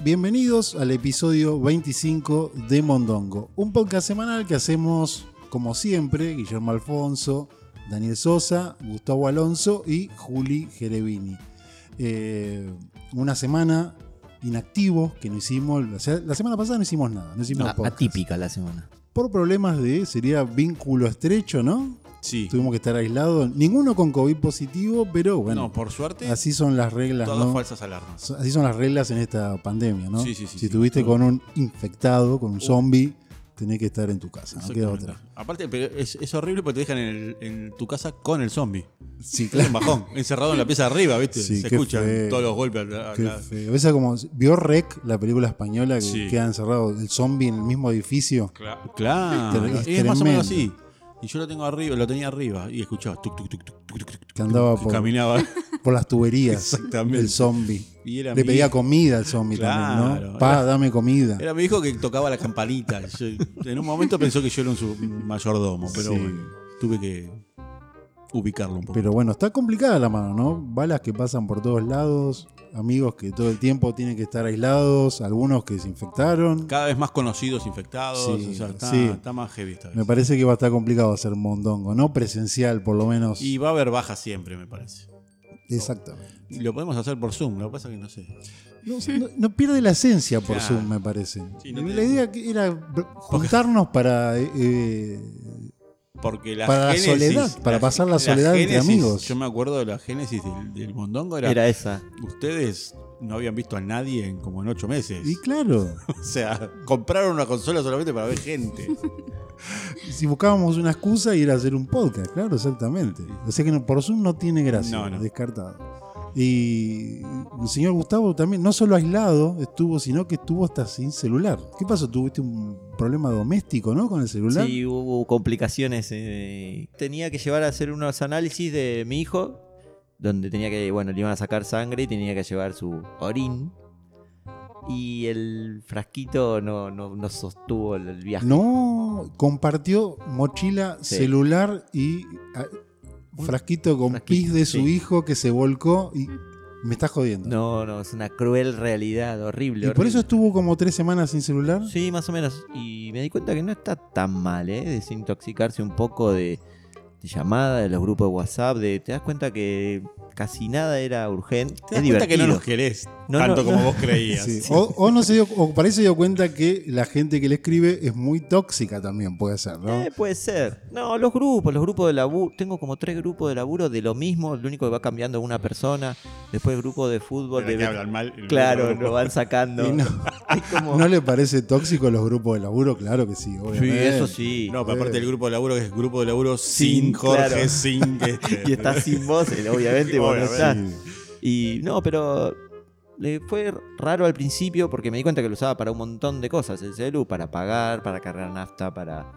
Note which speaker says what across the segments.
Speaker 1: bienvenidos al episodio 25 de Mondongo, un podcast semanal que hacemos como siempre, Guillermo Alfonso, Daniel Sosa, Gustavo Alonso y Juli Gerevini. Eh, una semana inactivos que no hicimos, o sea, la semana pasada no hicimos nada, no hicimos
Speaker 2: A-
Speaker 1: podcast.
Speaker 2: atípica la semana.
Speaker 1: Por problemas de, sería vínculo estrecho, ¿no?
Speaker 3: Sí.
Speaker 1: Tuvimos que estar aislados, ninguno con COVID positivo, pero bueno,
Speaker 3: no, por suerte,
Speaker 1: así son las Ah, reglas,
Speaker 3: todas
Speaker 1: ¿no?
Speaker 3: falsas alarmas.
Speaker 1: So- Así son las reglas en esta pandemia, ¿no?
Speaker 3: Sí, sí, sí,
Speaker 1: si
Speaker 3: sí.
Speaker 1: estuviste
Speaker 3: Claro.
Speaker 1: con un infectado, con un zombie, tenés que estar en tu casa, no queda
Speaker 3: Exactamente.
Speaker 1: otra.
Speaker 3: Aparte, pero es, es horrible porque te dejan en, el- en tu casa con el zombie.
Speaker 1: Sí,
Speaker 3: Es un bajón, encerrado en la pieza de arriba, ¿viste?
Speaker 1: Sí,
Speaker 3: Se
Speaker 1: qué
Speaker 3: escuchan
Speaker 1: feo.
Speaker 3: todos los golpes. a- a-
Speaker 1: Qué
Speaker 3: la-
Speaker 1: feo. A veces como vio Rec, la película española que
Speaker 3: Sí.
Speaker 1: queda encerrado el zombie en el mismo edificio.
Speaker 3: Cla- Claro.
Speaker 1: Es
Speaker 3: Y es más o menos así.
Speaker 1: tremendo.
Speaker 3: Y yo lo tengo arriba, lo tenía arriba y escuchaba tuk, tuk, tuk, tuk, tuk, tuk, tuk,
Speaker 1: Que andaba
Speaker 3: tuk,
Speaker 1: por-
Speaker 3: caminaba.
Speaker 1: Por las tuberías.
Speaker 3: Exactamente.
Speaker 1: El zombie.
Speaker 3: Y era
Speaker 1: Le
Speaker 3: mi
Speaker 1: pedía
Speaker 3: hijo.
Speaker 1: comida al zombie también, ¿no?
Speaker 3: Claro.
Speaker 1: Pa,
Speaker 3: Era-
Speaker 1: dame comida.
Speaker 3: Era mi hijo que tocaba la campanita. Yo- en un momento pensó que yo era un su- mayordomo, pero
Speaker 1: Sí.
Speaker 3: bueno, tuve que ubicarlo un poco.
Speaker 1: Pero bueno, está complicada la mano, ¿no? Balas que pasan por todos lados, amigos que todo el tiempo tienen que estar aislados, algunos que se infectaron.
Speaker 3: Cada vez más conocidos, infectados.
Speaker 1: Sí,
Speaker 3: o sea, está,
Speaker 1: sí.
Speaker 3: está más heavy esta vez.
Speaker 1: Me parece que va a estar complicado hacer mondongo, ¿no? Presencial, por lo menos.
Speaker 3: Y va a haber baja siempre, me parece.
Speaker 1: Exactamente.
Speaker 3: Y Lo podemos hacer por Zoom, lo que pasa es que no sé.
Speaker 1: No, no- no pierde la esencia por
Speaker 3: Claro.
Speaker 1: Zoom, me parece.
Speaker 3: Sí, no
Speaker 1: la
Speaker 3: te-
Speaker 1: idea que era juntarnos para. eh, eh,
Speaker 3: Porque la
Speaker 1: Para la
Speaker 3: génesis-
Speaker 1: soledad, para pasar la soledad entre
Speaker 3: génesis-
Speaker 1: amigos.
Speaker 3: Yo me acuerdo de la génesis del, del Mondongo. Era,
Speaker 2: Era esa.
Speaker 3: Ustedes no habían visto a nadie en como en ocho meses.
Speaker 1: y claro,
Speaker 3: O sea, compraron una consola solamente para ver gente.
Speaker 1: si buscábamos una excusa, ir a hacer un podcast, claro, exactamente. O sea que no- por Zoom no tiene gracia,
Speaker 3: No, no.
Speaker 1: descartado. Y el señor Gustavo también, no solo aislado estuvo, sino que estuvo hasta sin celular. ¿Qué pasó? ¿Tuviste un problema doméstico, no? Con el celular.
Speaker 2: Sí, hubo complicaciones. eh. Tenía que llevar a hacer unos análisis de mi hijo, donde tenía que, bueno, le iban a sacar sangre y tenía que llevar su orín. Y el frasquito no, no, no sostuvo el, el viaje.
Speaker 1: No, compartió mochila,
Speaker 2: Sí.
Speaker 1: celular y ah, frasquito con
Speaker 2: frasquito,
Speaker 1: pis de su
Speaker 2: sí.
Speaker 1: hijo que se volcó y me estás jodiendo.
Speaker 2: No, no, es una cruel realidad, horrible.
Speaker 1: y por eso
Speaker 2: horrible.
Speaker 1: estuvo como tres semanas sin celular.
Speaker 2: Sí, más o menos. Y me di cuenta que no está tan mal, ¿eh? Desintoxicarse un poco de, de llamada, de los grupos de WhatsApp, de, te das cuenta que casi nada era urgente.
Speaker 3: Te
Speaker 2: es
Speaker 3: das cuenta que
Speaker 2: divertido.
Speaker 3: no nos querés
Speaker 2: No,
Speaker 3: tanto
Speaker 2: no,
Speaker 3: como
Speaker 2: no.
Speaker 3: vos creías.
Speaker 1: Sí. O, o no se dio, o parece dio cuenta que la gente que le escribe es muy tóxica también, puede ser, ¿no?
Speaker 2: Eh, puede ser. No, los grupos, los grupos de laburo. Tengo como tres grupos de laburo de lo mismo. Lo único que va cambiando una persona. Después el grupo de fútbol.
Speaker 3: Pero
Speaker 2: De...
Speaker 3: que hablan mal. el
Speaker 2: Claro,
Speaker 3: grupo.
Speaker 2: lo van sacando.
Speaker 1: Y no,
Speaker 2: Es como-
Speaker 1: ¿no le parece tóxico los grupos de laburo? Claro que sí,
Speaker 2: Sí,
Speaker 1: obviamente.
Speaker 2: eso sí.
Speaker 3: No, pero aparte
Speaker 1: Eh.
Speaker 3: del grupo de laburo, que es el grupo de laburo
Speaker 2: Sin,
Speaker 3: sin Jorge,
Speaker 2: claro.
Speaker 3: sin este.
Speaker 2: Y está sin voz, eh, obviamente, vos no
Speaker 3: Obviamente.
Speaker 2: estás.
Speaker 1: Sí.
Speaker 2: Y no, pero le fue raro al principio porque me di cuenta que lo usaba para un montón de cosas, el celu, para pagar, para cargar nafta, para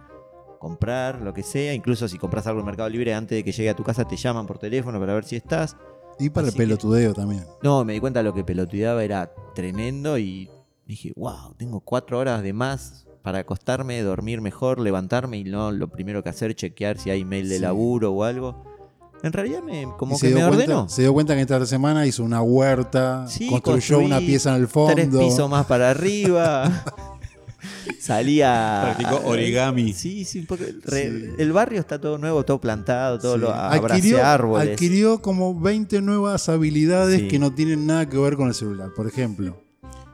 Speaker 2: comprar, lo que sea. Incluso si compras algo en Mercado Libre antes de que llegue a tu casa te llaman por teléfono para ver si estás.
Speaker 1: Y para
Speaker 2: Así
Speaker 1: el
Speaker 2: que-
Speaker 1: pelotudeo también.
Speaker 2: No, me di cuenta lo que pelotudeaba era tremendo y dije, wow, tengo cuatro horas de más para acostarme, dormir mejor, levantarme y no lo primero que hacer, chequear si hay mail de
Speaker 1: Sí.
Speaker 2: laburo o algo. En realidad me,
Speaker 1: Y
Speaker 2: como
Speaker 1: se
Speaker 2: que me
Speaker 1: dio cuenta-
Speaker 2: ordenó.
Speaker 1: Se dio cuenta que esta semana hizo una huerta,
Speaker 2: Sí,
Speaker 1: construyó
Speaker 2: construí
Speaker 1: una pieza en el fondo.
Speaker 2: Tres pisos más para arriba. Salía.
Speaker 3: Practicó origami.
Speaker 2: Sí, sí, porque re-
Speaker 1: Sí.
Speaker 2: el barrio está todo nuevo, todo plantado, todo
Speaker 1: Sí.
Speaker 2: lo
Speaker 1: adquirió,
Speaker 2: abrace árboles.
Speaker 1: adquirió como 20 nuevas habilidades
Speaker 2: Sí.
Speaker 1: que no tienen nada que ver con el celular, por ejemplo.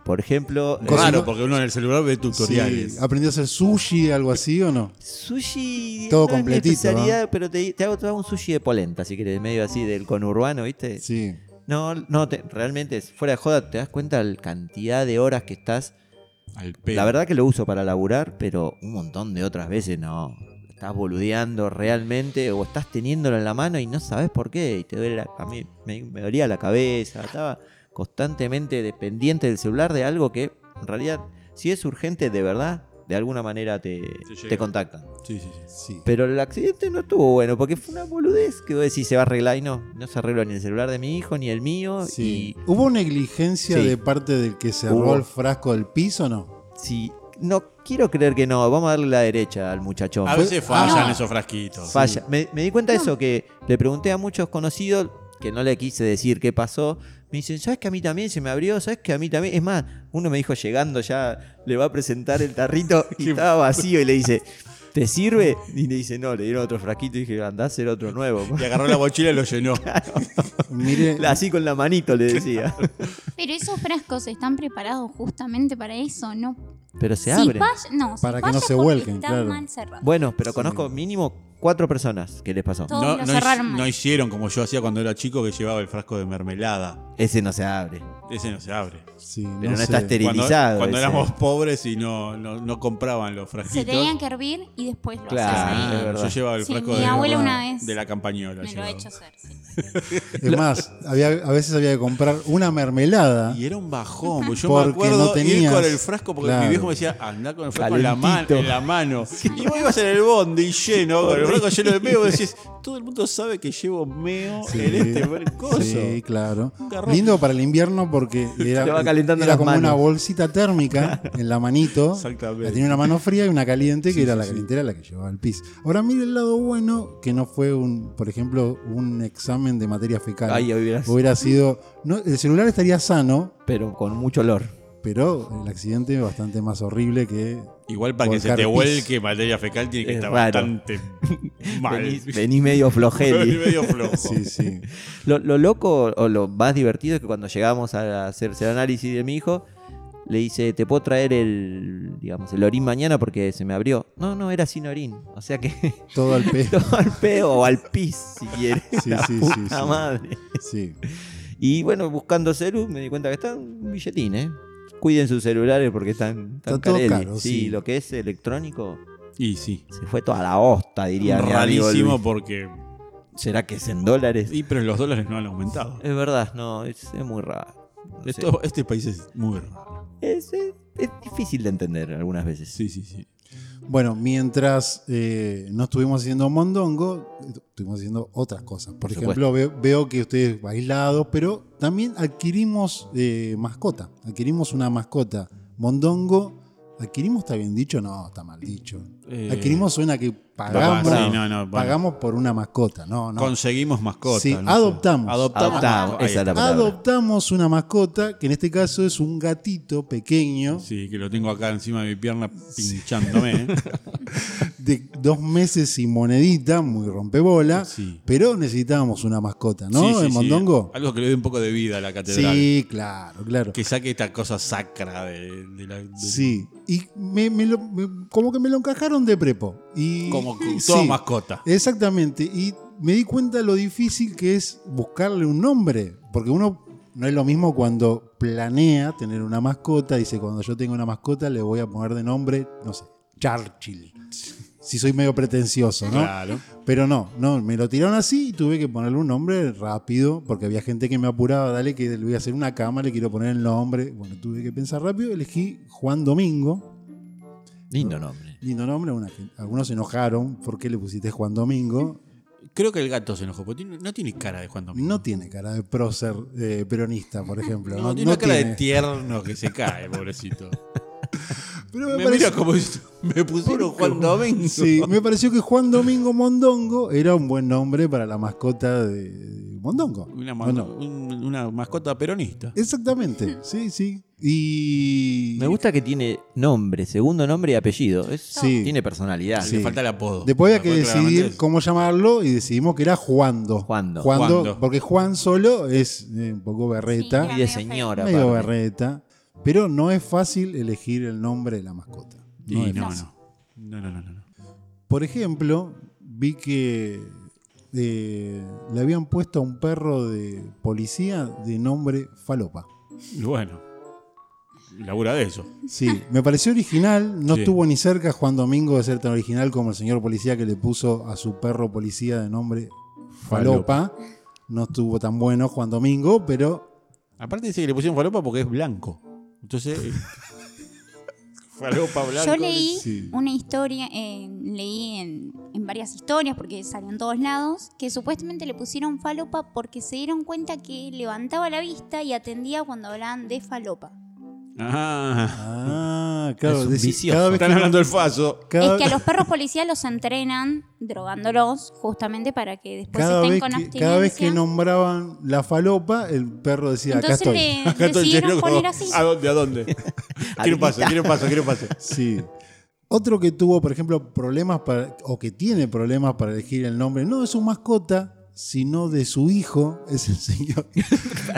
Speaker 2: Por ejemplo, eh,
Speaker 1: Cosa- Cocinó-
Speaker 3: Raro, porque uno en el celular ve tutoriales.
Speaker 1: Sí, aprendió a hacer sushi, algo así o no.
Speaker 2: sushi.
Speaker 1: Todo
Speaker 2: no es mi
Speaker 1: completito,
Speaker 2: especialidad, pero te, te hago, te hago un sushi de polenta, si querés, medio así del conurbano, ¿viste?
Speaker 1: Sí.
Speaker 2: No, no, te- realmente, fuera de joda, te das cuenta la cantidad de horas que estás.
Speaker 3: Al pelo.
Speaker 2: La verdad que lo uso para laburar, pero un montón de otras veces no. Estás boludeando realmente o estás teniéndolo en la mano y no sabes por qué. Y te duele la, a mí me, me dolía la cabeza. Estaba constantemente dependiente del celular de algo que en realidad, si es urgente de verdad, de alguna manera te,
Speaker 3: Te llega.
Speaker 2: te contactan.
Speaker 3: Sí, sí, sí.
Speaker 1: sí.
Speaker 2: Pero el accidente no estuvo bueno porque fue una boludez que vos decís se va a arreglar y no. No se arregló ni el celular de mi hijo ni el mío.
Speaker 1: Sí.
Speaker 2: Y
Speaker 1: ¿Hubo negligencia
Speaker 2: Sí.
Speaker 1: de parte del que cerró
Speaker 2: Hubo.
Speaker 1: el frasco del piso o no?
Speaker 2: si. No quiero creer que no. Vamos a darle la derecha al muchachón.
Speaker 3: A
Speaker 2: Fue-
Speaker 3: veces fallan
Speaker 1: Ah.
Speaker 3: esos frasquitos.
Speaker 2: Falla. Me, me di cuenta de eso, que le pregunté a muchos conocidos, que no le quise decir qué pasó. Me dicen, ¿sabes que a mí también se me abrió? ¿Sabes que a mí también? Es más, Uno me dijo llegando ya, le va a presentar el tarrito y estaba vacío y le dice, ¿te sirve? Y le dice, no, le dieron otro frasquito y dije, andá a hacer otro nuevo.
Speaker 3: Y agarró la mochila y lo llenó.
Speaker 1: Mire,
Speaker 2: Así con la manito le decía.
Speaker 4: Pero esos frascos están preparados justamente para eso, ¿no?
Speaker 2: Pero se
Speaker 4: Si
Speaker 2: abre.
Speaker 4: falla- no, si
Speaker 1: Para que no
Speaker 4: falla
Speaker 1: se
Speaker 4: es porque
Speaker 1: vuelquen,
Speaker 4: está
Speaker 1: claro.
Speaker 4: mal cerrado.
Speaker 2: Bueno, pero conozco mínimo cuatro personas que les pasó.
Speaker 4: Todo-
Speaker 3: No,
Speaker 4: lo
Speaker 3: no
Speaker 4: cerraron
Speaker 3: hi-
Speaker 4: mal.
Speaker 3: no hicieron como yo hacía cuando era chico que llevaba el frasco de mermelada.
Speaker 2: Ese no se abre.
Speaker 3: Ese no se abre.
Speaker 1: sí,
Speaker 2: Pero no,
Speaker 1: sé.
Speaker 2: está este-
Speaker 3: Cuando,
Speaker 2: esterilizado.
Speaker 3: cuando
Speaker 2: ese.
Speaker 3: éramos pobres y no, no, no compraban los frasquitos.
Speaker 4: se tenían que hervir y después lo
Speaker 2: Claro.
Speaker 4: haces ahí.
Speaker 2: Ah, es
Speaker 3: yo
Speaker 2: verdad.
Speaker 3: llevaba el
Speaker 4: Sí,
Speaker 3: frasco
Speaker 4: mi
Speaker 3: de,
Speaker 4: abuela
Speaker 3: la,
Speaker 4: una vez
Speaker 3: de la campañola.
Speaker 4: Me lo
Speaker 3: llevaba.
Speaker 4: ha hecho hacer. sí.
Speaker 1: Es más, había, a veces había que comprar una mermelada.
Speaker 3: Y era un bajón, porque yo
Speaker 1: Porque
Speaker 3: me acuerdo
Speaker 1: no tenías-
Speaker 3: ir con el frasco, porque
Speaker 1: claro.
Speaker 3: mi viejo me decía, andá con el frasco en la, man-
Speaker 2: Calentito.
Speaker 3: en la mano. Y vos ibas en el bondi lleno, con el frasco lleno de meo, y decís, todo el mundo sabe que llevo meo
Speaker 1: Sí.
Speaker 3: en este coso.
Speaker 1: Sí, claro.
Speaker 3: Un garrote.
Speaker 1: Lindo para el invierno porque era,
Speaker 2: Te va calentando
Speaker 1: era
Speaker 2: las
Speaker 1: como
Speaker 2: manos.
Speaker 1: una bolsita térmica en la manito.
Speaker 3: Exactamente.
Speaker 1: La tenía una mano fría y una caliente, que
Speaker 3: Sí,
Speaker 1: era
Speaker 3: sí,
Speaker 1: la
Speaker 3: sí.
Speaker 1: calientera la que llevaba el pis. Ahora mire el lado bueno, que no fue un, por ejemplo, un examen de materia fecal.
Speaker 2: Ay, hubieras-
Speaker 1: Hubiera sido. no, el celular estaría sano,
Speaker 2: Pero con mucho olor.
Speaker 1: pero el accidente bastante más horrible que.
Speaker 3: Igual para que se
Speaker 1: Volcar
Speaker 3: te
Speaker 1: pis.
Speaker 3: vuelque materia fecal tiene que
Speaker 2: Es
Speaker 3: estar
Speaker 2: raro.
Speaker 3: bastante mal.
Speaker 2: Venís, venís medio flojeli.
Speaker 3: medio flojo.
Speaker 1: Sí, sí.
Speaker 2: Lo, lo loco o lo más divertido es que cuando llegamos a hacerse el análisis de mi hijo, le dice, ¿te puedo traer el, digamos, el orín mañana porque se me abrió? No, no, era sin orín. O sea que
Speaker 1: Todo al pez.
Speaker 2: todo al peo o al pis, si quieres.
Speaker 1: Sí,
Speaker 2: La
Speaker 1: sí, sí,
Speaker 2: puta
Speaker 1: sí.
Speaker 2: madre.
Speaker 1: Sí.
Speaker 2: Y bueno, buscando celu, me di cuenta que están un billetín, ¿eh? Cuiden sus celulares porque están,
Speaker 1: Está
Speaker 2: tan
Speaker 1: todo
Speaker 2: careli.
Speaker 1: caro,
Speaker 2: sí,
Speaker 1: sí.
Speaker 2: lo que es electrónico
Speaker 3: Y sí.
Speaker 2: se fue toda la hosta, diría. mi amigo
Speaker 3: Rarísimo
Speaker 2: Luis.
Speaker 3: porque.
Speaker 2: ¿Será que es en dólares?
Speaker 3: Y pero los dólares no han aumentado.
Speaker 2: Es verdad, no, es, es muy raro. No sé.
Speaker 3: Esto- este país es muy raro.
Speaker 2: Es, es- es difícil de entender algunas veces.
Speaker 3: Sí, sí, sí.
Speaker 1: Bueno, mientras eh, no estuvimos haciendo mondongo, estuvimos haciendo otras cosas. Por
Speaker 2: Por
Speaker 1: ejemplo, veo, veo que ustedes bailados, pero también adquirimos eh, mascota. Adquirimos una mascota. Mondongo, adquirimos, está bien dicho, no, está mal dicho.
Speaker 3: Eh,
Speaker 1: adquirimos una que pagamos,
Speaker 3: sí, no, no, bueno.
Speaker 1: pagamos por una mascota, no, no.
Speaker 3: Conseguimos mascotas.
Speaker 1: Sí,
Speaker 3: no sé.
Speaker 1: adoptamos.
Speaker 3: Adoptamos. Ah,
Speaker 2: Adoptamos, esa
Speaker 3: Ahí
Speaker 2: es la
Speaker 3: está.
Speaker 2: palabra.
Speaker 1: Adoptamos una mascota, que en este caso es un gatito pequeño
Speaker 3: Sí, que lo tengo acá encima de mi pierna pinchándome. ¿eh?
Speaker 1: de dos meses sin monedita, muy rompebola.
Speaker 3: Sí.
Speaker 1: Pero necesitábamos una mascota, ¿no?
Speaker 3: Sí, sí,
Speaker 1: el
Speaker 3: sí.
Speaker 1: mondongo.
Speaker 3: Algo que le dé un poco de vida a la catedral.
Speaker 1: Sí, claro, claro.
Speaker 3: Que saque esta cosa sacra de, de la. de-
Speaker 1: Sí. Y me, me lo- me- como que me lo encajaron de prepo. Y,
Speaker 3: Como que
Speaker 1: y
Speaker 3: toda
Speaker 1: sí,
Speaker 3: mascota.
Speaker 1: Exactamente. Y me di cuenta lo difícil que es buscarle un nombre. Porque uno no es lo mismo cuando planea tener una mascota. Dice, cuando yo tengo una mascota le voy a poner de nombre, no sé, Churchill. Si soy medio pretencioso, ¿no?
Speaker 3: Claro.
Speaker 1: Pero no, no, me lo tiraron así y tuve que ponerle un nombre rápido, porque había gente que me apuraba, dale que le voy a hacer una cama, le quiero poner el nombre. Bueno, tuve que pensar rápido, elegí Juan Domingo.
Speaker 2: Lindo nombre.
Speaker 1: Lindo nombre, una gen- algunos se enojaron, ¿por qué le pusiste Juan Domingo?
Speaker 3: Creo que el gato se enojó, porque tiene- no tiene cara de Juan Domingo.
Speaker 1: No tiene cara de prócer eh, peronista, por ejemplo.
Speaker 3: No,
Speaker 1: No,
Speaker 3: tiene
Speaker 1: no
Speaker 3: una cara de
Speaker 1: tiene.
Speaker 3: tierno que se cae, pobrecito.
Speaker 1: Pero
Speaker 3: me
Speaker 1: me, pareció,
Speaker 3: mira como si- me pusieron Juan Domingo.
Speaker 1: sí, me pareció que Juan Domingo Mondongo era un buen nombre para la mascota de de Mondongo.
Speaker 3: Una, ma-
Speaker 1: Bueno,
Speaker 3: un- una mascota peronista.
Speaker 1: exactamente, sí, sí. Y
Speaker 2: Me gusta que tiene nombre, segundo nombre y apellido. Es-
Speaker 1: Sí.
Speaker 2: Tiene personalidad.
Speaker 1: Sí.
Speaker 3: Ah, Le falta el apodo.
Speaker 1: Después había que
Speaker 3: Después claramente
Speaker 1: decidir
Speaker 3: es-
Speaker 1: cómo llamarlo y decidimos que era Juando.
Speaker 2: Juando.
Speaker 3: Juando.
Speaker 1: Porque Juan solo es eh, un poco berreta,
Speaker 4: Sí,
Speaker 2: Y de señora.
Speaker 1: medio
Speaker 2: aparte.
Speaker 1: berreta, pero no es fácil elegir el nombre de la mascota.
Speaker 3: Y
Speaker 1: No es
Speaker 3: no,
Speaker 1: fácil.
Speaker 3: no. No, no, no, no, no.
Speaker 1: Por ejemplo, vi que eh, le habían puesto a un perro de policía de nombre Falopa.
Speaker 3: Y Bueno. Labura de eso.
Speaker 1: Sí, me pareció original, no
Speaker 3: Sí.
Speaker 1: estuvo ni cerca Juan Domingo de ser tan original como el señor policía que le puso a su perro policía de nombre Falopa. No estuvo tan bueno Juan Domingo, pero
Speaker 3: Aparte dice que le pusieron falopa porque es blanco. Entonces. eh, falopa blanco.
Speaker 4: Yo leí
Speaker 1: Sí.
Speaker 4: una historia, eh, leí en, en varias historias porque salió en todos lados, que supuestamente le pusieron falopa porque se dieron cuenta que levantaba la vista y atendía cuando hablaban de falopa.
Speaker 3: Ah.
Speaker 1: ah, Ah, claro,
Speaker 2: Es un
Speaker 1: decís,
Speaker 2: vicioso.
Speaker 1: cada vez
Speaker 3: Están
Speaker 1: que,
Speaker 3: hablando del faso.
Speaker 1: cada-
Speaker 4: Es que a los perros policías los entrenan drogándolos justamente para que después
Speaker 1: cada
Speaker 4: estén
Speaker 1: vez
Speaker 4: con
Speaker 1: que,
Speaker 4: abstinencia.
Speaker 1: cada vez que nombraban la falopa, el perro decía, acá
Speaker 4: Entonces
Speaker 1: estoy.
Speaker 4: le
Speaker 3: Acá estoy
Speaker 4: decidieron
Speaker 3: lleno.
Speaker 4: poner así.
Speaker 3: ¿A dónde? ¿A dónde? quiero un paso, quiero un paso, quiero un paso.
Speaker 1: Sí. Otro que tuvo, por ejemplo, problemas para, o que tiene problemas para elegir el nombre, no de su mascota, sino de su hijo, es el señor.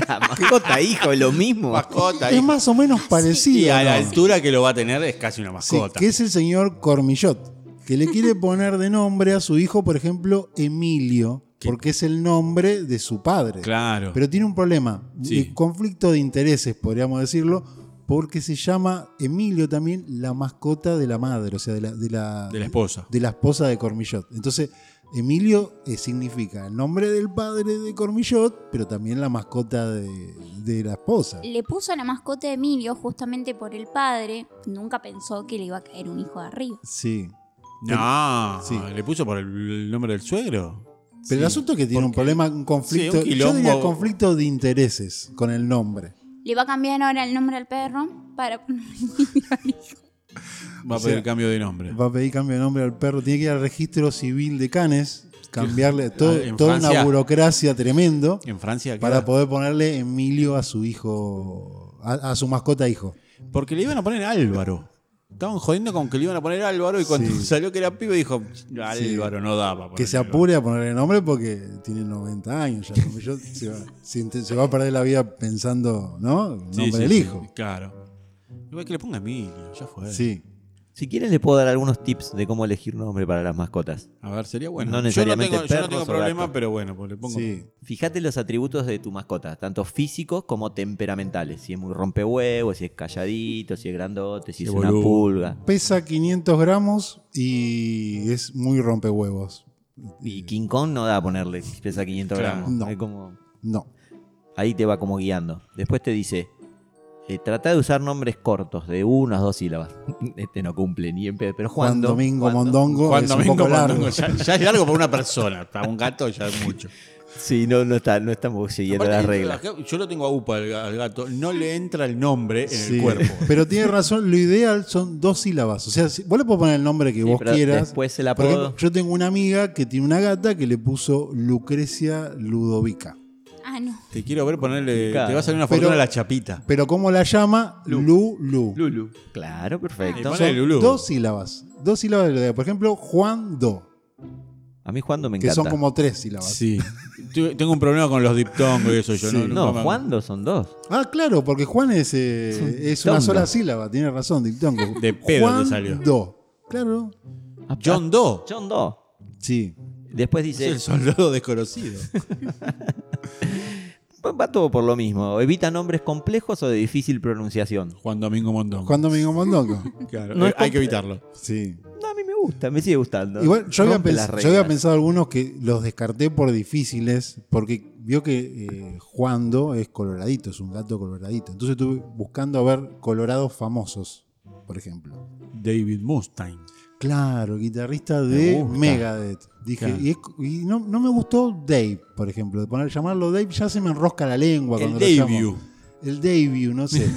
Speaker 2: La mascota, hijo, es lo mismo.
Speaker 3: Mascota.
Speaker 1: Es más o menos parecido.
Speaker 3: y a la
Speaker 1: ¿no?
Speaker 3: altura que lo va a tener es casi una
Speaker 1: Sí,
Speaker 3: mascota.
Speaker 1: que es el señor Cormillot, que le quiere poner de nombre a su hijo, por ejemplo, Emilio,
Speaker 3: ¿Qué?
Speaker 1: porque es el nombre de su padre.
Speaker 3: Claro.
Speaker 1: Pero tiene un problema,
Speaker 3: Sí.
Speaker 1: eh, conflicto de intereses, podríamos decirlo, porque se llama Emilio también la mascota de la madre, o sea, de la, de la,
Speaker 3: de la esposa.
Speaker 1: de la esposa de Cormillot. Entonces, Emilio eh, significa el nombre del padre de Cormillot, pero también la mascota de, de la esposa.
Speaker 4: Le puso a la mascota de Emilio justamente por el padre. Nunca pensó que le iba a caer un hijo de arriba.
Speaker 1: Sí.
Speaker 3: No.
Speaker 1: Sí.
Speaker 3: ¿Le puso por el, el nombre del suegro?
Speaker 1: Pero el asunto es que tiene un problema, un conflicto.
Speaker 3: Sí, un
Speaker 1: yo diría
Speaker 3: quilombo.
Speaker 1: conflicto de intereses con el nombre.
Speaker 4: Le va a cambiar ahora el nombre al perro para poner Emilio al hijo.
Speaker 3: Va a
Speaker 1: O
Speaker 3: pedir
Speaker 1: sea,
Speaker 3: cambio de nombre.
Speaker 1: Va a pedir cambio de nombre al perro, tiene que ir al registro civil de canes, cambiarle todo-
Speaker 3: Ah, en
Speaker 1: toda una
Speaker 3: Francia.
Speaker 1: burocracia tremendo
Speaker 3: En Francia.
Speaker 1: para
Speaker 3: queda-
Speaker 1: poder ponerle Emilio a su hijo, a, a su mascota hijo.
Speaker 3: Porque le iban a poner Álvaro. Estaban jodiendo con que le iban a poner Álvaro y cuando
Speaker 1: Sí.
Speaker 3: salió que era pibe dijo, Álvaro no daba.
Speaker 1: Que se apure a ponerle nombre porque tiene 90 años ya. como yo, se, va, se- se va a perder la vida pensando, ¿no? El nombre del hijo.
Speaker 3: Claro. Igual que le ponga Emilio, ya fue.
Speaker 1: Sí.
Speaker 2: Si quieren les puedo dar algunos tips de cómo elegir nombre para las mascotas.
Speaker 3: A ver, sería bueno.
Speaker 2: No necesariamente
Speaker 3: yo no tengo, yo no
Speaker 2: perros
Speaker 3: tengo
Speaker 2: o
Speaker 3: problema,
Speaker 2: gatos.
Speaker 3: pero bueno, pues le pongo.
Speaker 1: Sí.
Speaker 2: Fíjate los atributos de tu mascota, tanto físicos como temperamentales. Si es muy rompehuevos, si es calladito, si es grandote, si
Speaker 3: Si
Speaker 2: es
Speaker 3: es
Speaker 2: una
Speaker 3: boludo.
Speaker 2: pulga.
Speaker 1: Pesa 500 gramos y es muy rompehuevos.
Speaker 2: Y King Kong no da a ponerle, si pesa 500
Speaker 3: Claro.
Speaker 2: gramos.
Speaker 1: No.
Speaker 2: Es como-
Speaker 1: No.
Speaker 2: ahí te va como guiando. Después te dice, eh, trata de usar nombres cortos, de unas dos sílabas. Este no cumple ni en pedo, pero
Speaker 1: Juan,
Speaker 2: Juan,
Speaker 1: Domingo Mondongo
Speaker 3: Juan
Speaker 1: es
Speaker 3: Domingo
Speaker 1: un poco largo.
Speaker 3: Mondongo, ya, ya es largo para una persona, para un gato ya es mucho.
Speaker 2: Sí, no, no, está, no estamos siguiendo
Speaker 3: Aparte,
Speaker 2: las reglas.
Speaker 3: Yo lo tengo a UPA al, al gato, no le entra el nombre en
Speaker 1: Sí.
Speaker 3: el cuerpo.
Speaker 1: Pero tiene razón, lo ideal son dos sílabas. O sea, si- vos le podés poner el nombre que
Speaker 2: Sí,
Speaker 1: vos
Speaker 2: pero
Speaker 1: quieras.
Speaker 2: después el
Speaker 1: Por ejemplo,
Speaker 2: apodo.
Speaker 1: yo tengo una amiga que tiene una gata que le puso Lucrecia Ludovica.
Speaker 4: Ah, no.
Speaker 3: Te quiero ver ponerle.
Speaker 2: Claro.
Speaker 3: Te va a salir una
Speaker 1: Pero-
Speaker 3: fortuna a la chapita.
Speaker 1: Pero ¿cómo la llama? Lulu.
Speaker 3: Lulu.
Speaker 2: Claro,
Speaker 3: Y
Speaker 2: perfecto.
Speaker 3: ponele Lulu.
Speaker 1: Dos sílabas. Dos sílabas de lo de- Por ejemplo, Juan Do,
Speaker 2: A mí Juando me
Speaker 1: que
Speaker 2: encanta.
Speaker 1: son como tres sílabas.
Speaker 3: Sí. Tu- Tengo un problema con los diptongos y eso. Yo
Speaker 1: Sí.
Speaker 3: no, nunca
Speaker 2: No,
Speaker 3: me-
Speaker 2: Juando son dos.
Speaker 1: Ah, claro, porque Juan es, eh,
Speaker 2: Es un
Speaker 1: es una
Speaker 2: diptongo.
Speaker 1: sola sílaba, tiene razón, diptongo.
Speaker 3: De pedo
Speaker 1: Juan
Speaker 3: te salió.
Speaker 1: Do. Claro. Ah,
Speaker 2: ah,
Speaker 3: John Doe.
Speaker 2: John Doe.
Speaker 1: Sí.
Speaker 2: Después
Speaker 3: Es el
Speaker 2: dice,
Speaker 3: soldado desconocido.
Speaker 2: va va todo por lo mismo. Evita nombres complejos o de difícil pronunciación.
Speaker 3: Juan Domingo Mondongo.
Speaker 1: Juan Domingo Mondongo.
Speaker 3: Claro,
Speaker 2: No
Speaker 3: eh,
Speaker 2: es
Speaker 3: hay que evitarlo.
Speaker 1: Sí.
Speaker 2: No, a mí me gusta, me sigue gustando.
Speaker 1: Igual yo había,
Speaker 2: Rompe
Speaker 1: pens-
Speaker 2: las
Speaker 1: yo había
Speaker 2: reglas.
Speaker 1: pensado algunos que los descarté por difíciles, porque vio que eh, Juan Do es coloradito, es un gato coloradito. Entonces estuve buscando a ver colorados famosos, por ejemplo.
Speaker 3: David Mustaine.
Speaker 1: Claro, guitarrista
Speaker 2: Me
Speaker 1: de
Speaker 2: gusta.
Speaker 1: Megadeth. Dije,
Speaker 3: Claro.
Speaker 1: y, es- y no, no me gustó Dave, por ejemplo. De poner, llamarlo Dave ya se me enrosca la lengua
Speaker 3: El
Speaker 1: cuando lo llamo.
Speaker 3: debut.
Speaker 1: El debut, no sé.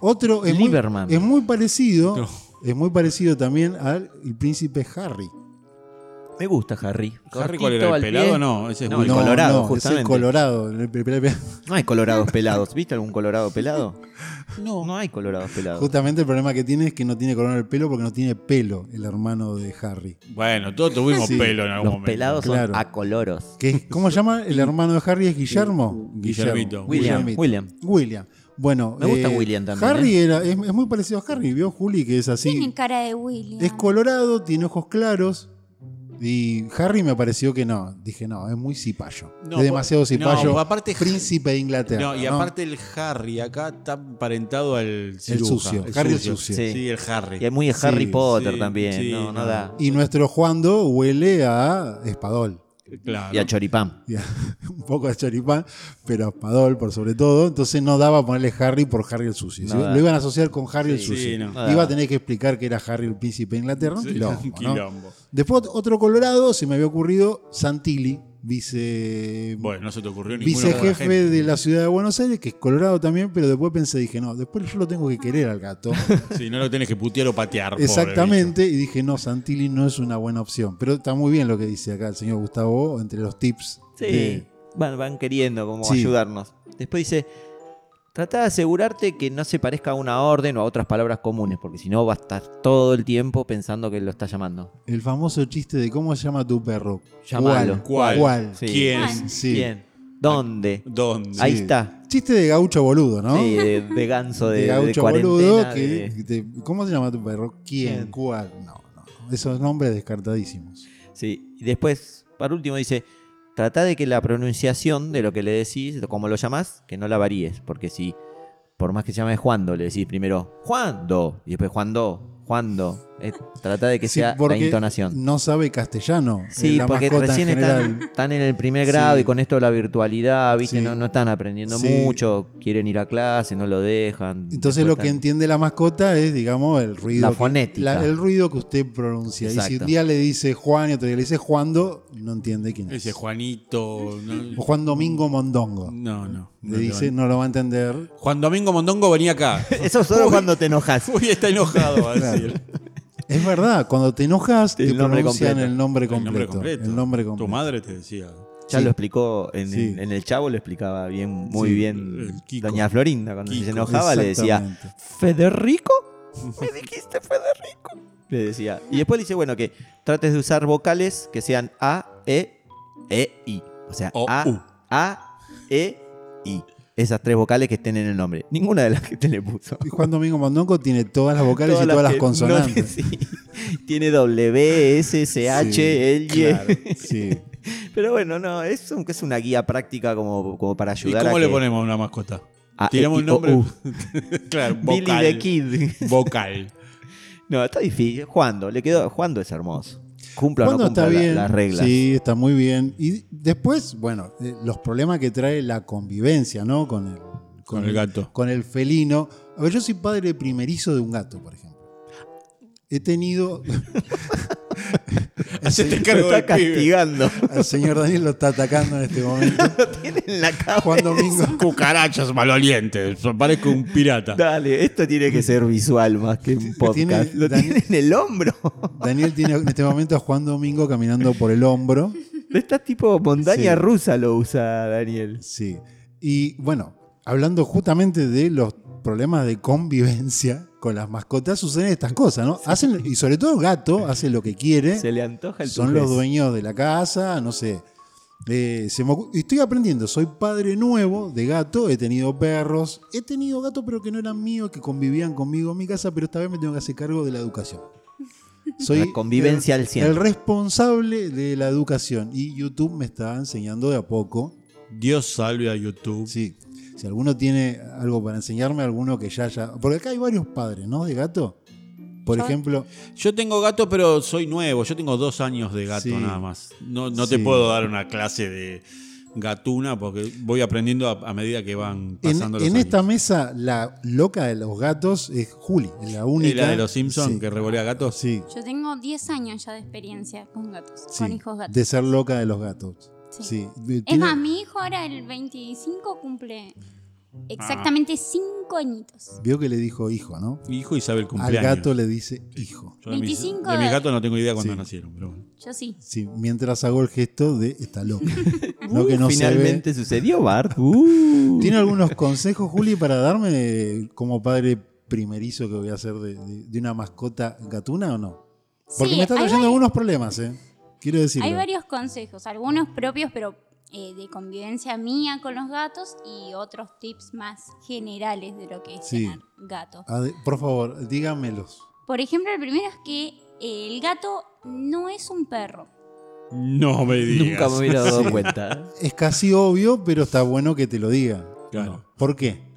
Speaker 1: Otro es muy,
Speaker 2: Lieberman.
Speaker 1: es muy parecido.
Speaker 3: No.
Speaker 1: Es muy parecido también al el príncipe Harry.
Speaker 2: Me gusta Harry.
Speaker 3: Harry,
Speaker 2: Cortito,
Speaker 3: ¿cuál era?
Speaker 2: al
Speaker 3: ¿El
Speaker 2: pie.
Speaker 3: pelado? No, ese es
Speaker 2: No,
Speaker 3: Willy.
Speaker 2: el colorado,
Speaker 1: no, es el
Speaker 2: justamente.
Speaker 1: colorado. El- el- el- el-
Speaker 2: No hay colorados pelados. ¿Viste algún colorado pelado?
Speaker 3: No.
Speaker 2: No hay colorados pelados.
Speaker 1: Justamente el problema que tiene es que no tiene color en el pelo porque no tiene pelo el hermano de Harry.
Speaker 3: Bueno, todos tuvimos
Speaker 1: Sí.
Speaker 3: pelo en algún
Speaker 2: Los
Speaker 3: momento.
Speaker 2: pelados
Speaker 1: Claro.
Speaker 2: son acoloros.
Speaker 1: ¿Qué es- ¿Cómo se llama el hermano de Harry? ¿Es Guillermo?
Speaker 3: Guillermito.
Speaker 2: William,
Speaker 1: Guillermito.
Speaker 2: William.
Speaker 1: William. Bueno, eh,
Speaker 2: Me gusta William también, ¿eh?
Speaker 1: Harry era, es, es muy parecido a Harry, vio Juli que es
Speaker 4: Tiene
Speaker 1: así.
Speaker 4: cara de William.
Speaker 1: Es colorado, tiene ojos claros. Y Harry me pareció que no. Dije, no, es muy cipayo.
Speaker 3: No,
Speaker 1: es demasiado
Speaker 3: por-
Speaker 1: cipayo.
Speaker 3: no, aparte-
Speaker 1: príncipe de Inglaterra.
Speaker 3: No, y aparte el Harry acá está emparentado al ciruja,
Speaker 1: sucio. Harry el sucio.
Speaker 2: Sí.
Speaker 3: Sí, el Harry.
Speaker 2: Y hay muy de Harry
Speaker 1: Sí,
Speaker 2: Potter
Speaker 3: sí,
Speaker 2: también.
Speaker 3: sí,
Speaker 2: no, no,
Speaker 3: no.
Speaker 2: da.
Speaker 1: Y nuestro Juando huele a Espadol.
Speaker 3: Claro.
Speaker 2: Y a Choripán.
Speaker 1: y a- un poco de choripán, pero a Spadol por sobre todo. Entonces no daba ponerle Harry por Harry el sucio. Si
Speaker 2: No daba.
Speaker 1: lo iban a asociar con Harry el
Speaker 3: Sí,
Speaker 1: sucio.
Speaker 3: sí, no.
Speaker 2: No
Speaker 1: Iba
Speaker 2: daba.
Speaker 1: a tener que explicar que era Harry el príncipe de Inglaterra. un
Speaker 3: Sí,
Speaker 1: quilombo,
Speaker 3: un
Speaker 1: ¿no?
Speaker 3: quilombo.
Speaker 1: Después otro colorado, se me había ocurrido Santilli vice,
Speaker 3: Bueno, no se te ocurrió ninguno. con la
Speaker 1: vicejefe
Speaker 3: gente.
Speaker 1: de la ciudad de Buenos Aires, que es colorado también, pero después pensé, dije, no, después yo lo tengo que querer al gato.
Speaker 3: Sí, no lo tenés que putear o patear. pobre
Speaker 1: Exactamente, y dije, no, Santilli no es una buena opción. Pero está muy bien lo que dice acá el señor Gustavo, entre los tips.
Speaker 2: Sí.
Speaker 1: de-
Speaker 2: Van, van queriendo como
Speaker 1: Sí.
Speaker 2: ayudarnos. Después dice, trata de asegurarte que no se parezca a una orden o a otras palabras comunes, porque si no va a estar todo el tiempo pensando que lo está llamando.
Speaker 1: el famoso chiste de cómo se llama tu perro.
Speaker 2: Llamalo.
Speaker 1: ¿Cuál?
Speaker 3: ¿Cuál?
Speaker 1: ¿Cuál?
Speaker 2: Sí.
Speaker 3: ¿Quién?
Speaker 4: Juan.
Speaker 1: Sí.
Speaker 2: Bien. ¿Dónde?
Speaker 3: ¿Dónde?
Speaker 2: Ahí
Speaker 1: Sí.
Speaker 2: está.
Speaker 1: Chiste de gaucho boludo, ¿no?
Speaker 2: Sí, de, de ganso, de,
Speaker 1: de
Speaker 2: de
Speaker 1: gaucho
Speaker 2: cuarentena.
Speaker 1: boludo que
Speaker 2: de-
Speaker 1: de- ¿Cómo se llama tu perro? ¿Quién?
Speaker 2: ¿Quién?
Speaker 1: ¿Cuál? No, no, no. Esos nombres descartadísimos.
Speaker 2: Sí. Y después, para último, dice, trata de que la pronunciación de lo que le decís, de cómo lo llamás, que no la varíes, porque si, por más que se llame Juando, le decís primero Juando, y después Juando, Juando, eh, trata de que
Speaker 1: Sí,
Speaker 2: sea la
Speaker 1: porque
Speaker 2: entonación.
Speaker 1: No sabe castellano.
Speaker 2: Sí,
Speaker 1: eh, la
Speaker 2: porque
Speaker 1: mascota en
Speaker 2: recién están,
Speaker 1: general.
Speaker 2: están en el primer grado
Speaker 1: Sí.
Speaker 2: y con esto de la virtualidad, ¿viste?
Speaker 1: Sí.
Speaker 2: No, no están aprendiendo
Speaker 1: Sí.
Speaker 2: mucho, quieren ir a clase, no lo dejan.
Speaker 1: Entonces
Speaker 2: después
Speaker 1: lo que
Speaker 2: están-
Speaker 1: entiende la mascota es, digamos, el ruido.
Speaker 2: La
Speaker 1: que-
Speaker 2: fonética.
Speaker 1: el ruido que usted pronuncia. Y si
Speaker 2: Exacto.
Speaker 1: un día le dice Juan y otro día le dice Juando, no entiende quién es.
Speaker 3: Ese Juanito.
Speaker 1: O
Speaker 3: No,
Speaker 1: Juan Domingo Mondongo.
Speaker 3: no. no, no
Speaker 1: le dice,
Speaker 3: te van-
Speaker 1: no lo va a entender.
Speaker 3: Juan Domingo Mondongo venía acá.
Speaker 2: Eso solo cuando te enojas.
Speaker 3: Uy, está enojado, va a
Speaker 1: Claro.
Speaker 3: decir.
Speaker 1: Es verdad, cuando te enojas,
Speaker 2: El
Speaker 1: te
Speaker 2: nombre
Speaker 1: pronuncian
Speaker 2: completo.
Speaker 1: el nombre
Speaker 3: El nombre
Speaker 1: completo.
Speaker 3: completo.
Speaker 1: El nombre completo.
Speaker 3: Tu madre te decía.
Speaker 2: Ya
Speaker 1: Sí.
Speaker 2: lo explicó en,
Speaker 1: Sí.
Speaker 2: en- en el Chavo, lo explicaba bien, muy
Speaker 1: Sí,
Speaker 2: bien
Speaker 3: el Kiko.
Speaker 2: Doña Florinda. Cuando se
Speaker 3: Kiko,
Speaker 2: enojaba le decía,
Speaker 1: Exactamente.
Speaker 2: ¿Federico? ¿Me dijiste Federico? Le decía. Y después le dice, bueno, que trates de usar vocales que sean A, E, E, I. O sea,
Speaker 3: O,
Speaker 2: A,
Speaker 3: U.
Speaker 2: A, E, I. Esas tres vocales que estén en el nombre. Ninguna de las que te le puso.
Speaker 1: Y Juan Domingo Mondongo tiene todas las vocales y todas las
Speaker 2: que no
Speaker 1: consonantes.
Speaker 2: te- sí. Tiene W, S, S, H, L, Y.
Speaker 1: claro, sí.
Speaker 2: Pero bueno, no, es, un- es una guía práctica como, como para
Speaker 3: ¿Y
Speaker 2: ayudar
Speaker 3: cómo
Speaker 2: a
Speaker 3: le
Speaker 2: que-
Speaker 3: ponemos a Ah, eh, una mascota?
Speaker 2: a
Speaker 3: Tiramos el
Speaker 2: E, I, O,
Speaker 3: nombre.
Speaker 2: U.
Speaker 3: claro,
Speaker 2: Billy
Speaker 3: vocal.
Speaker 2: the Kid.
Speaker 3: Vocal.
Speaker 2: No, está difícil. Juando, le quedó. Juando es hermoso. Cumpla o no
Speaker 1: Cuando
Speaker 2: cumpla
Speaker 1: está
Speaker 2: la-
Speaker 1: bien.
Speaker 2: las reglas.
Speaker 1: Sí, está muy bien. Y después, bueno, eh, los problemas que trae la convivencia, ¿no? Con el, con
Speaker 3: Con el gato.
Speaker 1: Con el felino. A ver, yo soy padre primerizo de un gato, por ejemplo. He tenido. al, señor,
Speaker 3: Hacete
Speaker 2: Lo
Speaker 3: cargo del
Speaker 2: está
Speaker 3: pibe.
Speaker 2: castigando.
Speaker 1: al señor Daniel lo está atacando en este momento.
Speaker 2: Tiene en la cabeza.
Speaker 1: Juan Domingo.
Speaker 3: Cucarachas malolientes. Parezco un pirata.
Speaker 2: Dale, esto tiene que ser visual más que un podcast.
Speaker 1: Tiene-
Speaker 2: Lo
Speaker 1: Dan-
Speaker 2: tiene en el hombro.
Speaker 1: Daniel tiene en este momento a Juan Domingo caminando por el hombro.
Speaker 2: Está tipo montaña
Speaker 1: Sí.
Speaker 2: rusa lo usa Daniel.
Speaker 1: Sí. Y bueno, hablando justamente de los problemas de convivencia con las mascotas, suceden estas cosas, ¿no? Hacen, y sobre todo el gato hace lo que quiere.
Speaker 2: Se le antoja el
Speaker 1: Son
Speaker 2: tujés.
Speaker 1: los dueños de la casa, no sé. Eh, se me ocu- estoy aprendiendo, soy padre nuevo de gato, he tenido perros, he tenido gatos pero que no eran míos, que convivían conmigo en mi casa, pero esta vez me tengo que hacer cargo de la educación. Soy
Speaker 2: La convivencia
Speaker 1: el-
Speaker 2: al cien.
Speaker 1: el responsable de la educación y YouTube me está enseñando de a poco
Speaker 3: Dios salve a YouTube.
Speaker 1: Sí. Si alguno tiene algo para enseñarme, alguno que ya haya. Porque acá hay varios padres, ¿no? De gato. Por
Speaker 4: Yo-
Speaker 1: ejemplo,
Speaker 3: Yo tengo gato, pero soy nuevo. Yo tengo dos años de gato
Speaker 1: Sí.
Speaker 3: nada más. No, no te
Speaker 1: Sí.
Speaker 3: puedo dar una clase de gatuna porque voy aprendiendo a, a medida que van
Speaker 1: en,
Speaker 3: pasando
Speaker 1: en
Speaker 3: los
Speaker 1: esta
Speaker 3: años.
Speaker 1: mesa, la loca de los gatos es Juli, es la única.
Speaker 3: ¿Y la de los Simpsons
Speaker 1: Sí.
Speaker 3: que revolea gatos?
Speaker 1: Sí,
Speaker 4: Yo tengo 10 años ya de experiencia con gatos,
Speaker 1: sí.
Speaker 4: con hijos gatos.
Speaker 1: De ser loca de los gatos.
Speaker 4: Sí.
Speaker 1: Sí. De-
Speaker 4: Es
Speaker 1: tiene-
Speaker 4: más, mi hijo ahora el 25 cumple exactamente 5 añitos.
Speaker 1: Vio que le dijo hijo, ¿no?
Speaker 3: Hijo Isabel cumpleaños.
Speaker 1: Al gato le dice hijo.
Speaker 3: Yo de mis-
Speaker 4: 25
Speaker 3: de mis
Speaker 4: de-
Speaker 3: gatos no tengo idea cuándo
Speaker 1: Sí.
Speaker 3: nacieron. Pero bueno.
Speaker 4: Yo sí.
Speaker 1: Sí, mientras hago el gesto de está loca. no que
Speaker 2: Uh,
Speaker 1: no se ve.
Speaker 2: Finalmente sucedió, Bart. Uh.
Speaker 1: ¿Tiene algunos consejos, Juli, para darme como padre primerizo que voy a hacer de, de- de una mascota gatuna o no? Porque
Speaker 4: Sí,
Speaker 1: me está
Speaker 4: hay
Speaker 1: trayendo
Speaker 4: vari-
Speaker 1: algunos problemas, ¿eh? Quiero decirlo.
Speaker 4: Hay varios consejos, algunos propios, pero eh, de convivencia mía con los gatos y otros tips más generales de lo que es
Speaker 1: Sí.
Speaker 4: tener gato.
Speaker 1: Ade- Ah, por favor, dígamelos.
Speaker 4: Por ejemplo, el primero es que eh, el gato no es un perro.
Speaker 3: No me digas.
Speaker 2: Nunca me hubiera dado cuenta.
Speaker 1: Es casi obvio, pero está bueno que te lo diga.
Speaker 3: Claro.
Speaker 1: ¿Por qué?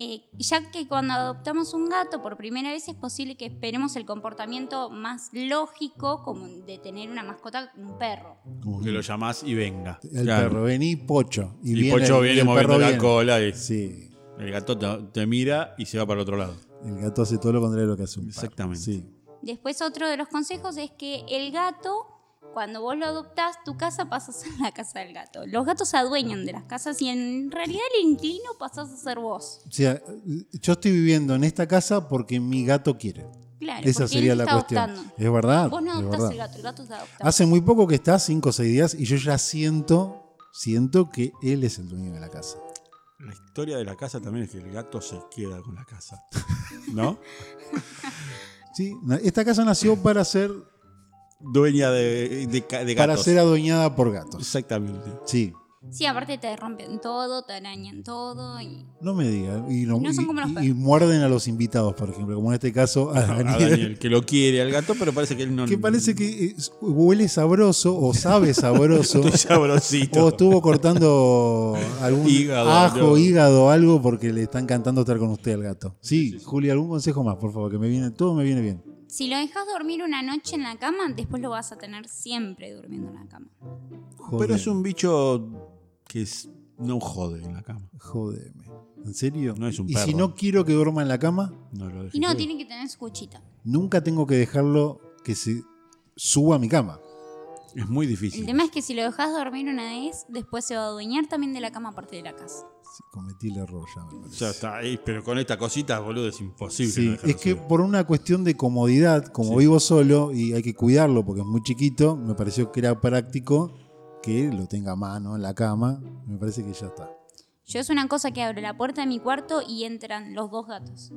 Speaker 4: Eh, ya que cuando adoptamos un gato por primera vez es posible que esperemos el comportamiento más lógico como de tener una mascota, un perro.
Speaker 1: Como
Speaker 3: Que lo llamás y venga.
Speaker 1: El
Speaker 3: Claro.
Speaker 1: perro, vení, pocho. Y,
Speaker 3: Y,
Speaker 1: viene
Speaker 3: Pocho
Speaker 1: el-
Speaker 3: viene
Speaker 1: y el
Speaker 3: moviendo
Speaker 1: perro
Speaker 3: la
Speaker 1: viene.
Speaker 3: cola y
Speaker 1: Sí,
Speaker 3: el gato te, te mira y se va para el otro lado.
Speaker 1: el gato hace todo lo contrario de lo que hace un perro.
Speaker 3: Exactamente.
Speaker 1: Sí.
Speaker 4: Después otro de los consejos es que el gato Cuando vos lo adoptás, tu casa pasa a ser la casa del gato. Los gatos se adueñan de las casas y en realidad el inquilino pasás a ser vos.
Speaker 1: O sea, yo estoy viviendo en esta casa porque mi gato quiere.
Speaker 4: Claro,
Speaker 1: Esa
Speaker 4: porque él
Speaker 1: sería la
Speaker 4: está
Speaker 1: cuestión.
Speaker 4: adoptando.
Speaker 1: Es verdad.
Speaker 4: Vos no
Speaker 1: es
Speaker 4: adoptás
Speaker 1: verdad.
Speaker 4: el gato, el gato se adopta.
Speaker 1: Hace muy poco que está, 5 o 6 días, y yo ya siento, siento que él es el dueño de la casa.
Speaker 3: La historia de la casa también es que el gato se queda con la casa. ¿No?
Speaker 1: ¿Sí? na- Esta casa nació
Speaker 3: Mm.
Speaker 1: para ser,
Speaker 3: Dueña de, de, ca- de
Speaker 1: para
Speaker 3: gatos.
Speaker 1: ser adueñada por gatos.
Speaker 3: Exactamente.
Speaker 1: Sí,
Speaker 4: Sí, aparte te rompen todo, te arañan todo y
Speaker 1: no me digan. Y, no-
Speaker 4: No son
Speaker 1: y-
Speaker 4: como los
Speaker 1: y-
Speaker 4: perros.
Speaker 1: y muerden a los invitados, por ejemplo, como en este caso a
Speaker 3: A
Speaker 1: Daniel.
Speaker 3: Daniel, que lo quiere al gato, pero parece que él no.
Speaker 1: Que parece que es- huele sabroso o sabe sabroso.
Speaker 3: Estoy sabrosito.
Speaker 1: O estuvo cortando algún
Speaker 3: Hígado,
Speaker 1: ajo,
Speaker 3: no.
Speaker 1: hígado, algo porque le está encantando estar con usted al gato. Sí, Julia, algún consejo más, por favor, que me viene, todo me viene bien.
Speaker 4: Si lo dejas dormir una noche en la cama, después lo vas a tener siempre durmiendo en la cama.
Speaker 1: Joder,
Speaker 3: Pero es un bicho que es- no jode en la cama.
Speaker 1: Jodeme. ¿En serio?
Speaker 3: No es un
Speaker 1: y si
Speaker 3: perro.
Speaker 1: no quiero que duerma en la cama,
Speaker 3: No lo
Speaker 4: Y no,
Speaker 3: dejes.
Speaker 4: tiene que tener su cuchita.
Speaker 1: nunca tengo que dejarlo que se suba a mi cama.
Speaker 3: Es muy
Speaker 4: El
Speaker 3: difícil.
Speaker 4: tema es que si lo dejas dormir una vez, después se va a adueñar también de la cama aparte de la casa.
Speaker 1: Sí, cometí el error ya. me parece.
Speaker 3: Ya está ahí, pero con esta cosita, boludo, es imposible.
Speaker 1: Sí,
Speaker 3: no dejarlo
Speaker 1: es que
Speaker 3: subir.
Speaker 1: por una cuestión de comodidad, como
Speaker 3: Sí.
Speaker 1: vivo solo y hay que cuidarlo porque es muy chiquito, me pareció que era práctico que lo tenga a mano en la cama. Me parece que ya está.
Speaker 4: Yo es una cosa que abro la puerta de mi cuarto y entran los dos gatos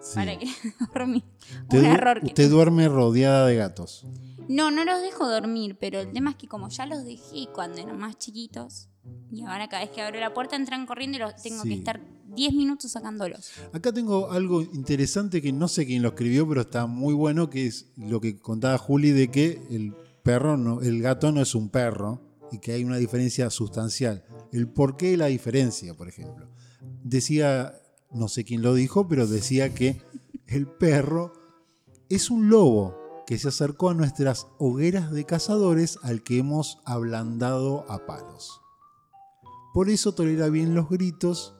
Speaker 1: Sí.
Speaker 4: para que dormir.
Speaker 1: Usted,
Speaker 4: Un
Speaker 1: du-
Speaker 4: error que
Speaker 1: usted duerme rodeada de gatos.
Speaker 4: No, no los dejo dormir, pero el tema es que como ya los dejé cuando eran más chiquitos, y ahora cada vez que abro la puerta entran corriendo y los tengo
Speaker 1: Sí.
Speaker 4: que estar 10 minutos sacándolos.
Speaker 1: Acá tengo algo interesante que no sé quién lo escribió, pero está muy bueno, que es lo que contaba Juli de que el perro no, el gato no es un perro y que hay una diferencia sustancial. El porqué de la diferencia, por ejemplo. Decía, no sé quién lo dijo, pero decía que el perro es un lobo que se acercó a nuestras hogueras de cazadores al que hemos ablandado a palos. Por eso tolera bien los gritos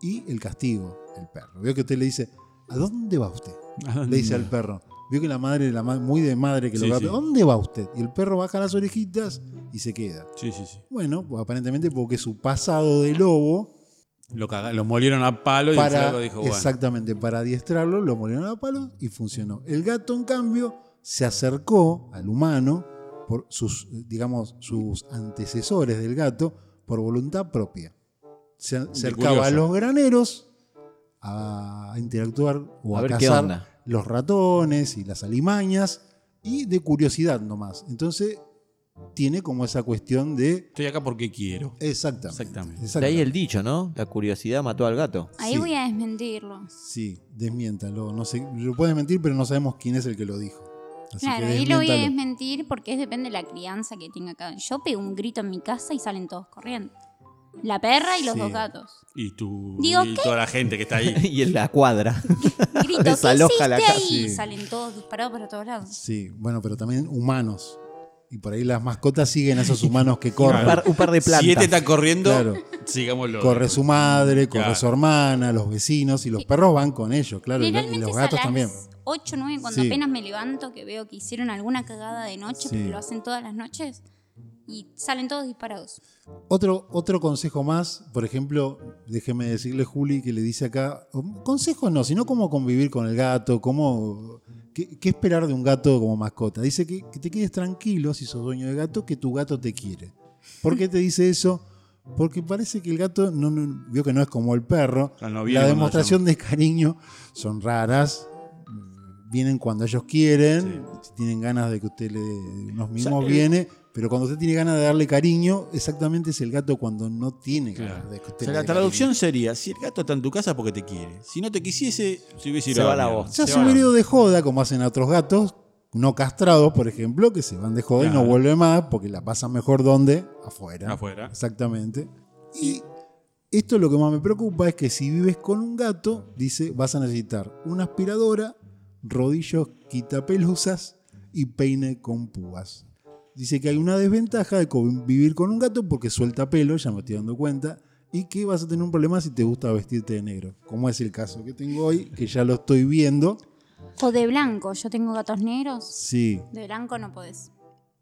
Speaker 1: y el castigo, el perro. Veo que usted le dice, ¿a dónde va usted?
Speaker 3: Ah,
Speaker 1: Le dice al perro. Vio que la madre, la ma- muy de madre que lo
Speaker 3: Sí,
Speaker 1: va,
Speaker 3: sí.
Speaker 1: ¿dónde va usted? Y el perro baja las orejitas y se queda.
Speaker 3: Sí, sí, sí.
Speaker 1: Bueno, pues aparentemente porque su pasado de lobo
Speaker 3: Lo, caga- lo molieron a palo y el
Speaker 1: para,
Speaker 3: flaco dijo, bueno.
Speaker 1: exactamente, para adiestrarlo, lo molieron a palos y funcionó. El gato, en cambio, se acercó al humano por sus, eh, digamos, sus antecesores del gato por voluntad propia. Se acercaba a
Speaker 3: curioso.
Speaker 1: los graneros a interactuar o
Speaker 2: A
Speaker 1: a,
Speaker 2: ver qué
Speaker 1: cazar
Speaker 2: onda.
Speaker 1: los ratones y las alimañas y de curiosidad nomás. Entonces tiene como esa cuestión de
Speaker 3: Estoy acá porque quiero.
Speaker 1: exactamente.
Speaker 3: Exactamente.
Speaker 2: De ahí
Speaker 1: exactamente.
Speaker 2: el dicho, ¿no? La curiosidad mató al gato.
Speaker 4: Ahí
Speaker 1: Sí.
Speaker 4: voy a desmentirlo.
Speaker 1: Sí, desmiéntalo. No sé, lo puedes mentir, pero no sabemos quién es el que lo dijo. Así
Speaker 4: claro,
Speaker 1: que
Speaker 4: ahí lo voy a
Speaker 1: desmiéntalo.
Speaker 4: desmentir porque es depende de la crianza que tenga cada uno. Yo pego un grito en mi casa y salen todos corriendo. La perra y los
Speaker 1: Sí.
Speaker 4: dos gatos.
Speaker 3: Y tú
Speaker 4: Digo,
Speaker 3: y toda la gente que está ahí.
Speaker 2: y en la cuadra.
Speaker 4: Grito, ¿qué hiciste
Speaker 2: Desaloja la casa".
Speaker 4: ahí?
Speaker 1: Sí.
Speaker 4: Salen todos disparados para todos lados.
Speaker 1: Sí, bueno, pero también humanos. Y por ahí las mascotas siguen a esos humanos que
Speaker 2: un,
Speaker 1: corren.
Speaker 2: par, un par de plantas.
Speaker 3: Si este está corriendo,
Speaker 1: Claro.
Speaker 3: sigámoslo.
Speaker 1: Corre su madre, corre
Speaker 3: Claro.
Speaker 1: su hermana, los vecinos y los perros van con ellos, claro, y lo-
Speaker 4: Generalmente
Speaker 1: y los
Speaker 4: es
Speaker 1: gatos
Speaker 4: a
Speaker 1: también.
Speaker 4: las 8 o 9 cuando
Speaker 1: Sí.
Speaker 4: apenas me levanto que veo que hicieron alguna cagada de
Speaker 1: Sí.
Speaker 4: noche porque lo hacen todas las noches y salen todos disparados.
Speaker 1: Otro, otro consejo más, por ejemplo, déjeme decirle Juli que le dice acá, um, consejos no, sino cómo convivir con el gato, cómo, qué, qué esperar de un gato como mascota. Dice que, que te quedes tranquilo si sos dueño de gato, que tu gato te quiere. ¿Por qué te dice eso? Porque parece que el gato, no, no- vio que no es como el perro,
Speaker 3: Ah, no, viene
Speaker 1: la
Speaker 3: cuando lo
Speaker 1: demostración de cariño son raras, vienen cuando ellos quieren, si tienen ganas de que usted le dé unos mimos,
Speaker 3: el-
Speaker 1: viene, pero cuando usted tiene ganas de darle cariño, exactamente es el gato cuando no tiene ganas
Speaker 3: Claro.
Speaker 1: de que
Speaker 3: O
Speaker 1: usted
Speaker 3: sea,
Speaker 1: le
Speaker 3: la
Speaker 1: dé
Speaker 3: traducción sería, si el gato está en tu casa porque te quiere. Si no te quisiese, se hubiese ido
Speaker 2: Se
Speaker 3: a
Speaker 2: va la
Speaker 3: mierda.
Speaker 2: voz.
Speaker 1: cariño. Se
Speaker 3: Se
Speaker 1: hace
Speaker 3: va
Speaker 1: un
Speaker 3: la
Speaker 1: video de joda, como hacen a otros gatos, no castrados, por ejemplo, que se van de joda y no
Speaker 3: Claro.
Speaker 1: vuelven más, porque la pasan mejor donde? Afuera.
Speaker 3: Afuera.
Speaker 1: Exactamente. Y esto lo que más me preocupa es que si vives con un gato, dice, vas a necesitar una aspiradora, rodillos quitapelusas y peine con púas. Dice que hay una desventaja de convivir con un gato porque suelta pelo, ya me estoy dando cuenta, y que vas a tener un problema si te gusta vestirte de negro, como es el caso que tengo hoy, que ya lo estoy viendo.
Speaker 4: O de blanco, yo tengo gatos negros.
Speaker 1: Sí,
Speaker 4: De blanco no podés.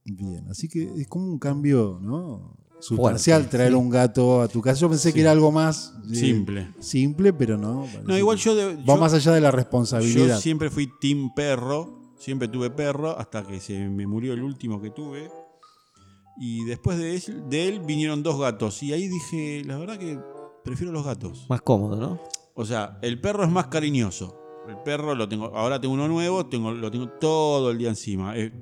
Speaker 1: Bien, así que es como un cambio, ¿no? Sustancial
Speaker 2: Fuerte,
Speaker 1: traer
Speaker 2: sí.
Speaker 1: un gato a tu casa. Yo pensé que era algo más eh,
Speaker 3: Simple.
Speaker 1: Simple, pero no. parece
Speaker 3: No, igual
Speaker 1: que
Speaker 3: yo. de-
Speaker 1: Va
Speaker 3: yo-
Speaker 1: más allá de la
Speaker 3: Yo
Speaker 1: responsabilidad.
Speaker 3: siempre fui team perro, siempre tuve perro hasta que se me murió el último que tuve. Y después de es- de él, vinieron dos gatos. Y ahí dije, la verdad que prefiero los gatos.
Speaker 2: Más cómodo, ¿no?
Speaker 3: O sea, el perro es más cariñoso. El perro lo tengo, ahora tengo uno nuevo, tengo, lo tengo todo el día encima. Eh,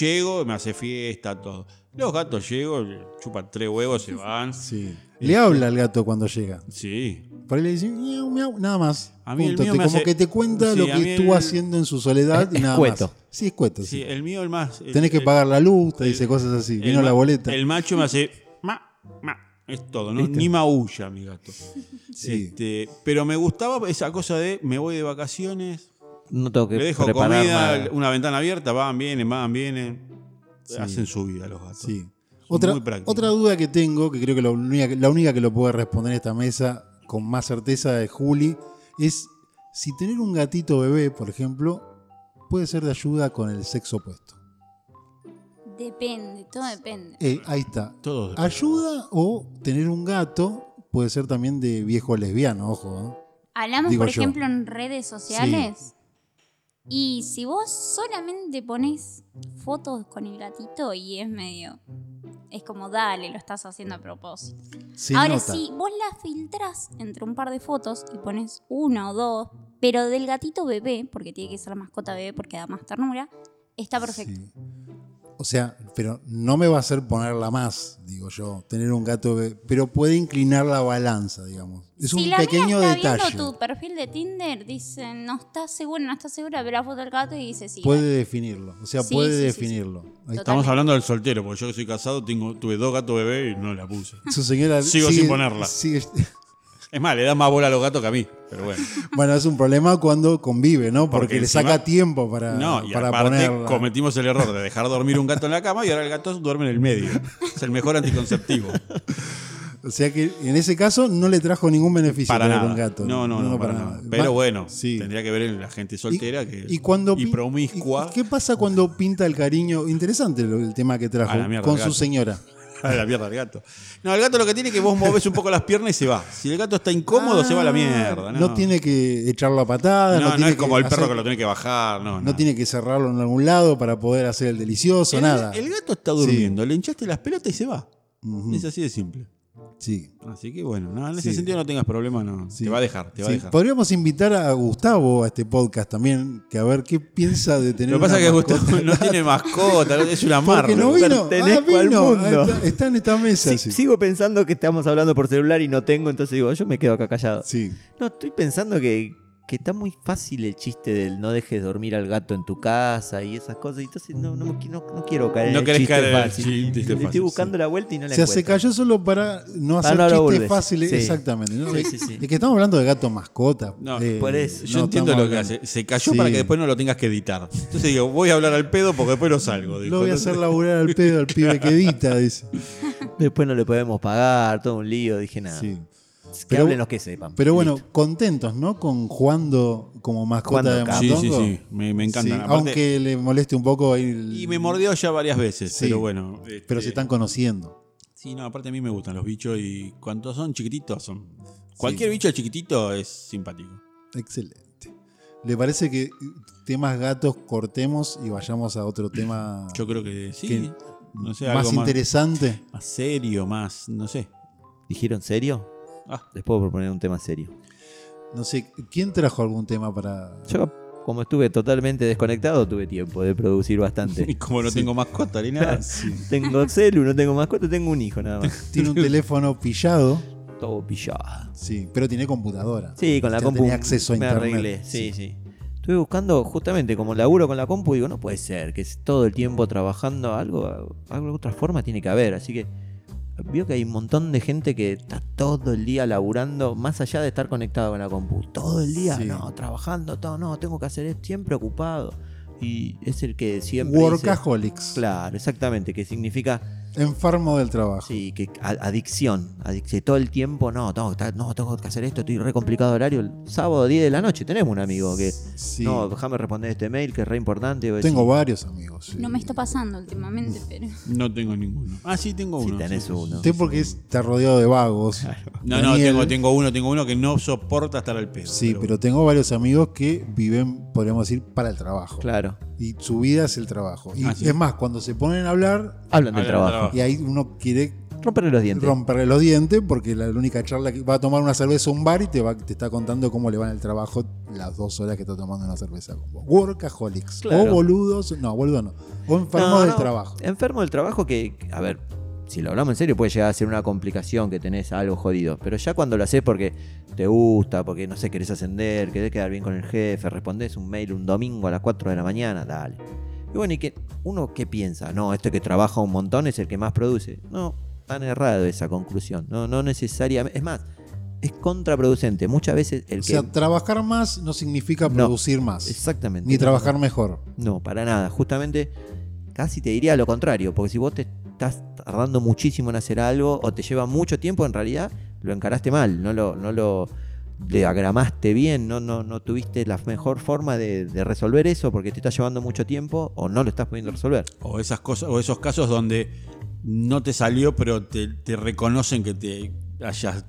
Speaker 3: llego, me hace fiesta, todo. Los gatos llego, chupan tres huevos, se van.
Speaker 1: Sí.
Speaker 3: este
Speaker 1: Le habla al gato cuando llega.
Speaker 3: Sí.
Speaker 1: Por ahí le dice, miau, miau, nada más.
Speaker 3: A mí el
Speaker 1: Punto.
Speaker 3: mío
Speaker 1: Te-
Speaker 3: me
Speaker 1: como
Speaker 3: hace-
Speaker 1: que te cuenta
Speaker 3: Sí,
Speaker 1: lo
Speaker 3: a mí
Speaker 1: que estuvo
Speaker 3: el-
Speaker 1: haciendo en su soledad y
Speaker 2: Es-
Speaker 1: nada
Speaker 2: escueto.
Speaker 1: más. Sí, es cueto.
Speaker 3: Sí,
Speaker 1: Sí.
Speaker 3: el mío el más. el-
Speaker 1: Tenés que
Speaker 3: el-
Speaker 1: pagar la luz, te
Speaker 3: el-
Speaker 1: dice cosas así.
Speaker 3: El
Speaker 1: Vino
Speaker 3: ma-
Speaker 1: la boleta.
Speaker 3: El macho me hace ma, ma. Es todo, ¿no?
Speaker 2: ¿Viste?
Speaker 3: Ni maulla, mi gato.
Speaker 1: Sí.
Speaker 3: Este, pero me gustaba esa cosa de me voy de vacaciones,
Speaker 2: No tengo que
Speaker 3: le dejo
Speaker 2: preparar
Speaker 3: comida,
Speaker 2: nada.
Speaker 3: una ventana abierta, van, vienen, van, vienen.
Speaker 1: Sí.
Speaker 3: Hacen su vida los gatos.
Speaker 1: Sí.
Speaker 3: Son
Speaker 1: Otra,
Speaker 3: muy prácticos.
Speaker 1: otra duda que tengo, que creo que la única, la única que lo puede responder en esta mesa con más certeza es Juli, es si tener un gatito bebé, por ejemplo, puede ser de ayuda con el sexo opuesto.
Speaker 4: Depende, todo depende.
Speaker 1: Eh, ahí está.
Speaker 3: Todos.
Speaker 1: ¿Ayuda o tener un gato puede ser también de viejo lesbiano, ojo? ¿eh?
Speaker 4: Hablamos,
Speaker 1: Digo
Speaker 4: por
Speaker 1: yo.
Speaker 4: ejemplo, en redes sociales. Y si vos solamente pones fotos con el gatito y es medio. Es como, dale, lo estás haciendo a propósito.
Speaker 1: Se
Speaker 4: Ahora,
Speaker 1: nota.
Speaker 4: si vos las filtrás entre un par de fotos y pones una o dos, pero del gatito bebé, porque tiene que ser mascota bebé porque da más ternura, está perfecto.
Speaker 1: Sí. O sea, pero no me va a hacer ponerla más, digo yo, tener un gato bebé, pero puede inclinar la balanza, digamos. Es
Speaker 4: si
Speaker 1: un
Speaker 4: la mina
Speaker 1: pequeño
Speaker 4: está
Speaker 1: detalle.
Speaker 4: viendo tu perfil de Tinder, dice, no estás segura, no estás segura, ve la foto del gato y dice, sí.
Speaker 1: Puede definirlo, o sea,
Speaker 4: Sí,
Speaker 1: puede
Speaker 4: sí, sí, sí.
Speaker 1: definirlo. Ahí está.
Speaker 3: Estamos hablando del soltero, porque yo que soy casado tengo, tuve dos gatos bebés y no la puse.
Speaker 1: Su señora
Speaker 3: Sigo
Speaker 1: sigue-
Speaker 3: sin ponerla.
Speaker 1: sigue-
Speaker 3: Es más, le da más bola a los gatos que a mí, pero bueno.
Speaker 1: bueno, es un problema cuando convive, ¿no? Porque,
Speaker 3: Porque
Speaker 1: le
Speaker 3: encima-
Speaker 1: saca tiempo para,
Speaker 3: No, y
Speaker 1: Ah, para ah.
Speaker 3: aparte
Speaker 1: ponerla.
Speaker 3: cometimos el error de dejar dormir un gato en la cama y ahora el gato duerme en el medio. Es el mejor anticonceptivo.
Speaker 1: O sea que en ese caso no le trajo ningún beneficio
Speaker 3: para
Speaker 1: tener
Speaker 3: nada.
Speaker 1: un gato.
Speaker 3: No, no, no, para, nada. Pero
Speaker 1: Va-
Speaker 3: bueno,
Speaker 1: sí.
Speaker 3: tendría que ver en la gente soltera que,
Speaker 1: y cuando
Speaker 3: y
Speaker 1: pin-
Speaker 3: promiscua.
Speaker 1: y- ¿Qué pasa cuando pinta el cariño? Interesante lo- el tema que trajo
Speaker 3: A la mierda,
Speaker 1: con
Speaker 3: el
Speaker 1: su
Speaker 3: gato.
Speaker 1: señora.
Speaker 3: A la mierda el gato. No, el gato lo que tiene es que vos movés un poco las piernas y se va. Si el gato está incómodo, se va a la
Speaker 1: Ah,
Speaker 3: mierda. No,
Speaker 1: No tiene que echarlo a patadas.
Speaker 3: No,
Speaker 1: No,
Speaker 3: no
Speaker 1: tiene
Speaker 3: es como
Speaker 1: que
Speaker 3: el perro
Speaker 1: hacer-
Speaker 3: que lo tiene que bajar. No,
Speaker 1: No
Speaker 3: no.
Speaker 1: tiene que cerrarlo en algún lado para poder hacer el delicioso,
Speaker 3: el,
Speaker 1: nada.
Speaker 3: el gato está durmiendo, le hinchaste las pelotas y se va.
Speaker 1: Ujú.
Speaker 3: Es así de simple.
Speaker 1: Sí.
Speaker 3: Así que bueno, no, en
Speaker 1: Sí.
Speaker 3: ese sentido no tengas problemas, no.
Speaker 1: Sí.
Speaker 3: Te va a dejar, te va
Speaker 1: Sí,
Speaker 3: a dejar.
Speaker 1: Podríamos invitar a Gustavo a este podcast también, que a ver qué piensa de tener
Speaker 3: Lo que pasa
Speaker 1: una
Speaker 3: es que
Speaker 1: mascota.
Speaker 3: Gustavo no tiene mascota, no- es una
Speaker 1: Porque
Speaker 3: marca.
Speaker 1: no vino, ah,
Speaker 2: pertenezco al
Speaker 1: vino.
Speaker 2: mundo.
Speaker 1: Ah, Está, está en esta mesa.
Speaker 2: Sí,
Speaker 1: Sí,
Speaker 2: Sigo pensando que estamos hablando por celular y no tengo, entonces digo, yo me quedo acá callado.
Speaker 1: Sí.
Speaker 2: No, estoy pensando que, que está muy fácil el chiste del no dejes dormir al gato en tu casa y esas cosas. y Entonces no, no, me- no- no quiero caer en
Speaker 3: No
Speaker 2: el
Speaker 3: querés
Speaker 2: chiste
Speaker 3: caer en el
Speaker 2: fácil.
Speaker 3: chiste
Speaker 2: Le estoy
Speaker 3: fácil,
Speaker 2: buscando la vuelta y no la
Speaker 1: O sea, se
Speaker 2: encuentro.
Speaker 1: cayó solo para no
Speaker 3: Ah,
Speaker 1: hacer
Speaker 2: no lo
Speaker 1: chistes
Speaker 2: burles.
Speaker 1: fáciles.
Speaker 2: Sí.
Speaker 1: Exactamente. ¿no?
Speaker 2: Sí, sí, sí.
Speaker 1: Es que estamos hablando de gato mascota.
Speaker 3: No,
Speaker 1: Eh,
Speaker 2: por eso.
Speaker 3: Yo
Speaker 1: no
Speaker 3: entiendo
Speaker 1: estamos
Speaker 3: lo que
Speaker 1: hablando-
Speaker 3: hace. Se cayó
Speaker 1: Sí.
Speaker 3: para que después no lo tengas que editar. Entonces digo, voy a hablar al pedo porque después no salgo. dijo.
Speaker 1: Lo voy a hacer laburar al pedo al pibe que edita, dice.
Speaker 2: Después no le podemos pagar, todo un lío. Dije nada.
Speaker 1: Sí.
Speaker 2: Que
Speaker 1: Pero-
Speaker 2: hablen los que sepan.
Speaker 1: Pero bueno,
Speaker 2: Listo.
Speaker 1: contentos, ¿no? Con Juando como mascota
Speaker 2: Juando
Speaker 1: de
Speaker 2: acá.
Speaker 3: Sí,
Speaker 1: Mondongo.
Speaker 3: sí, sí. Me, me encantan.
Speaker 1: Sí,
Speaker 3: Aparte-
Speaker 1: aunque le moleste un poco el-
Speaker 3: Y me mordió ya varias veces,
Speaker 1: Sí.
Speaker 3: pero bueno.
Speaker 1: Pero
Speaker 3: este,
Speaker 1: se están conociendo.
Speaker 3: Sí, no, aparte a mí me gustan los bichos y cuantos son chiquititos son. Cualquier bicho chiquitito es simpático.
Speaker 1: Excelente. ¿Le parece que temas gatos cortemos y vayamos a otro tema
Speaker 3: Yo creo que sí.
Speaker 1: Que-
Speaker 3: no sé,
Speaker 1: más
Speaker 3: algo más,
Speaker 1: interesante?
Speaker 3: más serio, más. No sé.
Speaker 2: ¿Dijeron serio?
Speaker 3: Ah,
Speaker 2: Les puedo proponer un tema serio.
Speaker 1: No sé, ¿quién trajo algún tema para...?
Speaker 2: Yo, como estuve totalmente desconectado, tuve tiempo de producir
Speaker 3: y
Speaker 2: bastante.
Speaker 3: como no tengo mascota ni nada.
Speaker 2: tengo celu, no tengo mascota, tengo un hijo nada más.
Speaker 1: Tiene un teléfono pillado,
Speaker 2: Todo pillado.
Speaker 1: sí, pero tiene computadora.
Speaker 2: Sí, con la
Speaker 1: Ya
Speaker 2: compu.
Speaker 1: tenía acceso a
Speaker 2: me
Speaker 1: internet.
Speaker 2: arreglé, sí, sí. Estuve buscando, justamente, como laburo con la compu, digo, no puede ser, que es todo el tiempo trabajando algo, algo otra forma tiene que haber. Así que vio que hay un montón de gente que está todo el día laburando, más allá de estar conectado con la compu. Todo el día,
Speaker 1: Sí.
Speaker 2: no, trabajando, todo, no, tengo que hacer, es siempre ocupado. Y es el que siempre. dice-
Speaker 1: Workaholics.
Speaker 2: Claro, exactamente, que significa
Speaker 1: Enfermo del trabajo.
Speaker 2: Sí, que a- adicción. adic- que todo el tiempo, no, tengo, que estar- no, tengo que hacer esto, estoy re complicado de horario. El sábado 10 de la noche tenemos un amigo que.
Speaker 1: Sí.
Speaker 2: No, déjame responder este mail que es re importante. y vos
Speaker 1: Tengo
Speaker 2: decís,
Speaker 1: varios amigos. sí.
Speaker 4: No me está pasando últimamente, pero.
Speaker 3: No tengo ninguno. Ah, sí, tengo
Speaker 2: Sí,
Speaker 3: uno.
Speaker 2: tenés
Speaker 3: sí, sí,
Speaker 2: uno.
Speaker 1: Usted porque es- está rodeado de vagos.
Speaker 3: No, no,
Speaker 1: Daniel.
Speaker 2: ¿eh?
Speaker 3: tengo, tengo uno, tengo uno que no soporta estar al pedo.
Speaker 1: Sí, pero tengo varios amigos que viven, podríamos decir, para el trabajo.
Speaker 2: Claro.
Speaker 1: Y su vida es el trabajo. Y
Speaker 3: Ah, sí.
Speaker 1: es más, cuando se ponen a hablar,
Speaker 2: Hablan
Speaker 3: Hablan del
Speaker 2: del trabajo.
Speaker 3: trabajo.
Speaker 1: y ahí uno quiere
Speaker 2: Romperle los dientes.
Speaker 1: romperle los dientes, porque la única charla que va a tomar una cerveza a un bar y te, va, te está contando cómo le va en el trabajo las dos horas que está tomando una cerveza con vos. Workaholics.
Speaker 2: Claro.
Speaker 1: O boludos, no, boludo no. O enfermos
Speaker 2: No,
Speaker 1: del
Speaker 2: no,
Speaker 1: trabajo.
Speaker 2: Enfermo del trabajo que, que, a ver, si lo hablamos en serio puede llegar a ser una complicación que tenés algo jodido. Pero ya cuando lo haces porque te gusta, porque no sé, querés ascender, querés quedar bien con el jefe, respondés un mail un domingo a las 4 de la mañana, dale. Y bueno, y que uno que piensa, no, este que trabaja un montón es el que más produce. No, tan errado esa conclusión. No, no necesariamente. Es más, es contraproducente. Muchas veces el
Speaker 1: O
Speaker 2: que.
Speaker 1: sea, trabajar más no significa
Speaker 2: No.
Speaker 1: producir más.
Speaker 2: exactamente.
Speaker 1: Ni
Speaker 2: No,
Speaker 1: trabajar mejor.
Speaker 2: no, para nada. Justamente, casi te diría lo contrario, porque si vos te estás tardando muchísimo en hacer algo o te lleva mucho tiempo, en realidad lo encaraste mal, no lo, no lo le agramaste bien, no, no, no tuviste la mejor forma de, de resolver eso porque te está llevando mucho tiempo o no lo estás pudiendo resolver.
Speaker 3: O esas cosas, o esos casos donde no te salió, pero te, te reconocen que te hayas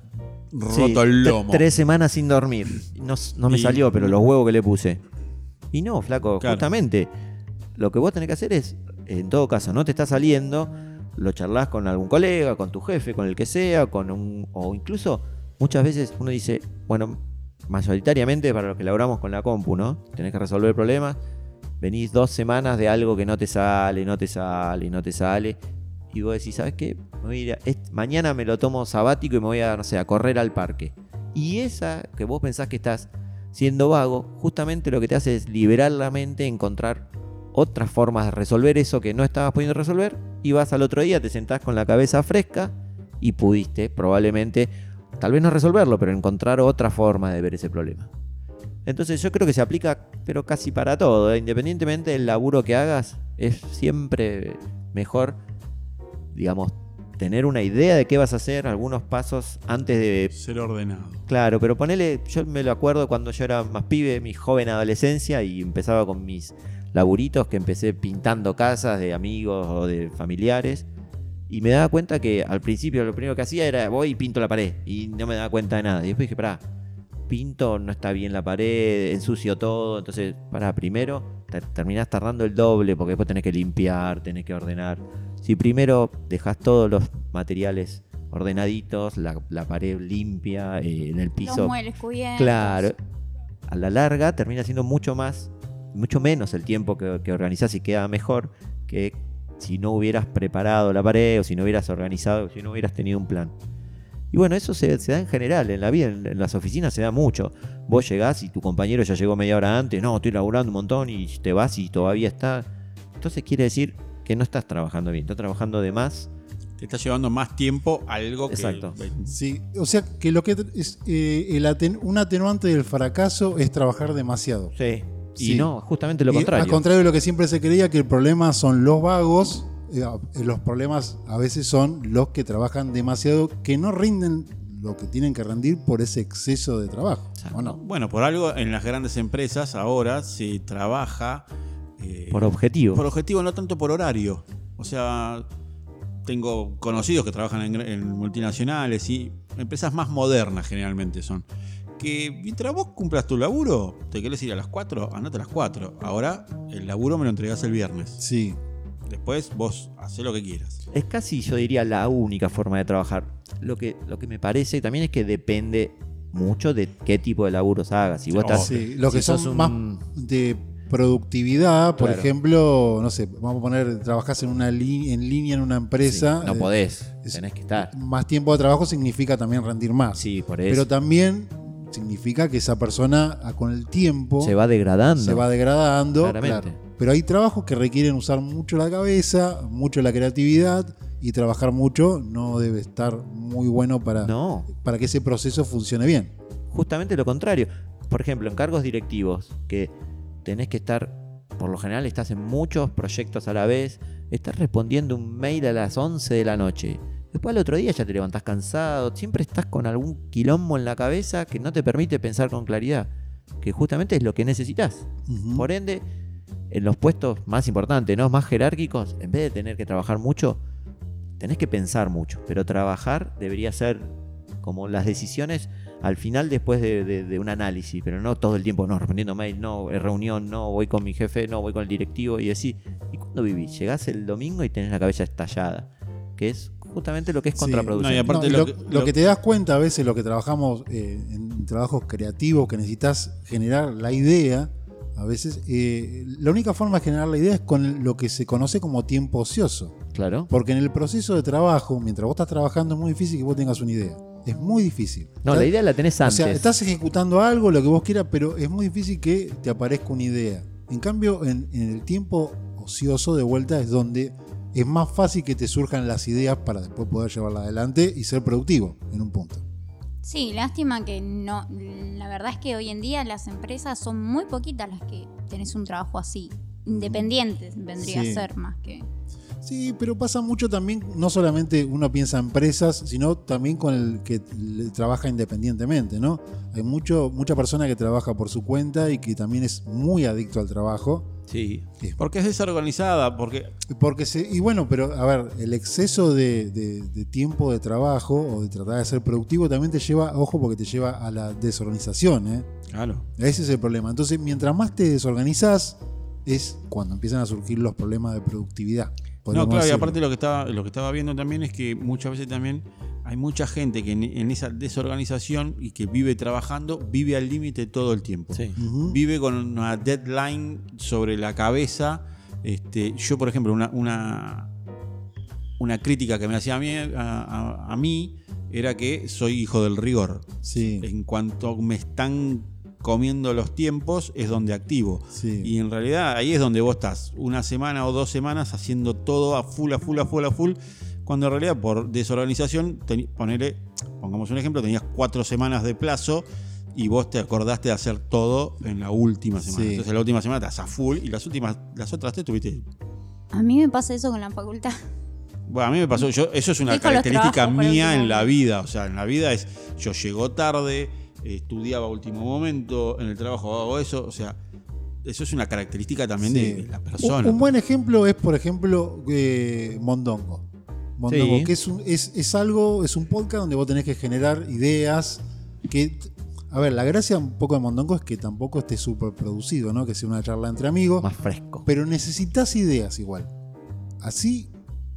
Speaker 3: roto
Speaker 2: Sí,
Speaker 3: el
Speaker 2: tre-
Speaker 3: lomo.
Speaker 2: Tres semanas sin dormir. No, s- no me
Speaker 3: Y-
Speaker 2: salió, pero los huevos que le puse. Y no, flaco,
Speaker 3: Claro.
Speaker 2: justamente. Lo que vos tenés que hacer es, en todo caso, no te está saliendo, lo charlás con algún colega, con tu jefe, con el que sea, con un. o incluso muchas veces uno dice, bueno, mayoritariamente para los que laburamos con la compu, ¿no? Tenés que resolver problemas. Venís dos semanas de algo que no te sale, no te sale, no te sale. Y vos decís, ¿sabes qué? Me voy a ir a- est- mañana me lo tomo sabático y me voy a, no sé, a correr al parque. Y esa que vos pensás que estás siendo vago, justamente lo que te hace es liberar la mente, encontrar otras formas de resolver eso que no estabas pudiendo resolver. Y vas al otro día, te sentás con la cabeza fresca y pudiste probablemente, tal vez no resolverlo, pero encontrar otra forma de ver ese problema. Entonces yo creo que se aplica, pero casi para todo. ¿eh? Independientemente del laburo que hagas, es siempre mejor, digamos, tener una idea de qué vas a hacer, algunos pasos antes de
Speaker 3: Ser ordenado.
Speaker 2: Claro, pero ponele, yo me lo acuerdo cuando yo era más pibe, mi joven adolescencia, y empezaba con mis laburitos, que empecé pintando casas de amigos o de familiares, y me daba cuenta que al principio lo primero que hacía era voy y pinto la pared, y no me daba cuenta de nada. Y después dije, pará, pinto, no está bien la pared, ensucio todo, entonces, pará, primero ter- terminás tardando el doble, porque después tenés que limpiar, tenés que ordenar. Si primero dejás todos los materiales ordenaditos, la, la pared limpia, eh, en el
Speaker 4: Los
Speaker 2: piso.
Speaker 4: muebles cubiertos.
Speaker 2: Claro. A la larga termina siendo mucho más, mucho menos el tiempo que, que organizás y queda mejor que si no hubieras preparado la pared o si no hubieras organizado, si no hubieras tenido un plan. Y bueno, eso se, se da en general, en la vida, en, en las oficinas se da mucho. Vos llegás y tu compañero ya llegó media hora antes, no, estoy laburando un montón y te vas y todavía está. Entonces quiere decir que no estás trabajando bien, estás trabajando de más.
Speaker 3: Te está llevando más tiempo algo que.
Speaker 2: Exacto.
Speaker 1: Sí, o sea que lo que es eh, el aten- un atenuante del fracaso es trabajar demasiado.
Speaker 2: Sí. Y
Speaker 1: Sí.
Speaker 2: no, justamente lo
Speaker 1: Y
Speaker 2: contrario.
Speaker 1: Al contrario de lo que siempre se creía, que el problema son los vagos, eh, a- los problemas a veces son los que trabajan demasiado, que no rinden lo que tienen que rendir por ese exceso de trabajo.
Speaker 2: Exacto.
Speaker 1: ¿o no?
Speaker 3: Bueno, por algo en las grandes empresas ahora se trabaja. eh,
Speaker 2: por objetivo.
Speaker 3: Por objetivo, no tanto por horario. O sea, tengo conocidos que trabajan en, gra- en multinacionales y empresas más modernas generalmente son. Que mientras vos cumplas tu laburo, te querés ir a las 4, andate a las 4. Ahora el laburo me lo entregás el viernes.
Speaker 1: Sí,
Speaker 3: Después vos hacés lo que quieras.
Speaker 2: Es casi, yo diría, la única forma de trabajar. Lo que, lo que me parece también es que depende mucho de qué tipo de laburos hagas. Si vos
Speaker 3: Oh,
Speaker 2: estás.
Speaker 1: sí. Los
Speaker 2: si
Speaker 1: que son
Speaker 2: sos un-
Speaker 1: más de productividad, por
Speaker 2: Claro.
Speaker 1: ejemplo, no sé, vamos a poner, trabajás en una li- en línea en una empresa.
Speaker 2: sí, no
Speaker 1: eh,
Speaker 2: podés.
Speaker 1: es-
Speaker 2: tenés que estar.
Speaker 1: Más tiempo de trabajo significa también rendir más.
Speaker 2: Sí, por
Speaker 1: Pero
Speaker 2: eso.
Speaker 1: también significa que esa persona a- con el tiempo
Speaker 2: se va degradando.
Speaker 1: se va degradando.
Speaker 2: Claramente.
Speaker 1: claro. Pero hay trabajos que requieren usar mucho la cabeza, mucho la creatividad y trabajar mucho no debe estar muy bueno para,
Speaker 2: No.
Speaker 1: para que ese proceso funcione bien.
Speaker 2: justamente lo contrario. Por ejemplo, en cargos directivos, que tenés que estar, por lo general estás en muchos proyectos a la vez, Estás respondiendo un mail a las 11 de la noche. Después al otro día ya te levantás cansado, siempre estás con algún quilombo en la cabeza que no te permite pensar con claridad, que justamente es lo que necesitas.
Speaker 1: Ujú.
Speaker 2: Por ende, en los puestos más importantes, ¿no? Más jerárquicos, en vez de tener que trabajar mucho, tenés que pensar mucho. Pero trabajar debería ser como las decisiones al final después de, de- de un análisis, pero no todo el tiempo, no, respondiendo mail, no, eh, reunión, no, voy con mi jefe, no, voy con el directivo y decís, ¿y cuándo vivís? Llegás el domingo y tenés la cabeza estallada, que es justamente lo que es
Speaker 1: Sí,
Speaker 2: contraproducente.
Speaker 3: no, y aparte-
Speaker 1: No, y
Speaker 3: lo
Speaker 1: lo,
Speaker 3: que-
Speaker 1: lo
Speaker 3: lo-
Speaker 1: que te das cuenta a veces, lo que trabajamos eh, en trabajos creativos, que necesitas generar la idea, a veces eh, la única forma de generar la idea es con lo que se conoce como tiempo ocioso.
Speaker 2: Claro.
Speaker 1: Porque en el proceso de trabajo, mientras vos estás trabajando, es muy difícil que vos tengas una idea. Es muy difícil.
Speaker 2: No, la idea la tenés
Speaker 1: O
Speaker 2: antes.
Speaker 1: sea, estás ejecutando algo, lo que vos quieras, pero es muy difícil que te aparezca una idea. En cambio, en, en el tiempo ocioso de vuelta es donde es más fácil que te surjan las ideas para después poder llevarlas adelante y ser productivo en un punto.
Speaker 4: Sí, lástima que no. La verdad es que hoy en día las empresas son muy poquitas las que tenés un trabajo así. Independientes vendría
Speaker 1: Sí.
Speaker 4: a ser más que.
Speaker 1: Sí, pero pasa mucho también, no solamente uno piensa en empresas, sino también con el que le- trabaja independientemente, ¿no? Hay mucho, mucha persona que trabaja por su cuenta y que también es muy adicto al trabajo.
Speaker 2: Sí.
Speaker 3: Porque es desorganizada, porque
Speaker 1: Porque se, y bueno, pero a ver, el exceso de, de- de tiempo de trabajo o de tratar de ser productivo también te lleva, ojo, porque te lleva a la desorganización, ¿eh?
Speaker 3: claro,
Speaker 1: Ese es el problema. Entonces, mientras más te desorganizás, es cuando empiezan a surgir los problemas de productividad.
Speaker 3: No,
Speaker 1: podríamos
Speaker 3: claro, y
Speaker 1: decirlo.
Speaker 3: aparte lo que, estaba, lo que estaba viendo también es que muchas veces también hay mucha gente que en, en esa desorganización y que vive trabajando, vive al límite todo el tiempo.
Speaker 2: Sí.
Speaker 1: Ujú.
Speaker 3: Vive con una deadline sobre la cabeza. Este, yo, por ejemplo, una, una, una crítica que me hacía a mí, a- a- a mí era que soy hijo del rigor.
Speaker 1: Sí,
Speaker 3: En cuanto me están comiendo los tiempos, es donde activo.
Speaker 1: sí.
Speaker 3: Y en realidad ahí es donde vos estás, una semana o dos semanas haciendo todo a full, a full, a full, a full, cuando en realidad por desorganización, teni- ponele, pongamos un ejemplo, tenías cuatro semanas de plazo y vos te acordaste de hacer todo en la última semana.
Speaker 1: Sí.
Speaker 3: Entonces la última semana estás a full y las últimas, las otras te tuviste.
Speaker 4: A mí me pasa eso con la facultad.
Speaker 3: Bueno, a mí me pasó, yo, eso es una
Speaker 4: Dejo los
Speaker 3: característica
Speaker 4: trabajos para el
Speaker 3: mía
Speaker 4: último
Speaker 3: en la
Speaker 4: momento.
Speaker 3: vida, o sea, en la vida es, yo llego tarde, eh, estudiaba a último momento, en el trabajo hago eso, o sea, eso es una característica también
Speaker 1: Sí.
Speaker 3: de, de la persona.
Speaker 1: Un, un buen ejemplo es, por ejemplo, eh, Mondongo. Mondongo,
Speaker 2: Sí.
Speaker 1: que es, un- es, es algo, es un podcast donde vos tenés que generar ideas que. A ver, la gracia un poco de Mondongo es que tampoco esté súper producido, ¿no? Que sea una charla entre amigos.
Speaker 2: Más fresco.
Speaker 1: Pero necesitas ideas igual. Así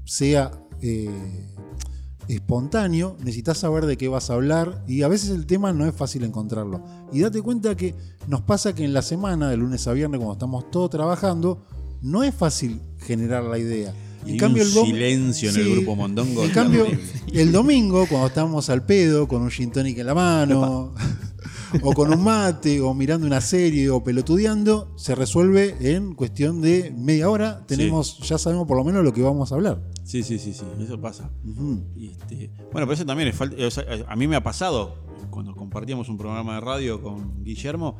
Speaker 1: sea eh, espontáneo, necesitas saber de qué vas a hablar y a veces el tema no es fácil encontrarlo. Y date cuenta que nos pasa que en la semana, de lunes a viernes, cuando estamos todos trabajando, no es fácil generar la idea.
Speaker 3: Y
Speaker 1: en cambio,
Speaker 3: un
Speaker 1: el dom-
Speaker 3: silencio en el
Speaker 1: Sí,
Speaker 3: grupo Mondongo.
Speaker 1: En cambio,
Speaker 3: terrible.
Speaker 1: el domingo, cuando estamos al pedo, con un gin tonic en la mano, o con un mate, o mirando una serie, o pelotudeando, se resuelve en cuestión de media hora. Tenemos, ya sabemos por lo menos lo que vamos a hablar.
Speaker 3: Sí, sí, sí, sí, eso pasa.
Speaker 1: Ujú.
Speaker 3: Y, este, bueno, pero eso también es falta. o sea, a mí me ha pasado cuando compartíamos un programa de radio con Guillermo,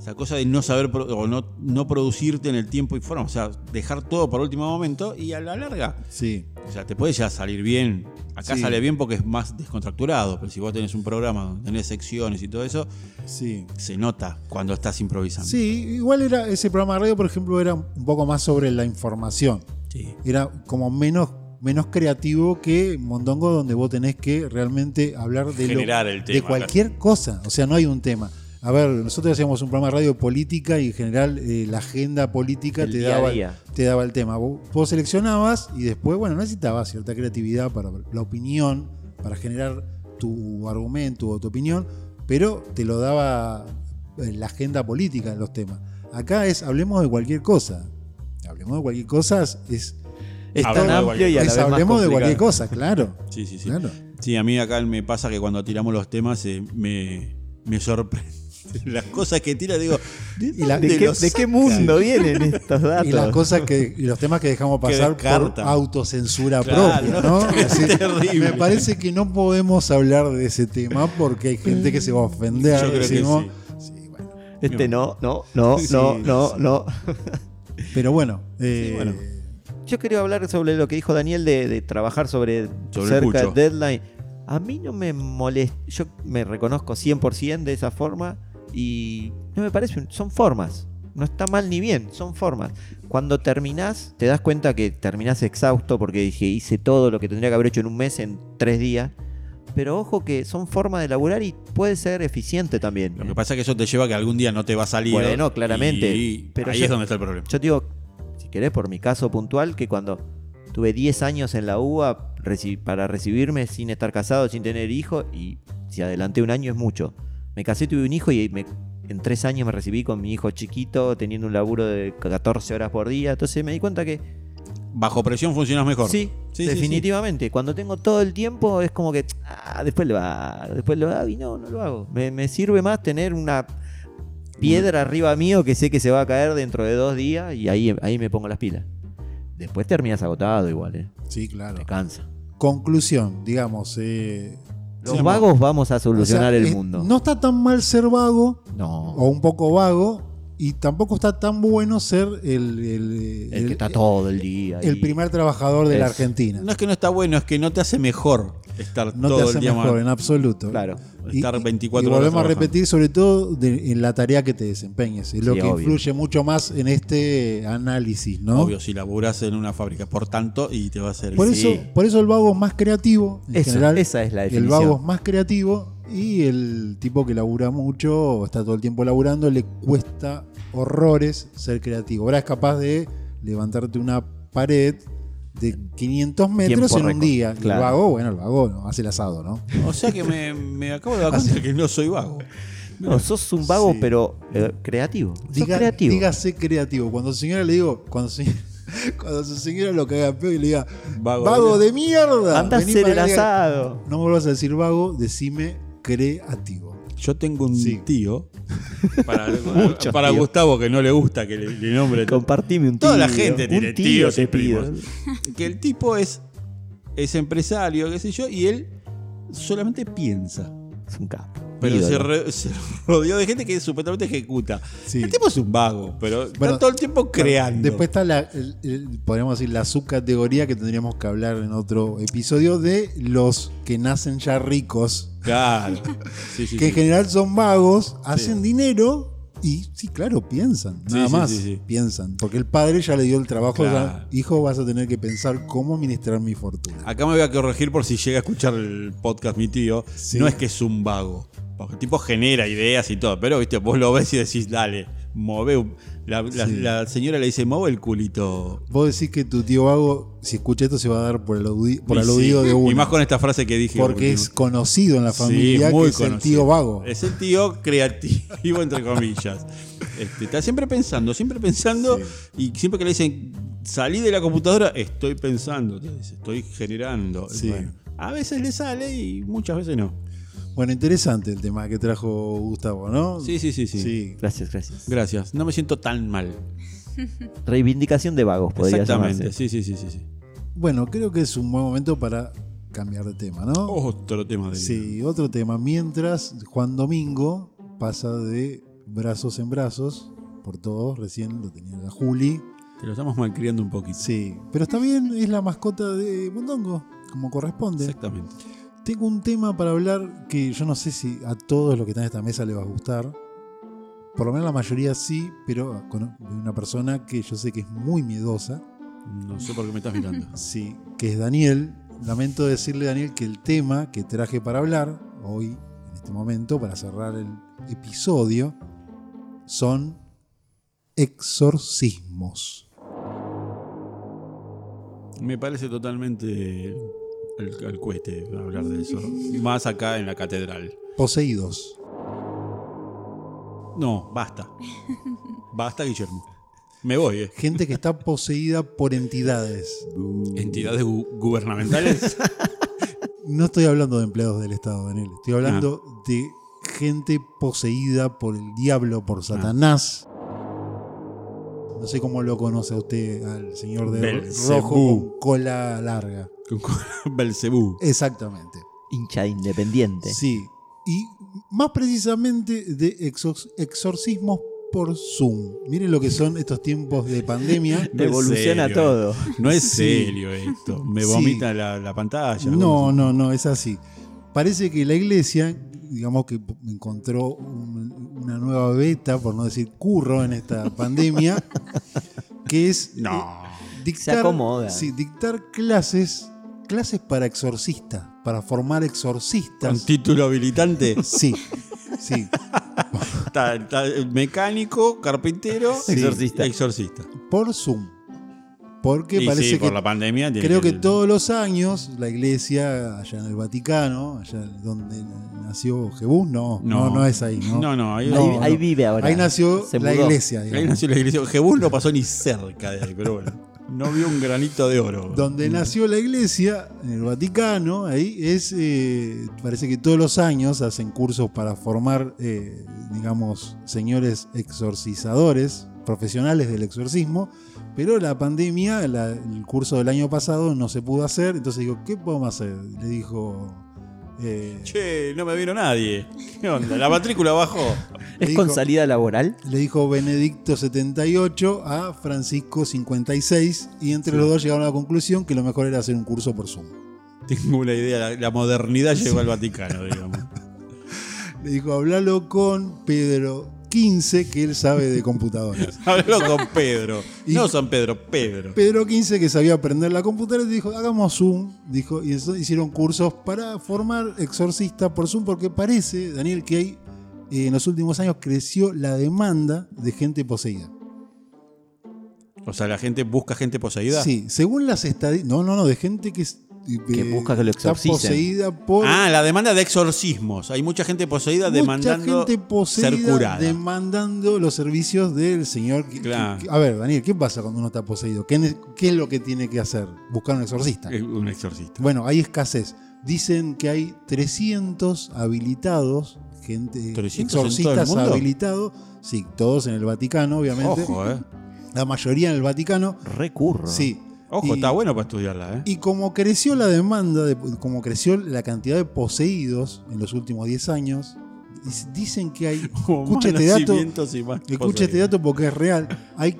Speaker 3: esa cosa de no saber pro- o no, no producirte en el tiempo y forma, o sea, dejar todo para último momento y a la larga.
Speaker 1: Sí.
Speaker 3: O sea, te puede ya salir bien. Acá
Speaker 1: Sí.
Speaker 3: sale bien porque es más descontracturado, pero si vos tenés un programa donde tenés secciones y todo eso,
Speaker 1: Sí.
Speaker 3: se nota cuando estás improvisando.
Speaker 1: Sí, igual era ese programa de radio, por ejemplo, era un poco más sobre la información.
Speaker 3: Sí.
Speaker 1: era como menos, menos creativo que Mondongo, donde vos tenés que realmente hablar de, lo-
Speaker 3: Generar el tema,
Speaker 1: de cualquier cosa. O sea, no hay un tema. A ver, nosotros hacíamos un programa de radio política y en general eh, la agenda política
Speaker 2: El
Speaker 1: te
Speaker 2: día a
Speaker 1: daba,
Speaker 2: día.
Speaker 1: te daba el tema. Vos, vos seleccionabas y después, bueno, necesitabas cierta creatividad para la opinión, para generar tu argumento o tu opinión, pero te lo daba eh, la agenda política en los temas. Acá es, hablemos de cualquier cosa. Hablemos de cualquier cosa es
Speaker 2: Es tan
Speaker 3: Hablemos de
Speaker 2: amplio y a la
Speaker 1: es,
Speaker 2: vez más
Speaker 1: hablemos de cualquier
Speaker 2: complicado.
Speaker 1: cosa, claro.
Speaker 3: Sí, sí, sí.
Speaker 1: claro.
Speaker 3: Sí, a mí acá me pasa que cuando tiramos los temas eh, me, me sorprende. Las cosas que tira, digo, ¿de,
Speaker 1: Y la-
Speaker 3: dónde
Speaker 2: ¿De qué,
Speaker 3: los
Speaker 2: de qué
Speaker 3: saca?
Speaker 2: mundo vienen estos datos?
Speaker 1: Y las cosas que y los temas que dejamos
Speaker 3: Que
Speaker 1: pasar por
Speaker 3: descartan.
Speaker 1: autocensura
Speaker 3: Claro,
Speaker 1: propia, ¿no? Así-
Speaker 3: terrible.
Speaker 1: me parece que no podemos hablar de ese tema porque hay gente que se va a ofender.
Speaker 3: Yo creo que
Speaker 1: decimos. Sí, bueno.
Speaker 2: Este no, no, no,
Speaker 3: Sí,
Speaker 2: no, no,
Speaker 3: sí.
Speaker 2: no.
Speaker 1: Pero bueno, eh,
Speaker 3: Sí, bueno.
Speaker 2: yo quería hablar sobre lo que dijo Daniel de, de trabajar sobre,
Speaker 3: Sobre el
Speaker 2: cerca
Speaker 3: pucho.
Speaker 2: del deadline. A mí no me molesta, yo me reconozco 100% de esa forma y no me parece, un- son formas. No está mal ni bien, son formas. Cuando terminás, te das cuenta que terminás exhausto porque dije, hice todo lo que tendría que haber hecho en un mes, en tres días. Pero ojo que son formas de laburar y puede ser eficiente también.
Speaker 3: Lo que pasa es que eso te lleva a que algún día no te va a salir.
Speaker 2: Bueno, claramente,
Speaker 3: Y
Speaker 2: pero
Speaker 3: ahí
Speaker 2: yo-
Speaker 3: es donde está el problema.
Speaker 2: Yo te digo, si querés, por mi caso puntual, que cuando tuve 10 años en la UBA reci- para recibirme sin estar casado, sin tener hijo, y si adelanté un año es mucho. Me casé, tuve un hijo y me- en 3 años me recibí con mi hijo chiquito, teniendo un laburo de 14 horas por día. Entonces me di cuenta que
Speaker 3: Bajo presión funcionas mejor.
Speaker 2: Sí,
Speaker 3: Sí, sí,
Speaker 2: definitivamente. Cuando tengo todo el tiempo es como que ah, después lo hago, después lo hago y no, no lo hago. Me, me sirve más tener una piedra arriba mío que sé que se va a caer dentro de dos días y ahí, ahí me pongo las pilas. Después terminas agotado igual, ¿eh?
Speaker 1: Sí, claro.
Speaker 2: Te cansa.
Speaker 1: Conclusión, digamos. eh,
Speaker 2: Los
Speaker 3: amor.
Speaker 2: vagos vamos a
Speaker 1: o sea,
Speaker 2: solucionar el
Speaker 1: es-
Speaker 2: mundo.
Speaker 1: No Oh, está tan mal ser vago o
Speaker 2: No.
Speaker 1: un poco vago y tampoco está tan bueno ser el, el-
Speaker 2: El
Speaker 1: el-
Speaker 2: que está todo el día.
Speaker 1: el
Speaker 2: ahí.
Speaker 1: primer trabajador de la
Speaker 2: Es-
Speaker 1: Argentina.
Speaker 3: No es que no está bueno, es que no te hace mejor estar
Speaker 1: No
Speaker 3: todo
Speaker 1: te hace
Speaker 3: el día
Speaker 1: mejor
Speaker 3: mal.
Speaker 1: en absoluto.
Speaker 2: Claro.
Speaker 3: Estar 24
Speaker 1: y
Speaker 3: horas
Speaker 1: volvemos a
Speaker 3: trabajando.
Speaker 1: repetir sobre todo de- en la tarea que te desempeñes, es lo
Speaker 2: Sí,
Speaker 1: que
Speaker 2: obvio.
Speaker 1: influye mucho más en este análisis, ¿no?
Speaker 3: Obvio, si laburás en una fábrica, por tanto, y te va a hacer.
Speaker 1: Por
Speaker 2: Sí.
Speaker 1: eso, por eso el vago es más creativo en
Speaker 2: Eso,
Speaker 1: general.
Speaker 2: esa es la
Speaker 1: el
Speaker 2: definición.
Speaker 1: vago es más creativo y el tipo que labura mucho, o está todo el tiempo laburando, le cuesta horrores ser creativo. Ahora es capaz de levantarte una pared de 500 metros
Speaker 2: Tiempo
Speaker 1: en un
Speaker 2: récord,
Speaker 1: día. Y El
Speaker 2: claro.
Speaker 1: vago, bueno, el vago no, hace el asado, ¿no?
Speaker 3: O sea que me, me acabo de dar cuenta que no soy vago.
Speaker 2: No, sos un vago,
Speaker 1: Sí.
Speaker 2: pero eh, creativo. Sos
Speaker 1: Diga-
Speaker 2: creativo.
Speaker 1: Dígase creativo. Cuando su señora le digo, cuando su, cuando su señora lo caga peor y le diga, vago,
Speaker 3: Vago
Speaker 1: de, mierda.
Speaker 2: Andá a
Speaker 1: vení
Speaker 2: hacer el
Speaker 1: para acá".
Speaker 2: asado.
Speaker 1: No vuelvas a decir vago, decime creativo.
Speaker 3: Yo tengo un
Speaker 1: Sí.
Speaker 3: tío. Para,
Speaker 2: Muchos
Speaker 3: para
Speaker 2: tíos.
Speaker 3: Gustavo, que no le gusta que le, le nombre.
Speaker 2: Compartime un tío.
Speaker 3: Toda la gente tiene
Speaker 2: un
Speaker 3: tíos
Speaker 2: te
Speaker 3: y
Speaker 2: pido.
Speaker 3: primos. Que el tipo es, es empresario, qué sé yo, y él solamente piensa.
Speaker 2: Es un capo.
Speaker 3: Pero
Speaker 2: Ídolo.
Speaker 3: se, re- se rodeó de gente que supuestamente ejecuta.
Speaker 1: Sí.
Speaker 3: El tipo es un vago, pero
Speaker 1: Bueno,
Speaker 3: está todo el tiempo creando.
Speaker 1: Después está la, el- el- podríamos decir, la subcategoría que tendríamos que hablar en otro episodio de los que nacen ya ricos,
Speaker 3: Claro. Sí, sí,
Speaker 1: que en
Speaker 3: sí.
Speaker 1: general son vagos, hacen dinero y sí, claro, piensan,
Speaker 3: Sí,
Speaker 1: nada
Speaker 3: sí,
Speaker 1: más
Speaker 3: sí, sí.
Speaker 1: piensan, porque el padre ya le dio el trabajo,
Speaker 3: Claro.
Speaker 1: ya, hijo, vas a tener que pensar cómo administrar mi fortuna.
Speaker 3: Acá me voy a corregir por si llega a escuchar el podcast mi tío.
Speaker 1: Sí.
Speaker 3: No es que es un vago. Porque el tipo genera ideas y todo. Pero viste, vos lo ves y decís, dale, move. un- La, la-
Speaker 1: Sí.
Speaker 3: la señora le dice, move el culito.
Speaker 1: Vos decís que tu tío vago, si escucha esto, se va a dar por, el audi- por
Speaker 3: Y
Speaker 1: aludido
Speaker 3: sí.
Speaker 1: de uno.
Speaker 3: Y más con esta frase que dije.
Speaker 1: porque es
Speaker 3: último.
Speaker 1: conocido en la
Speaker 3: Sí,
Speaker 1: familia que es el
Speaker 3: conocido.
Speaker 1: tío vago.
Speaker 3: Es el tío creativo, entre comillas. Este, está siempre pensando, siempre pensando. Y siempre que le dicen, salí de la computadora, estoy pensando, te dice, estoy generando.
Speaker 1: Sí.
Speaker 3: Bueno, a veces le sale y muchas veces no.
Speaker 1: Bueno, interesante el tema que trajo Gustavo, ¿no?
Speaker 3: Sí, sí, sí, sí.
Speaker 1: Sí.
Speaker 2: Gracias, gracias.
Speaker 3: Gracias, no me siento tan mal.
Speaker 2: Reivindicación de vagos, podría
Speaker 3: Exactamente,
Speaker 2: llamarse.
Speaker 3: sí, sí, sí, sí, sí.
Speaker 1: Bueno, creo que es un buen momento para cambiar de tema, ¿no?
Speaker 3: Otro tema de
Speaker 1: Oh, sí, otro tema. Mientras Juan Domingo pasa de brazos en brazos por todos, recién lo tenía la Juli.
Speaker 3: Te lo estamos malcriando un poquito.
Speaker 1: Sí, pero está bien, es la mascota de Mondongo, como corresponde.
Speaker 3: Exactamente.
Speaker 1: Tengo un tema para hablar que yo no sé si a todos los que están en esta mesa les va a gustar. Por lo menos la mayoría sí, pero con una persona que yo sé que es muy miedosa.
Speaker 3: No sé por qué me estás mirando.
Speaker 1: Sí, que es Daniel. Lamento decirle, Daniel, que el tema que traje para hablar hoy, en este momento, para cerrar el episodio, son exorcismos.
Speaker 3: Me parece totalmente al, al cueste hablar de eso. Más acá en la catedral.
Speaker 1: Poseídos.
Speaker 3: No, basta. Basta, Guillermo. Me voy, ¿eh?
Speaker 1: Gente que está poseída por entidades.
Speaker 3: Entidades gu- gubernamentales.
Speaker 1: No estoy hablando de empleados del Estado, Daniel. Estoy hablando de gente poseída por el diablo, por Satanás. No sé cómo lo conoce a usted, al señor de
Speaker 3: Belcebú.
Speaker 1: rojo con cola larga.
Speaker 3: Con- con Belcebú.
Speaker 1: Exactamente.
Speaker 2: Hincha independiente.
Speaker 1: Sí. Y más precisamente de exor- exorcismos por Zoom. Miren lo que son estos tiempos de pandemia.
Speaker 3: No es
Speaker 2: Evoluciona
Speaker 3: serio, eh.
Speaker 2: todo.
Speaker 3: No es
Speaker 1: Sí.
Speaker 3: serio esto. Me
Speaker 1: Sí.
Speaker 3: vomita la, la pantalla.
Speaker 1: No, no, no, es así. Parece que la iglesia, digamos que encontró un- una nueva beta, por no decir curro, en esta pandemia, que es
Speaker 3: No.
Speaker 1: eh, dictar,
Speaker 2: acomoda.
Speaker 1: sí, dictar clases, clases para exorcistas, para formar
Speaker 3: Con
Speaker 1: exorcistas.
Speaker 3: título habilitante.
Speaker 1: Sí, sí.
Speaker 3: Está- está mecánico, carpintero,
Speaker 1: Sí.
Speaker 2: Exorcista.
Speaker 3: exorcista.
Speaker 1: por Zoom. Porque
Speaker 3: Y
Speaker 1: parece
Speaker 3: sí,
Speaker 1: que
Speaker 3: por la pandemia. tiene
Speaker 1: Creo que todos los años la iglesia, allá en el Vaticano, allá donde nació Jebús, no, no,
Speaker 3: No.
Speaker 1: no, es ahí, ¿no?
Speaker 3: No, no, ahí,
Speaker 1: No,
Speaker 2: ahí,
Speaker 1: no.
Speaker 2: ahí vive ahora.
Speaker 1: ahí nació
Speaker 2: Se
Speaker 1: la
Speaker 2: mudó.
Speaker 1: iglesia,
Speaker 3: ahí
Speaker 1: digamos.
Speaker 3: nació la iglesia. Jebús no pasó ni cerca de ahí, pero bueno. No vio un granito de oro.
Speaker 1: Donde nació la iglesia, en el Vaticano, ahí es, eh, parece que todos los años hacen cursos para formar, eh, digamos, señores exorcizadores, profesionales del exorcismo, pero la pandemia, la- el curso del año pasado no se pudo hacer, entonces digo, ¿qué podemos hacer? Le dijo... eh,
Speaker 3: Che, no me vino nadie. ¿Qué onda? La matrícula bajó.
Speaker 2: ¿Es
Speaker 1: dijo-
Speaker 2: con salida laboral?
Speaker 1: Le dijo Benedicto 78 a Francisco 56 y entre los dos llegaron a la conclusión que lo mejor era hacer un curso por Zoom.
Speaker 3: Tengo una idea. La, la modernidad llegó al Vaticano, digamos.
Speaker 1: Le dijo, hablalo con Pedro 15, que él sabe de computadoras.
Speaker 3: Habló con Pedro.
Speaker 1: Y-
Speaker 3: No San Pedro, Pedro.
Speaker 1: Pedro 15, que sabía aprender la computadora, dijo, hagamos Zoom. Dijo, y entonces hicieron cursos para formar exorcistas por Zoom, porque parece, Daniel, que hay, eh, en los últimos años creció la demanda de gente poseída.
Speaker 3: O sea, la gente busca gente poseída.
Speaker 1: Sí, según las estadísticas. No, no, no, de gente que, es- eh,
Speaker 2: Que busca que lo
Speaker 1: está
Speaker 2: exorcicen.
Speaker 1: poseída por.
Speaker 3: Ah, la demanda de exorcismos. Hay mucha gente poseída
Speaker 1: mucha
Speaker 3: demandando
Speaker 1: gente
Speaker 3: ser
Speaker 1: poseída
Speaker 3: curada.
Speaker 1: demandando los servicios del señor. que-
Speaker 3: Claro.
Speaker 1: que- a ver, Daniel, ¿qué pasa cuando uno está poseído? ¿Qué, ne- qué es lo que tiene que hacer? Buscar un exorcista.
Speaker 3: Eh, Un exorcista.
Speaker 1: Bueno, hay escasez. Dicen que hay 300 habilitados, gente,
Speaker 3: 300 en todo el
Speaker 1: exorcistas
Speaker 3: mundo.
Speaker 1: habilitados. Sí, todos en el Vaticano, obviamente.
Speaker 3: Ojo, eh.
Speaker 1: La mayoría en el Vaticano.
Speaker 2: Recurro.
Speaker 1: Sí.
Speaker 3: Ojo,
Speaker 1: Y-
Speaker 3: está bueno para estudiarla, ¿eh?
Speaker 1: Y como creció la demanda, de- como creció la cantidad de poseídos en los últimos 10 años, dis- dicen que hay.
Speaker 3: Como
Speaker 1: escucha
Speaker 3: más
Speaker 1: este dato.
Speaker 3: nacimientos y más
Speaker 1: Escucha este
Speaker 3: poseídos.
Speaker 1: dato porque es real. Hay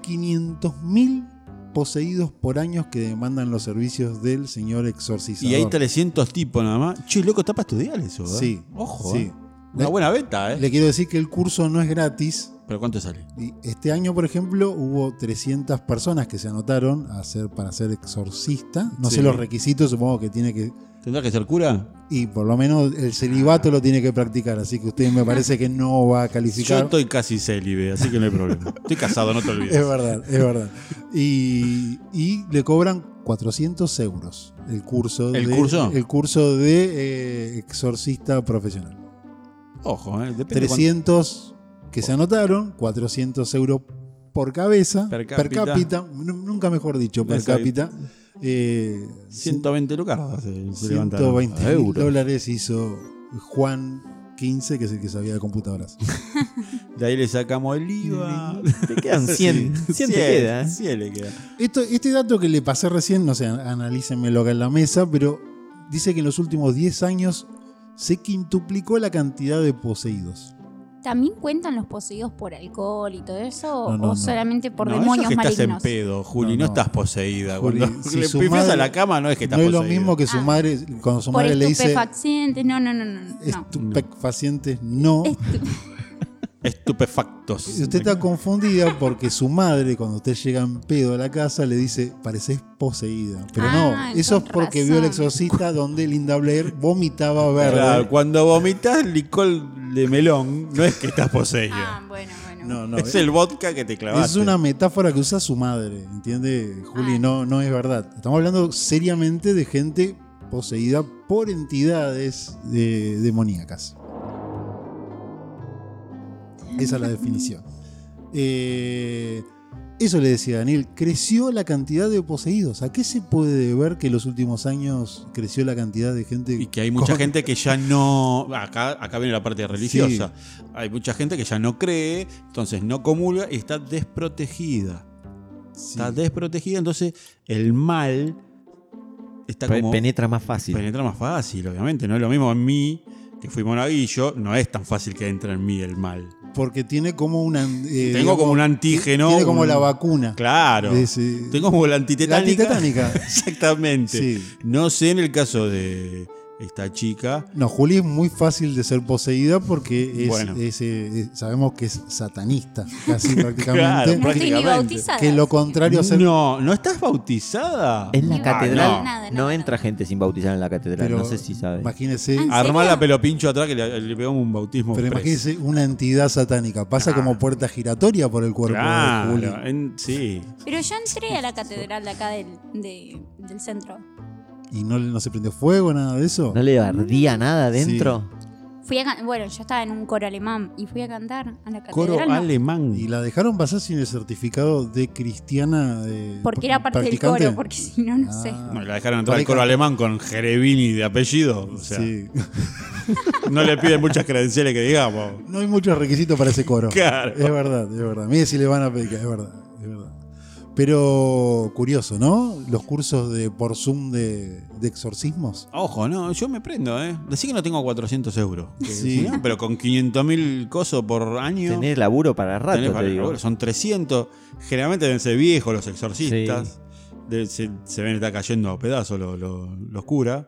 Speaker 1: 500.000 poseídos por año que demandan los servicios del señor exorcizador.
Speaker 3: Y hay 300 tipos nada más. Che, loco, está para estudiar eso, ¿eh?
Speaker 1: Sí.
Speaker 3: Ojo,
Speaker 1: sí.
Speaker 3: ¿eh? Una buena beta, ¿eh?
Speaker 1: Le quiero decir que el curso no es gratis.
Speaker 3: Pero ¿cuánto sale?
Speaker 1: Y Este año, por ejemplo, hubo 300 personas que se anotaron a hacer, para ser exorcista. No sé
Speaker 3: Sí.
Speaker 1: los requisitos, supongo que tiene que
Speaker 3: ¿Tendrá que ser cura?
Speaker 1: Y por lo menos el celibato lo tiene que practicar, así que usted me parece que no va a
Speaker 3: Yo
Speaker 1: calificar.
Speaker 3: estoy casi célibe, así que no hay problema. Estoy casado, no te olvides.
Speaker 1: Es verdad, es verdad. Y, y le cobran 400 euros el curso
Speaker 3: ¿El
Speaker 1: de,
Speaker 3: curso?
Speaker 1: el curso de eh, exorcista profesional.
Speaker 3: Ojo, ¿eh? Depende
Speaker 1: 300 que se anotaron, 400 euros por cabeza,
Speaker 3: Per
Speaker 1: per
Speaker 3: cápita.
Speaker 1: cápita, nu- nunca mejor dicho, per
Speaker 3: Exacto.
Speaker 1: cápita. Eh,
Speaker 3: cuánto- 120 lucas. eh, se, se levantaron.
Speaker 1: 120 mil
Speaker 2: Euros.
Speaker 1: dólares hizo Juan 15, que es el que sabía de computadoras.
Speaker 3: De ahí le sacamos el IVA.
Speaker 2: Te quedan 100. 100 te queda. ¿eh?
Speaker 3: 100 le queda.
Speaker 1: Esto, este dato que le pasé recién, no sé, analícenmelo acá en la mesa, pero dice que en los últimos 10 años se quintuplicó la cantidad de poseídos.
Speaker 4: ¿También cuentan los poseídos por alcohol y todo eso?
Speaker 1: No, no,
Speaker 4: ¿O
Speaker 1: no.
Speaker 4: solamente por
Speaker 3: no, eso es
Speaker 4: demonios
Speaker 3: que estás en
Speaker 4: malignos?
Speaker 3: pedo, Juli. No,
Speaker 1: No, no.
Speaker 3: estás poseída.
Speaker 1: Juli,
Speaker 3: Cuando
Speaker 1: si
Speaker 3: le
Speaker 1: su
Speaker 3: pifias a
Speaker 1: madre-
Speaker 3: la cama, no es que
Speaker 1: No
Speaker 3: estás
Speaker 1: es
Speaker 3: poseída.
Speaker 1: lo mismo que su
Speaker 4: Ah.
Speaker 1: madre, cuando su
Speaker 4: Por
Speaker 1: madre le dice
Speaker 4: estupefacientes. No, no, no, no. no.
Speaker 1: estupefacientes, no.
Speaker 3: Estupefactos.
Speaker 1: Si usted está confundida porque su madre, cuando usted llega en pedo a la casa, le dice, pareces poseída. Pero
Speaker 4: Ah,
Speaker 1: no, eso es
Speaker 4: con
Speaker 1: porque vio el
Speaker 4: razón.
Speaker 1: exorcista donde Linda Blair vomitaba verde.
Speaker 3: Claro, cuando vomitas licor de melón, no es que estás poseída. eh.
Speaker 4: Ah, bueno, bueno.
Speaker 1: No, no,
Speaker 3: es el vodka que te clavaste.
Speaker 1: Es una metáfora que usa su madre, ¿entiende, Juli?
Speaker 4: Ah.
Speaker 1: No, no es verdad. Estamos hablando seriamente de gente poseída por entidades eh, demoníacas. Esa es la definición. Eh, eso le decía Daniel, creció la cantidad de poseídos. ¿A qué se puede ver que en los últimos años creció la cantidad de gente?
Speaker 3: Y que hay mucha
Speaker 1: con-
Speaker 3: gente que ya no. Acá, acá viene la parte religiosa. Hay mucha gente que ya no cree, entonces no comulga y está desprotegida.
Speaker 1: Sí.
Speaker 3: Está desprotegida, entonces el mal está
Speaker 2: Pe-
Speaker 3: como.
Speaker 2: Penetra más
Speaker 1: Este,
Speaker 2: fácil.
Speaker 3: penetra más fácil, obviamente. No es lo mismo en mí, que fui monaguillo, no es tan fácil que entre en mí el mal.
Speaker 1: porque tiene como una. eh,
Speaker 3: Tengo como un antígeno,
Speaker 1: Tiene como
Speaker 3: un-
Speaker 1: la vacuna.
Speaker 3: Claro.
Speaker 1: De ese-
Speaker 3: Tengo como la antitetánica.
Speaker 1: La antitetánica.
Speaker 3: Exactamente.
Speaker 1: Sí.
Speaker 3: No sé en el caso de esta chica.
Speaker 1: No, Juli es muy fácil de ser poseída porque es,
Speaker 3: Bueno.
Speaker 1: es, eh, sabemos que es satanista, casi
Speaker 3: Claro,
Speaker 1: prácticamente.
Speaker 4: No estoy ni
Speaker 3: prácticamente.
Speaker 4: bautizada.
Speaker 1: que lo contrario a ser.
Speaker 3: No, ¿no estás bautizada?
Speaker 2: En la
Speaker 4: No,
Speaker 2: catedral
Speaker 3: no.
Speaker 2: no,
Speaker 4: Nada, nada,
Speaker 2: entra gente sin bautizar en la catedral,
Speaker 1: pero
Speaker 2: no sé si sabes.
Speaker 1: Imagínese,
Speaker 4: Ah,
Speaker 3: Armar la
Speaker 4: serio?
Speaker 3: pelopincho atrás que le, le pegamos un bautismo.
Speaker 1: pero
Speaker 3: express.
Speaker 1: imagínese una entidad satánica. Pasa como puerta giratoria por el cuerpo de Juli.
Speaker 3: Claro, en- sí.
Speaker 4: Pero yo entré a la catedral de acá del, de- del centro.
Speaker 1: ¿Y no, no se prendió fuego, nada de eso?
Speaker 2: ¿No le ardía nada adentro?
Speaker 4: Fui a can- bueno, yo estaba en un coro alemán y fui a cantar a la catedral.
Speaker 3: Coro
Speaker 4: no,
Speaker 3: alemán.
Speaker 1: ¿Y la dejaron pasar sin el certificado de cristiana? eh,
Speaker 4: porque era parte del
Speaker 1: practicante?
Speaker 4: coro, porque si no, no
Speaker 1: Ah,
Speaker 4: sé.
Speaker 3: Bueno, la dejaron entrar al
Speaker 1: Vale,
Speaker 3: coro
Speaker 1: can-
Speaker 3: alemán con Jerevini de apellido. O sea,
Speaker 1: sí.
Speaker 3: no le piden muchas credenciales que digamos.
Speaker 1: No hay muchos requisitos para ese coro.
Speaker 3: Claro.
Speaker 1: Es verdad, es verdad. Mire si le van a pedir, es verdad, es verdad. Pero curioso, ¿no? Los cursos de por Zoom de, de exorcismos.
Speaker 3: Ojo, no, yo me prendo, ¿eh? Decí que no tengo 400 euros. que
Speaker 1: Sí.
Speaker 3: si no, pero con 500 mil cosos por año.
Speaker 2: Tenés laburo para rato,
Speaker 3: tenés para-
Speaker 2: te digo.
Speaker 3: Son 300. Generalmente deben ser viejos los exorcistas. Deben- se, se ven está cayendo a pedazos los, los- los curas.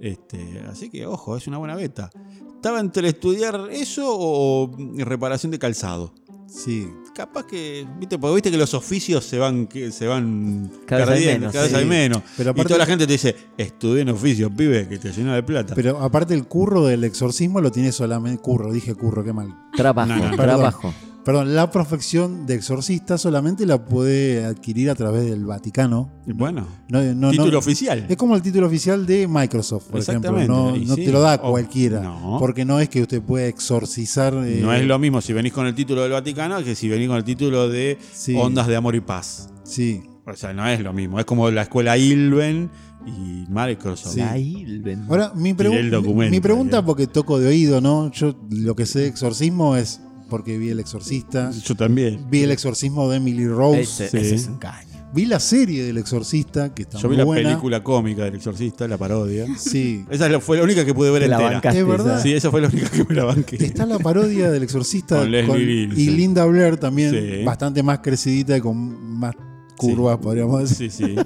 Speaker 3: Este, así que, ojo, es una buena beta. Estaba entre estudiar eso o mm, reparación de calzado.
Speaker 1: Sí.
Speaker 3: Capaz que, viste, porque viste que los oficios se van, que se van
Speaker 2: Cada vez hay
Speaker 3: perdiendo,
Speaker 2: menos,
Speaker 3: cada vez
Speaker 1: sí.
Speaker 3: hay menos.
Speaker 1: Pero
Speaker 3: y
Speaker 1: aparte-
Speaker 3: toda la gente te dice, estudié en oficio, pibe, que te llena de plata.
Speaker 1: Pero aparte el curro del exorcismo lo tiene solamente... Curro, dije curro, qué mal.
Speaker 2: Trabajo,
Speaker 3: No, no,
Speaker 1: perdón.
Speaker 2: trabajo.
Speaker 1: Perdón, la profesión de exorcista solamente la puede adquirir a través del Vaticano.
Speaker 3: Y bueno,
Speaker 1: No, no,
Speaker 3: título
Speaker 1: no-
Speaker 3: oficial.
Speaker 1: Es como el título oficial de Microsoft, por ejemplo.
Speaker 3: Exactamente,
Speaker 1: No,
Speaker 3: y
Speaker 1: no
Speaker 3: sí.
Speaker 1: te lo da
Speaker 3: O-
Speaker 1: cualquiera.
Speaker 3: no.
Speaker 1: Porque no es que usted pueda exorcizar. eh,
Speaker 3: No es lo mismo si venís con el título del Vaticano que si venís con el título de
Speaker 1: Sí.
Speaker 3: Ondas de Amor y Paz.
Speaker 1: Sí.
Speaker 3: O sea, no es lo mismo. Es como la escuela Ilven y Microsoft.
Speaker 1: Sí.
Speaker 2: Ahí ven-
Speaker 1: Ahora, mi, pregu-
Speaker 3: Tiré el documento,
Speaker 1: mi pregunta,
Speaker 3: ya.
Speaker 1: porque toco de oído, ¿no? Yo lo que sé de exorcismo es porque vi El Exorcista,
Speaker 3: Yo también.
Speaker 1: vi El Exorcismo de Emily Rose,
Speaker 2: ese,
Speaker 3: sí.
Speaker 2: ese es un caño.
Speaker 1: vi la serie del Exorcista, que está
Speaker 3: Yo vi
Speaker 1: muy
Speaker 3: la
Speaker 1: buena.
Speaker 3: película cómica del Exorcista, la parodia.
Speaker 1: Sí.
Speaker 3: Esa la- fue la única que pude ver
Speaker 2: Te la
Speaker 3: entera.
Speaker 2: bancaste.
Speaker 1: Es verdad.
Speaker 2: esa.
Speaker 3: Sí, esa fue la única que me la banqué.
Speaker 1: Está la parodia del Exorcista
Speaker 3: Con Leslie Nielsen.
Speaker 1: y Linda Blair también,
Speaker 3: Sí.
Speaker 1: bastante más crecidita y con más curvas, podríamos decir,
Speaker 3: Sí, sí.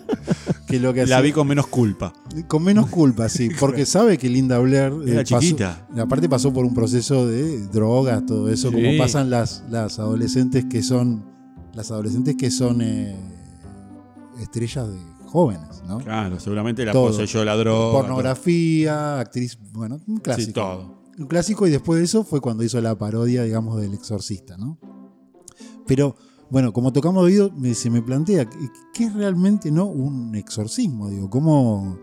Speaker 1: que lo que
Speaker 3: La
Speaker 1: hacía-
Speaker 3: vi con menos culpa.
Speaker 1: Con menos culpa, sí, porque sabe que Linda Blair. eh,
Speaker 3: Era
Speaker 1: pasó-
Speaker 3: chiquita.
Speaker 1: aparte, pasó por un proceso de drogas, todo eso, como
Speaker 3: Sí.
Speaker 1: pasan las, las adolescentes que son. Las adolescentes que son eh, estrellas de jóvenes, ¿no?
Speaker 3: Claro, seguramente la
Speaker 1: Todo.
Speaker 3: poseyó la droga.
Speaker 1: Pornografía, actriz. Bueno, un
Speaker 3: todo.
Speaker 1: clásico.
Speaker 3: Sí, todo.
Speaker 1: Un clásico, y después de eso fue cuando hizo la parodia, digamos, del Exorcista, ¿no? Pero. Bueno, como tocamos oído, me- se me plantea, ¿qué qué es realmente no un exorcismo? Digo, ¿cómo,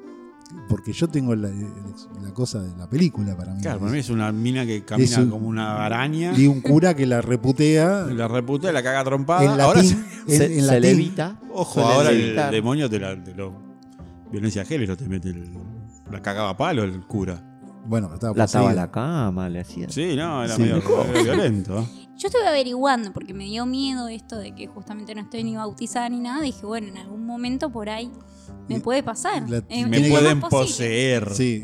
Speaker 1: porque yo tengo la, el ex- la cosa de la película para mí.
Speaker 3: Claro, para mí es una mina que camina
Speaker 1: Es un-
Speaker 3: como una araña.
Speaker 1: Y un cura que la reputea
Speaker 3: La reputa, la caga trompada.
Speaker 1: en
Speaker 3: Ahora,
Speaker 1: latín. en-
Speaker 2: Ah, Se,
Speaker 1: en
Speaker 2: se
Speaker 1: latín.
Speaker 2: levita.
Speaker 3: ojo,
Speaker 2: suele
Speaker 3: ahora el
Speaker 2: levitar.
Speaker 3: demonio te la, te lo- violencia de género te mete el- la cagaba a palo el cura.
Speaker 1: Bueno, pero estaba
Speaker 2: La ataba a
Speaker 1: poseída.
Speaker 2: la cama, le hacía.
Speaker 3: Sí, no, era
Speaker 1: Sí.
Speaker 3: medio medio violento. ¿eh?
Speaker 4: Yo estuve averiguando porque me dio miedo esto de que justamente no estoy ni bautizada ni nada. Dije, bueno, en algún momento por ahí me
Speaker 1: Me-
Speaker 4: puede pasar.
Speaker 1: la- Me
Speaker 4: Eh, lo
Speaker 3: Me
Speaker 4: más
Speaker 3: pueden
Speaker 4: posible.
Speaker 3: poseer.
Speaker 1: Sí.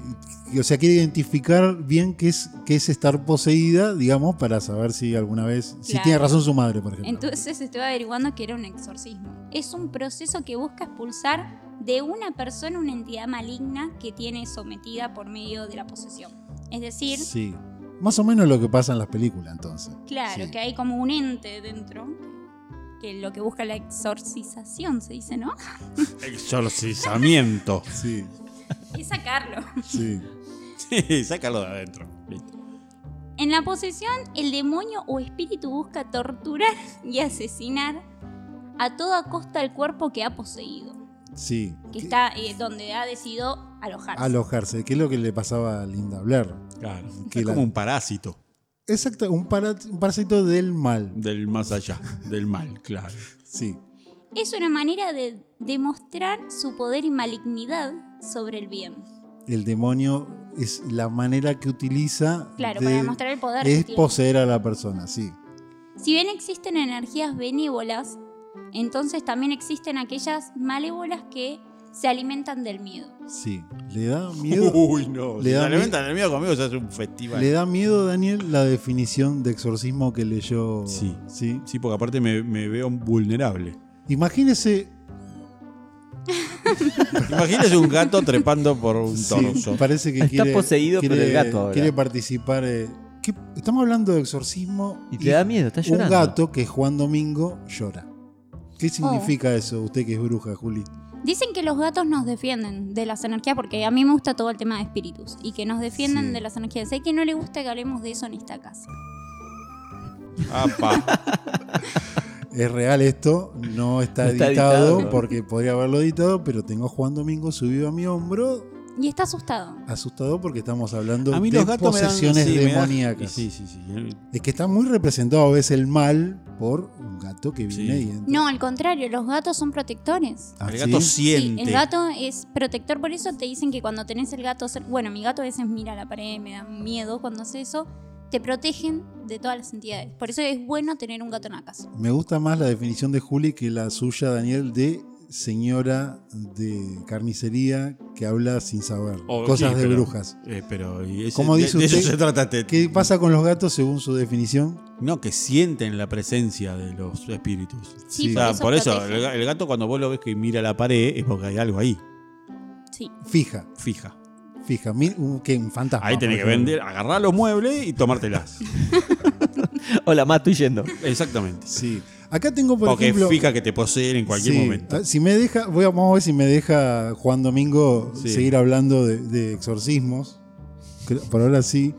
Speaker 1: Y, O sea, quiere identificar bien qué es, qué es estar poseída, digamos, para saber si alguna vez. Si
Speaker 4: Claro.
Speaker 1: tiene razón su madre, por ejemplo.
Speaker 4: Entonces estuve averiguando que era un exorcismo. Es un proceso que busca expulsar de una persona una entidad maligna que tiene sometida por medio de la posesión. Es decir,
Speaker 1: Sí. Más o menos lo que pasa en las películas, entonces.
Speaker 4: claro,
Speaker 1: Sí.
Speaker 4: que hay como un ente dentro que lo que busca la exorcización, se dice, ¿no?
Speaker 3: Exorcizamiento.
Speaker 1: Sí,
Speaker 4: Es sacarlo.
Speaker 1: sí.
Speaker 3: Sí, sácalo de adentro.
Speaker 4: En la posesión, el demonio o espíritu busca torturar y asesinar a toda costa el cuerpo que ha poseído,
Speaker 1: Sí.
Speaker 4: que está eh, donde ha decidido alojarse.
Speaker 1: Alojarse, que es lo que le pasaba a Linda Blair.
Speaker 3: Claro. Es
Speaker 1: Que la-
Speaker 3: como un parásito
Speaker 1: Exacto, un, para- un parásito del mal.
Speaker 3: del más allá, del mal, claro.
Speaker 1: Sí.
Speaker 4: Es una manera de demostrar su poder y malignidad sobre el bien.
Speaker 1: El demonio es la manera que utiliza.
Speaker 4: Claro,
Speaker 1: de-
Speaker 4: para demostrar el poder. que
Speaker 1: es
Speaker 4: tiene.
Speaker 1: poseer a la persona, sí.
Speaker 4: Si bien existen energías benévolas, entonces también existen aquellas malévolas que se alimentan del miedo.
Speaker 1: Sí, le da miedo.
Speaker 3: Uy, no.
Speaker 1: Le
Speaker 3: si se
Speaker 1: da
Speaker 3: alimentan el miedo conmigo, se hace un festival.
Speaker 1: Le da miedo, Daniel, la definición de exorcismo que leyó.
Speaker 3: Sí. Sí, porque aparte me, me veo vulnerable.
Speaker 1: Imagínese.
Speaker 3: Imagínese un gato trepando por un
Speaker 1: sí,
Speaker 3: torso.
Speaker 1: parece que
Speaker 2: Está
Speaker 1: quiere.
Speaker 2: poseído por
Speaker 1: quiere,
Speaker 2: el gato ahora.
Speaker 1: Quiere participar. eh, ¿qué? Estamos hablando de exorcismo.
Speaker 2: Y te da miedo, está
Speaker 1: Un
Speaker 2: llorando.
Speaker 1: gato que es Juan Domingo llora. ¿Qué significa eso, usted que es bruja, Juli?
Speaker 4: Dicen que los gatos nos defienden de las energías, porque a mí me gusta todo el tema de espíritus, y que nos defienden
Speaker 1: Sí.
Speaker 4: de las energías. Sé que no le gusta que hablemos de eso en esta casa.
Speaker 3: Apa.
Speaker 1: Es real esto, no está,
Speaker 2: No está
Speaker 1: editado,
Speaker 2: editado.
Speaker 1: porque podría haberlo editado, pero tengo a Juan Domingo subido a mi hombro,
Speaker 4: Y está asustado.
Speaker 1: asustado porque estamos hablando
Speaker 3: A mí
Speaker 1: de
Speaker 3: los gatos me dan
Speaker 1: posesiones
Speaker 3: sí, me dan-
Speaker 1: demoníacas.
Speaker 3: Sí, sí, sí.
Speaker 1: Es que está muy representado a veces el mal por un gato que viene
Speaker 3: Sí.
Speaker 1: y entra.
Speaker 4: No, al contrario, los gatos son protectores.
Speaker 1: Ah,
Speaker 3: el
Speaker 1: ¿sí?
Speaker 3: gato
Speaker 4: Sí,
Speaker 3: siente.
Speaker 4: el gato es protector, por eso te dicen que cuando tenés el gato cer- bueno, mi gato a veces mira la pared, me da miedo cuando hace eso, te protegen de todas las entidades. Por eso es bueno tener un gato en la casa.
Speaker 1: Me gusta más la definición de Juli que la suya, Daniel, de señora de carnicería que habla sin saber.
Speaker 3: Oh,
Speaker 1: Cosas
Speaker 3: sí,
Speaker 1: de
Speaker 3: pero-
Speaker 1: brujas.
Speaker 3: Eh, pero y ese-
Speaker 1: ¿Cómo
Speaker 3: de-
Speaker 1: dice
Speaker 3: de,
Speaker 1: usted?
Speaker 3: eso se trata este-
Speaker 1: ¿Qué pasa con los gatos según su definición?
Speaker 3: No, que sienten la presencia de los espíritus.
Speaker 4: Sí,
Speaker 1: Sí.
Speaker 3: O sea, Ah, por eso,
Speaker 4: protegen.
Speaker 3: el, ga- el gato cuando vos lo ves que mira la pared es porque hay algo ahí,
Speaker 4: Sí.
Speaker 1: Fija,
Speaker 3: fija.
Speaker 1: fija. Mil, un, que un fantasma.
Speaker 3: Ahí tenés que
Speaker 1: Ah, por ejemplo.
Speaker 3: vender, agarrar los muebles y tomártelas.
Speaker 2: Hola, más estoy yendo.
Speaker 3: Exactamente.
Speaker 1: Sí. Acá tengo, por
Speaker 3: porque
Speaker 1: ejemplo.
Speaker 3: fija que te poseen en cualquier
Speaker 1: sí,
Speaker 3: momento.
Speaker 1: ah, Si me deja, voy a, vamos a ver si me deja Juan Domingo
Speaker 3: Sí.
Speaker 1: seguir hablando de, de exorcismos. Creo- Por ahora sí.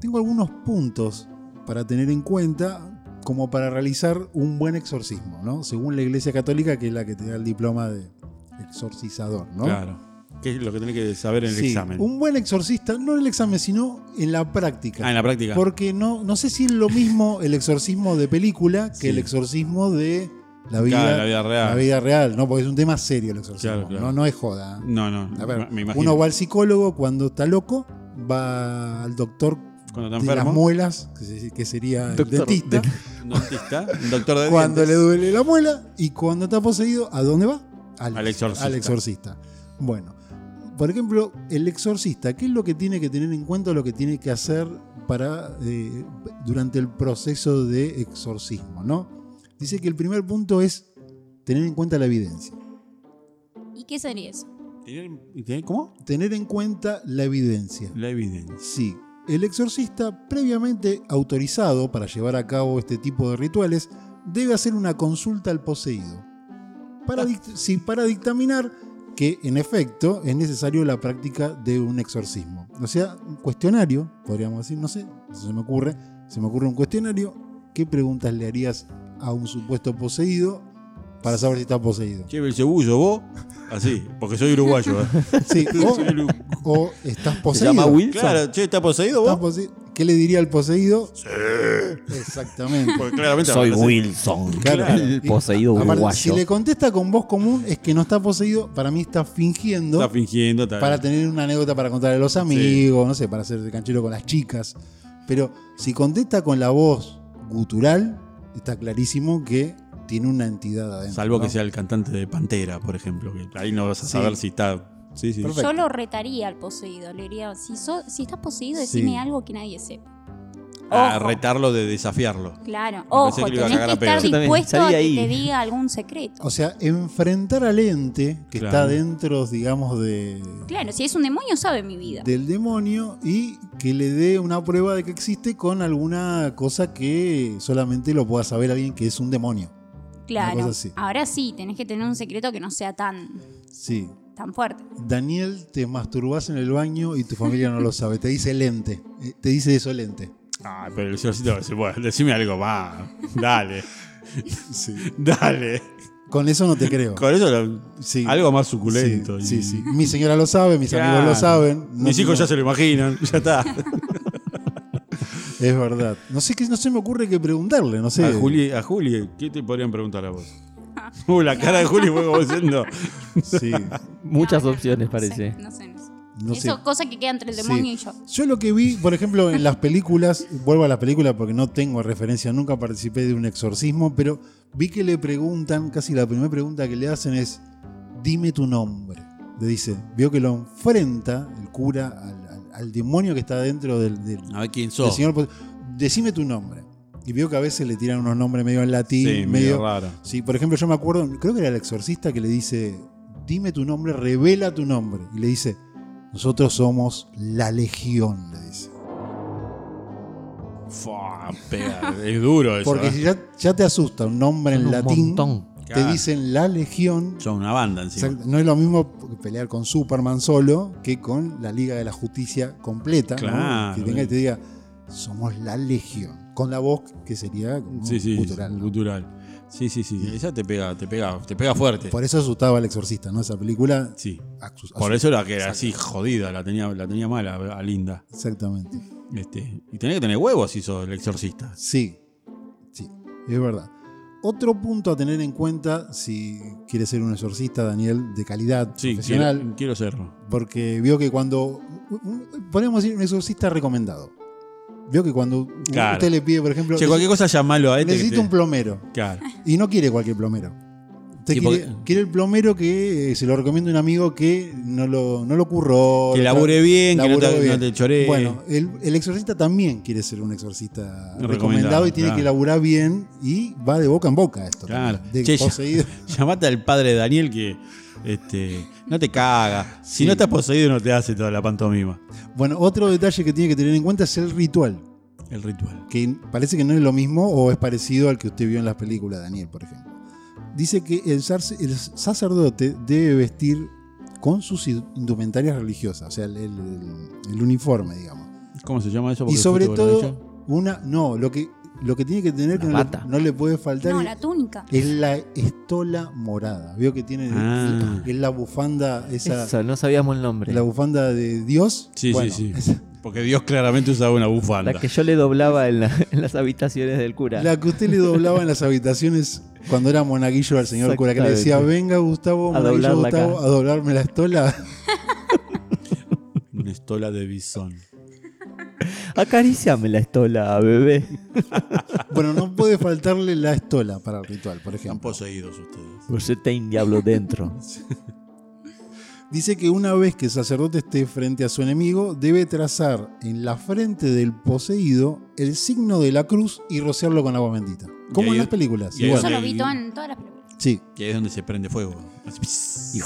Speaker 1: Tengo algunos puntos para tener en cuenta como para realizar un buen exorcismo, ¿no? Según la Iglesia Católica, que es la que te da el diploma de exorcizador, ¿no?
Speaker 3: Claro. Que es lo que tenés que saber en el
Speaker 1: Sí,
Speaker 3: examen.
Speaker 1: Un buen exorcista, no en el examen, sino en la práctica.
Speaker 3: Ah, en la práctica.
Speaker 1: Porque no, no sé si es lo mismo el exorcismo de película que
Speaker 3: Sí.
Speaker 1: el exorcismo de la
Speaker 3: Claro,
Speaker 1: vida,
Speaker 3: la vida real.
Speaker 1: la vida real, ¿no? Porque es un tema serio el exorcismo.
Speaker 3: Claro, claro.
Speaker 1: No, no es joda. ¿eh?
Speaker 3: No, no.
Speaker 1: A ver,
Speaker 3: me imagino.
Speaker 1: uno va al psicólogo cuando está loco, va al doctor
Speaker 3: cuando
Speaker 1: de
Speaker 3: está
Speaker 1: las
Speaker 3: enfermo,
Speaker 1: muelas, que se- que sería el
Speaker 2: Doctor
Speaker 1: dentista,
Speaker 2: de-
Speaker 3: un dentista, un doctor de
Speaker 1: cuando le
Speaker 3: dientes.
Speaker 1: duele la muela y cuando está poseído, ¿a dónde va?
Speaker 3: Al exorcista.
Speaker 1: al exorcista. Bueno, por ejemplo, el exorcista, ¿qué es lo que tiene que tener en cuenta, lo que tiene que hacer para eh, durante el proceso de exorcismo, ¿no? Dice que el primer punto es tener en cuenta la evidencia.
Speaker 4: ¿Y qué sería eso?
Speaker 3: ¿Tiene- tiene- ¿Cómo?
Speaker 1: Tener en cuenta la evidencia.
Speaker 3: La evidencia.
Speaker 1: Sí, el exorcista previamente autorizado para llevar a cabo este tipo de rituales debe hacer una consulta al poseído para, dict- sí, para dictaminar que en efecto es necesario la práctica de un exorcismo. O sea, un cuestionario, podríamos decir, no sé, se me ocurre, se me ocurre un cuestionario, ¿qué preguntas le harías a un supuesto poseído para saber si está poseído?
Speaker 3: Che, el cebullo, vos. Así, porque soy uruguayo. ¿eh?
Speaker 1: Sí, o,
Speaker 3: Soy uruguayo.
Speaker 1: o estás
Speaker 2: ¿Se
Speaker 1: poseído.
Speaker 2: llama Wilson?
Speaker 3: Claro, che, ¿está poseído
Speaker 1: ¿Estás
Speaker 3: vos?
Speaker 1: posei- ¿Qué le diría al poseído? Exactamente.
Speaker 3: Porque claramente
Speaker 2: Soy
Speaker 3: hablas así.
Speaker 2: Wilson.
Speaker 1: Claro.
Speaker 2: El
Speaker 1: Y-
Speaker 2: poseído
Speaker 1: Aparte,
Speaker 2: uruguayo.
Speaker 1: si le contesta con voz común, es que no está poseído. Para mí está fingiendo
Speaker 3: Está fingiendo. Está
Speaker 1: para tener una anécdota para contarle a los amigos, no sé, para hacer de canchero con las chicas. Pero si contesta con la voz gutural, está clarísimo que tiene una entidad adentro.
Speaker 3: Salvo que
Speaker 1: ¿no?
Speaker 3: sea el cantante de Pantera, por ejemplo. que ahí no vas a
Speaker 1: Sí.
Speaker 3: saber si está. Sí, sí.
Speaker 1: Perfecto.
Speaker 4: Yo lo retaría al poseído. Le diría, si, so- si estás poseído,
Speaker 1: Sí. Ah,
Speaker 4: decime algo que nadie sepa.
Speaker 3: A
Speaker 4: Ojo.
Speaker 3: Ah, retarlo de desafiarlo.
Speaker 4: Claro.
Speaker 3: pensé
Speaker 4: Ojo,
Speaker 3: que le iba a
Speaker 4: tenés
Speaker 3: cagar
Speaker 4: que
Speaker 3: a pedo.
Speaker 4: estar
Speaker 2: Yo también,
Speaker 4: dispuesto a
Speaker 2: salí
Speaker 4: que
Speaker 2: ahí.
Speaker 4: te diga algún secreto.
Speaker 1: O sea, enfrentar al ente que está
Speaker 3: Claro.
Speaker 1: dentro, digamos, de,
Speaker 4: Claro, si es un demonio, sabe mi vida.
Speaker 1: del demonio y que le dé una prueba de que existe con alguna cosa que solamente lo pueda saber alguien que es un demonio. una cosa
Speaker 4: Claro.
Speaker 1: así.
Speaker 4: Ahora sí, tenés que tener un secreto que no sea tan,
Speaker 1: Sí.
Speaker 4: tan fuerte.
Speaker 1: Daniel, te masturbás en el baño y tu familia no lo sabe. Te dice lente. Eh, Te dice eso lente.
Speaker 3: Ah, pero el señorcito va a decir, bueno, decime algo, va. Dale,
Speaker 1: Sí.
Speaker 3: dale.
Speaker 1: Con eso no te creo.
Speaker 3: Con eso lo-
Speaker 1: Sí.
Speaker 3: algo más suculento.
Speaker 1: Sí,
Speaker 3: y-
Speaker 1: sí, sí. Mi señora lo sabe, mis
Speaker 3: Claro.
Speaker 1: amigos lo saben. No-
Speaker 3: Mis hijos
Speaker 1: no-
Speaker 3: ya se lo imaginan, ya está.
Speaker 1: Es verdad. No sé qué, no se me ocurre que preguntarle, no sé.
Speaker 3: A, Ah, Juli, a Juli, ¿qué te podrían preguntar a vos? Uh, la cara de Juli fue como diciendo.
Speaker 1: Sí.
Speaker 2: Muchas
Speaker 4: No, no,
Speaker 2: opciones,
Speaker 4: no sé,
Speaker 2: parece.
Speaker 4: no sé, no sé.
Speaker 1: No sé.
Speaker 4: Eso, cosa que queda entre el demonio
Speaker 1: Sí.
Speaker 4: y yo.
Speaker 1: Yo lo que vi, por ejemplo, en las películas, vuelvo a las películas porque no tengo referencia, nunca participé de un exorcismo, pero vi que le preguntan, casi la primera pregunta que le hacen es, dime tu nombre. Le dice, vio que lo enfrenta el cura al, al- al demonio que está dentro del, del-
Speaker 3: A ver quién
Speaker 1: del
Speaker 3: sos.
Speaker 1: señor. pues, Decime tu nombre. Y vio que a veces le tiran unos nombres medio en latín,
Speaker 3: sí,
Speaker 1: medio,
Speaker 3: medio raro.
Speaker 1: Sí, por ejemplo, yo me acuerdo, creo que era el exorcista que le dice, dime tu nombre, revela tu nombre. Y le dice, nosotros somos la legión, le dice.
Speaker 3: Fua, pega, es duro eso.
Speaker 1: Porque
Speaker 3: ¿eh?
Speaker 1: si ya, ya te asusta un nombre en
Speaker 2: Son un
Speaker 1: latín,
Speaker 2: montón.
Speaker 1: te
Speaker 3: Claro.
Speaker 1: dicen la legión.
Speaker 3: Son una banda encima.
Speaker 1: Exacto, No es lo mismo pelear con Superman solo que con la Liga de la Justicia completa. ¿no?
Speaker 3: Claro.
Speaker 1: Que tenga y te diga, somos la legión. Con la voz que sería como
Speaker 3: Sí, sí,
Speaker 1: cultural, ¿no?
Speaker 3: cultural. Sí, sí, sí. Esa te pega, te pega, te pega fuerte.
Speaker 1: Por eso asustaba al exorcista, ¿no? Esa película.
Speaker 3: sí.
Speaker 1: asu-
Speaker 3: Por
Speaker 1: asu-
Speaker 3: eso la que era así jodida, la tenía, la tenía mala, a Linda.
Speaker 1: Exactamente.
Speaker 3: Este, y tenía que tener huevos si sos el exorcista.
Speaker 1: Sí, sí, es verdad. Otro punto a tener en cuenta si quieres ser un exorcista, Daniel, de calidad
Speaker 3: Sí,
Speaker 1: profesional,
Speaker 3: quiero, quiero serlo.
Speaker 1: porque vio que cuando. Podemos decir un exorcista recomendado. Vio que cuando
Speaker 3: Claro.
Speaker 1: usted le pide, por ejemplo.
Speaker 3: Che, cualquier cosa llamalo a este. que
Speaker 1: necesito
Speaker 3: te-
Speaker 1: un plomero.
Speaker 3: Claro.
Speaker 1: Y no quiere cualquier plomero. Usted
Speaker 3: Sí,
Speaker 1: quiere,
Speaker 3: porque-
Speaker 1: quiere el plomero que eh, se lo recomienda un amigo que no lo, no lo curró.
Speaker 3: Que
Speaker 1: no-
Speaker 3: labure bien, que no
Speaker 1: laburó
Speaker 3: te,
Speaker 1: bien.
Speaker 3: no te choree.
Speaker 1: Bueno, el, el exorcista también quiere ser un exorcista
Speaker 3: Recomendado,
Speaker 1: recomendado, y tiene
Speaker 3: claro.
Speaker 1: que laburar bien y va de boca en boca esto.
Speaker 3: Claro.
Speaker 1: también, De
Speaker 3: Che, ya-
Speaker 1: poseído.
Speaker 3: Llamate al padre de Daniel que este, no te caga. Si
Speaker 1: Sí.
Speaker 3: no estás poseído, no te hace toda la pantomima.
Speaker 1: Bueno, otro detalle que tiene que tener en cuenta es el ritual,
Speaker 3: El ritual.
Speaker 1: que parece que no es lo mismo o es parecido al que usted vio en las películas, Daniel, por ejemplo. Dice que el, sarce- el sacerdote debe vestir con sus in- indumentarias religiosas, o sea, el- el- el uniforme, digamos.
Speaker 3: ¿Cómo se llama eso?
Speaker 1: Y
Speaker 3: Porque
Speaker 1: sobre
Speaker 3: fuiste vos, ¿no?
Speaker 1: todo, una. No, lo que, lo que tiene que tener que
Speaker 2: La
Speaker 1: no le-
Speaker 2: bata.
Speaker 1: no le puede faltar
Speaker 4: No,
Speaker 1: es-
Speaker 4: la túnica.
Speaker 1: es la estola morada. Veo que tiene.
Speaker 3: Ah.
Speaker 1: Es la bufanda, esa.
Speaker 2: Eso, no sabíamos el nombre.
Speaker 1: La bufanda de Dios.
Speaker 3: Sí,
Speaker 1: Bueno,
Speaker 3: sí, sí.
Speaker 1: esa-
Speaker 3: Porque Dios claramente usaba una bufanda.
Speaker 2: La que yo le doblaba en, la- en las habitaciones del cura.
Speaker 1: La que usted le doblaba en las habitaciones cuando era monaguillo al señor cura, que le decía: Venga, Gustavo,
Speaker 2: A
Speaker 1: monaguillo
Speaker 2: doblarla
Speaker 1: Gustavo,
Speaker 2: acá.
Speaker 1: a doblarme la estola.
Speaker 3: Una estola de bisón.
Speaker 2: Acariciame la estola, bebé.
Speaker 1: bueno, no puede faltarle la estola para el ritual, por ejemplo.
Speaker 3: Están poseídos ustedes.
Speaker 2: Usted tiene diablo dentro.
Speaker 1: Dice que una vez que el sacerdote esté frente a su enemigo, debe trazar en la frente del poseído el signo de la cruz y rociarlo con agua bendita.
Speaker 3: Y
Speaker 1: Como
Speaker 3: ahí-
Speaker 1: en las películas.
Speaker 3: y ahí
Speaker 1: igual.
Speaker 4: Eso
Speaker 3: donde-
Speaker 4: lo vi todo en todas las películas.
Speaker 1: Sí.
Speaker 3: Y ahí es donde se prende fuego. Así, pss,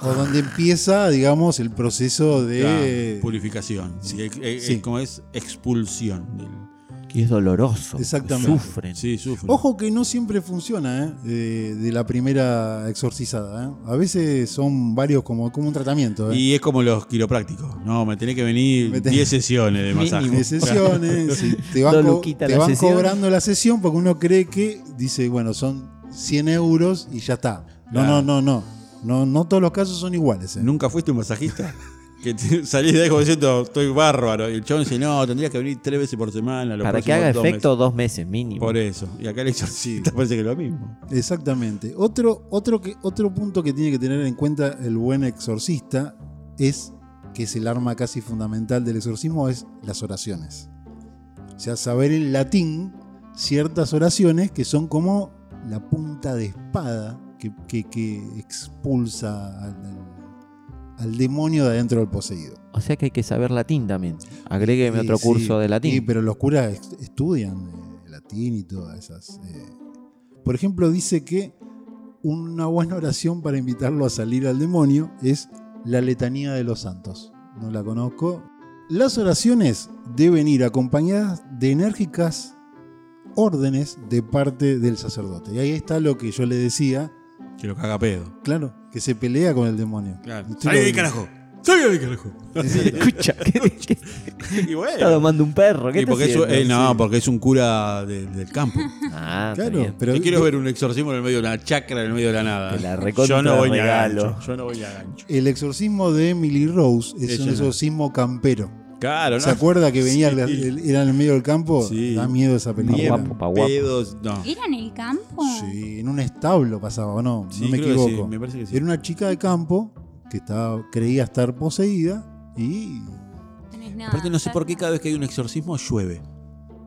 Speaker 1: O donde empieza, digamos, el proceso
Speaker 3: la
Speaker 1: de.
Speaker 3: purificación. Sí, eh, eh,
Speaker 1: Sí.
Speaker 3: como es expulsión. del-
Speaker 2: Que es doloroso.
Speaker 1: Exactamente.
Speaker 2: Sufren.
Speaker 3: Sí, sufre.
Speaker 1: Ojo que no siempre funciona, ¿eh? De, de la primera exorcizada, ¿eh? A veces son varios como, como un tratamiento, ¿eh?
Speaker 3: Y es como los quiroprácticos. No, me tenés que venir
Speaker 1: Me ten-
Speaker 3: 10 sesiones de
Speaker 2: Mínimo.
Speaker 3: masaje.
Speaker 1: de sesiones, y te van,
Speaker 2: Dos
Speaker 1: co-
Speaker 2: luquitas
Speaker 1: te
Speaker 2: la
Speaker 1: van
Speaker 2: sesión.
Speaker 1: cobrando la sesión porque uno cree que dice, bueno, son 100 euros y ya está. No,
Speaker 3: Claro.
Speaker 1: no, no, no. No, no todos los casos son iguales. ¿eh?
Speaker 3: ¿Nunca fuiste un masajista? Que te- salís de ahí como diciendo, estoy bárbaro. Y el chabón dice, no, tendrías que venir tres veces por semana. los
Speaker 2: Para que
Speaker 3: próximos
Speaker 2: haga
Speaker 3: dos
Speaker 2: efecto dos meses mínimo.
Speaker 3: meses". Por e- eso. Y acá el exorcista parece que es lo mismo.
Speaker 1: Exactamente. Otro, otro, que, otro punto que tiene que tener en cuenta el buen exorcista es que es el arma casi fundamental del exorcismo, es las oraciones. O sea, saber en latín ciertas oraciones que son como la punta de espada que, que- que expulsa al, al- al demonio de adentro del poseído.
Speaker 2: O sea que hay que saber latín también. Agrégueme
Speaker 1: Sí,
Speaker 2: otro
Speaker 1: sí.
Speaker 2: curso de
Speaker 1: Sí,
Speaker 2: latín.
Speaker 1: pero los curas ex- estudian eh, latín y todas esas. eh. Por ejemplo, dice que una buena oración para invitarlo a salir al demonio es la letanía de los santos. No la conozco. Las oraciones deben ir acompañadas de enérgicas órdenes de parte del sacerdote. Y ahí está lo que yo le decía,
Speaker 3: Que lo caga pedo.
Speaker 1: claro, que se pelea con el demonio. Usted
Speaker 3: Salí
Speaker 1: lo-
Speaker 3: de carajo. Salí de carajo.
Speaker 2: Escucha, ¿qué, qué-
Speaker 3: y
Speaker 2: está
Speaker 3: bueno.
Speaker 2: tomando un perro? ¿Qué
Speaker 3: Y
Speaker 2: está
Speaker 3: porque es,
Speaker 2: haciendo?
Speaker 3: eh, no, porque es un cura de- del campo.
Speaker 2: Ah, está
Speaker 1: Claro,
Speaker 2: bien.
Speaker 1: pero
Speaker 3: Yo quiero ver un exorcismo en el medio de una chacra, en el medio de la nada.
Speaker 2: Te la recontra
Speaker 3: yo no voy ni a
Speaker 2: regalo.
Speaker 3: gancho. Yo no voy ni a gancho.
Speaker 1: el exorcismo de Emily Rose es
Speaker 3: Ella
Speaker 1: un
Speaker 3: no.
Speaker 1: exorcismo campero.
Speaker 3: Claro, ¿no?
Speaker 1: ¿Se acuerda que venía, el- el- era en el medio del campo?
Speaker 3: Sí.
Speaker 1: Da miedo esa
Speaker 2: Pa'
Speaker 1: película.
Speaker 2: guapo, pa' guapo.
Speaker 3: Pedos, no.
Speaker 4: ¿Era en el campo?
Speaker 1: Sí, en un establo pasaba, ¿o no,
Speaker 3: Sí,
Speaker 1: no me
Speaker 3: creo que sí,
Speaker 1: equivoco.
Speaker 3: me parece que sí.
Speaker 1: Era una chica de campo que estaba, creía estar poseída y
Speaker 4: Tenés nada,
Speaker 3: Aparte, no sé por qué
Speaker 4: cerca.
Speaker 3: cada vez que hay un exorcismo llueve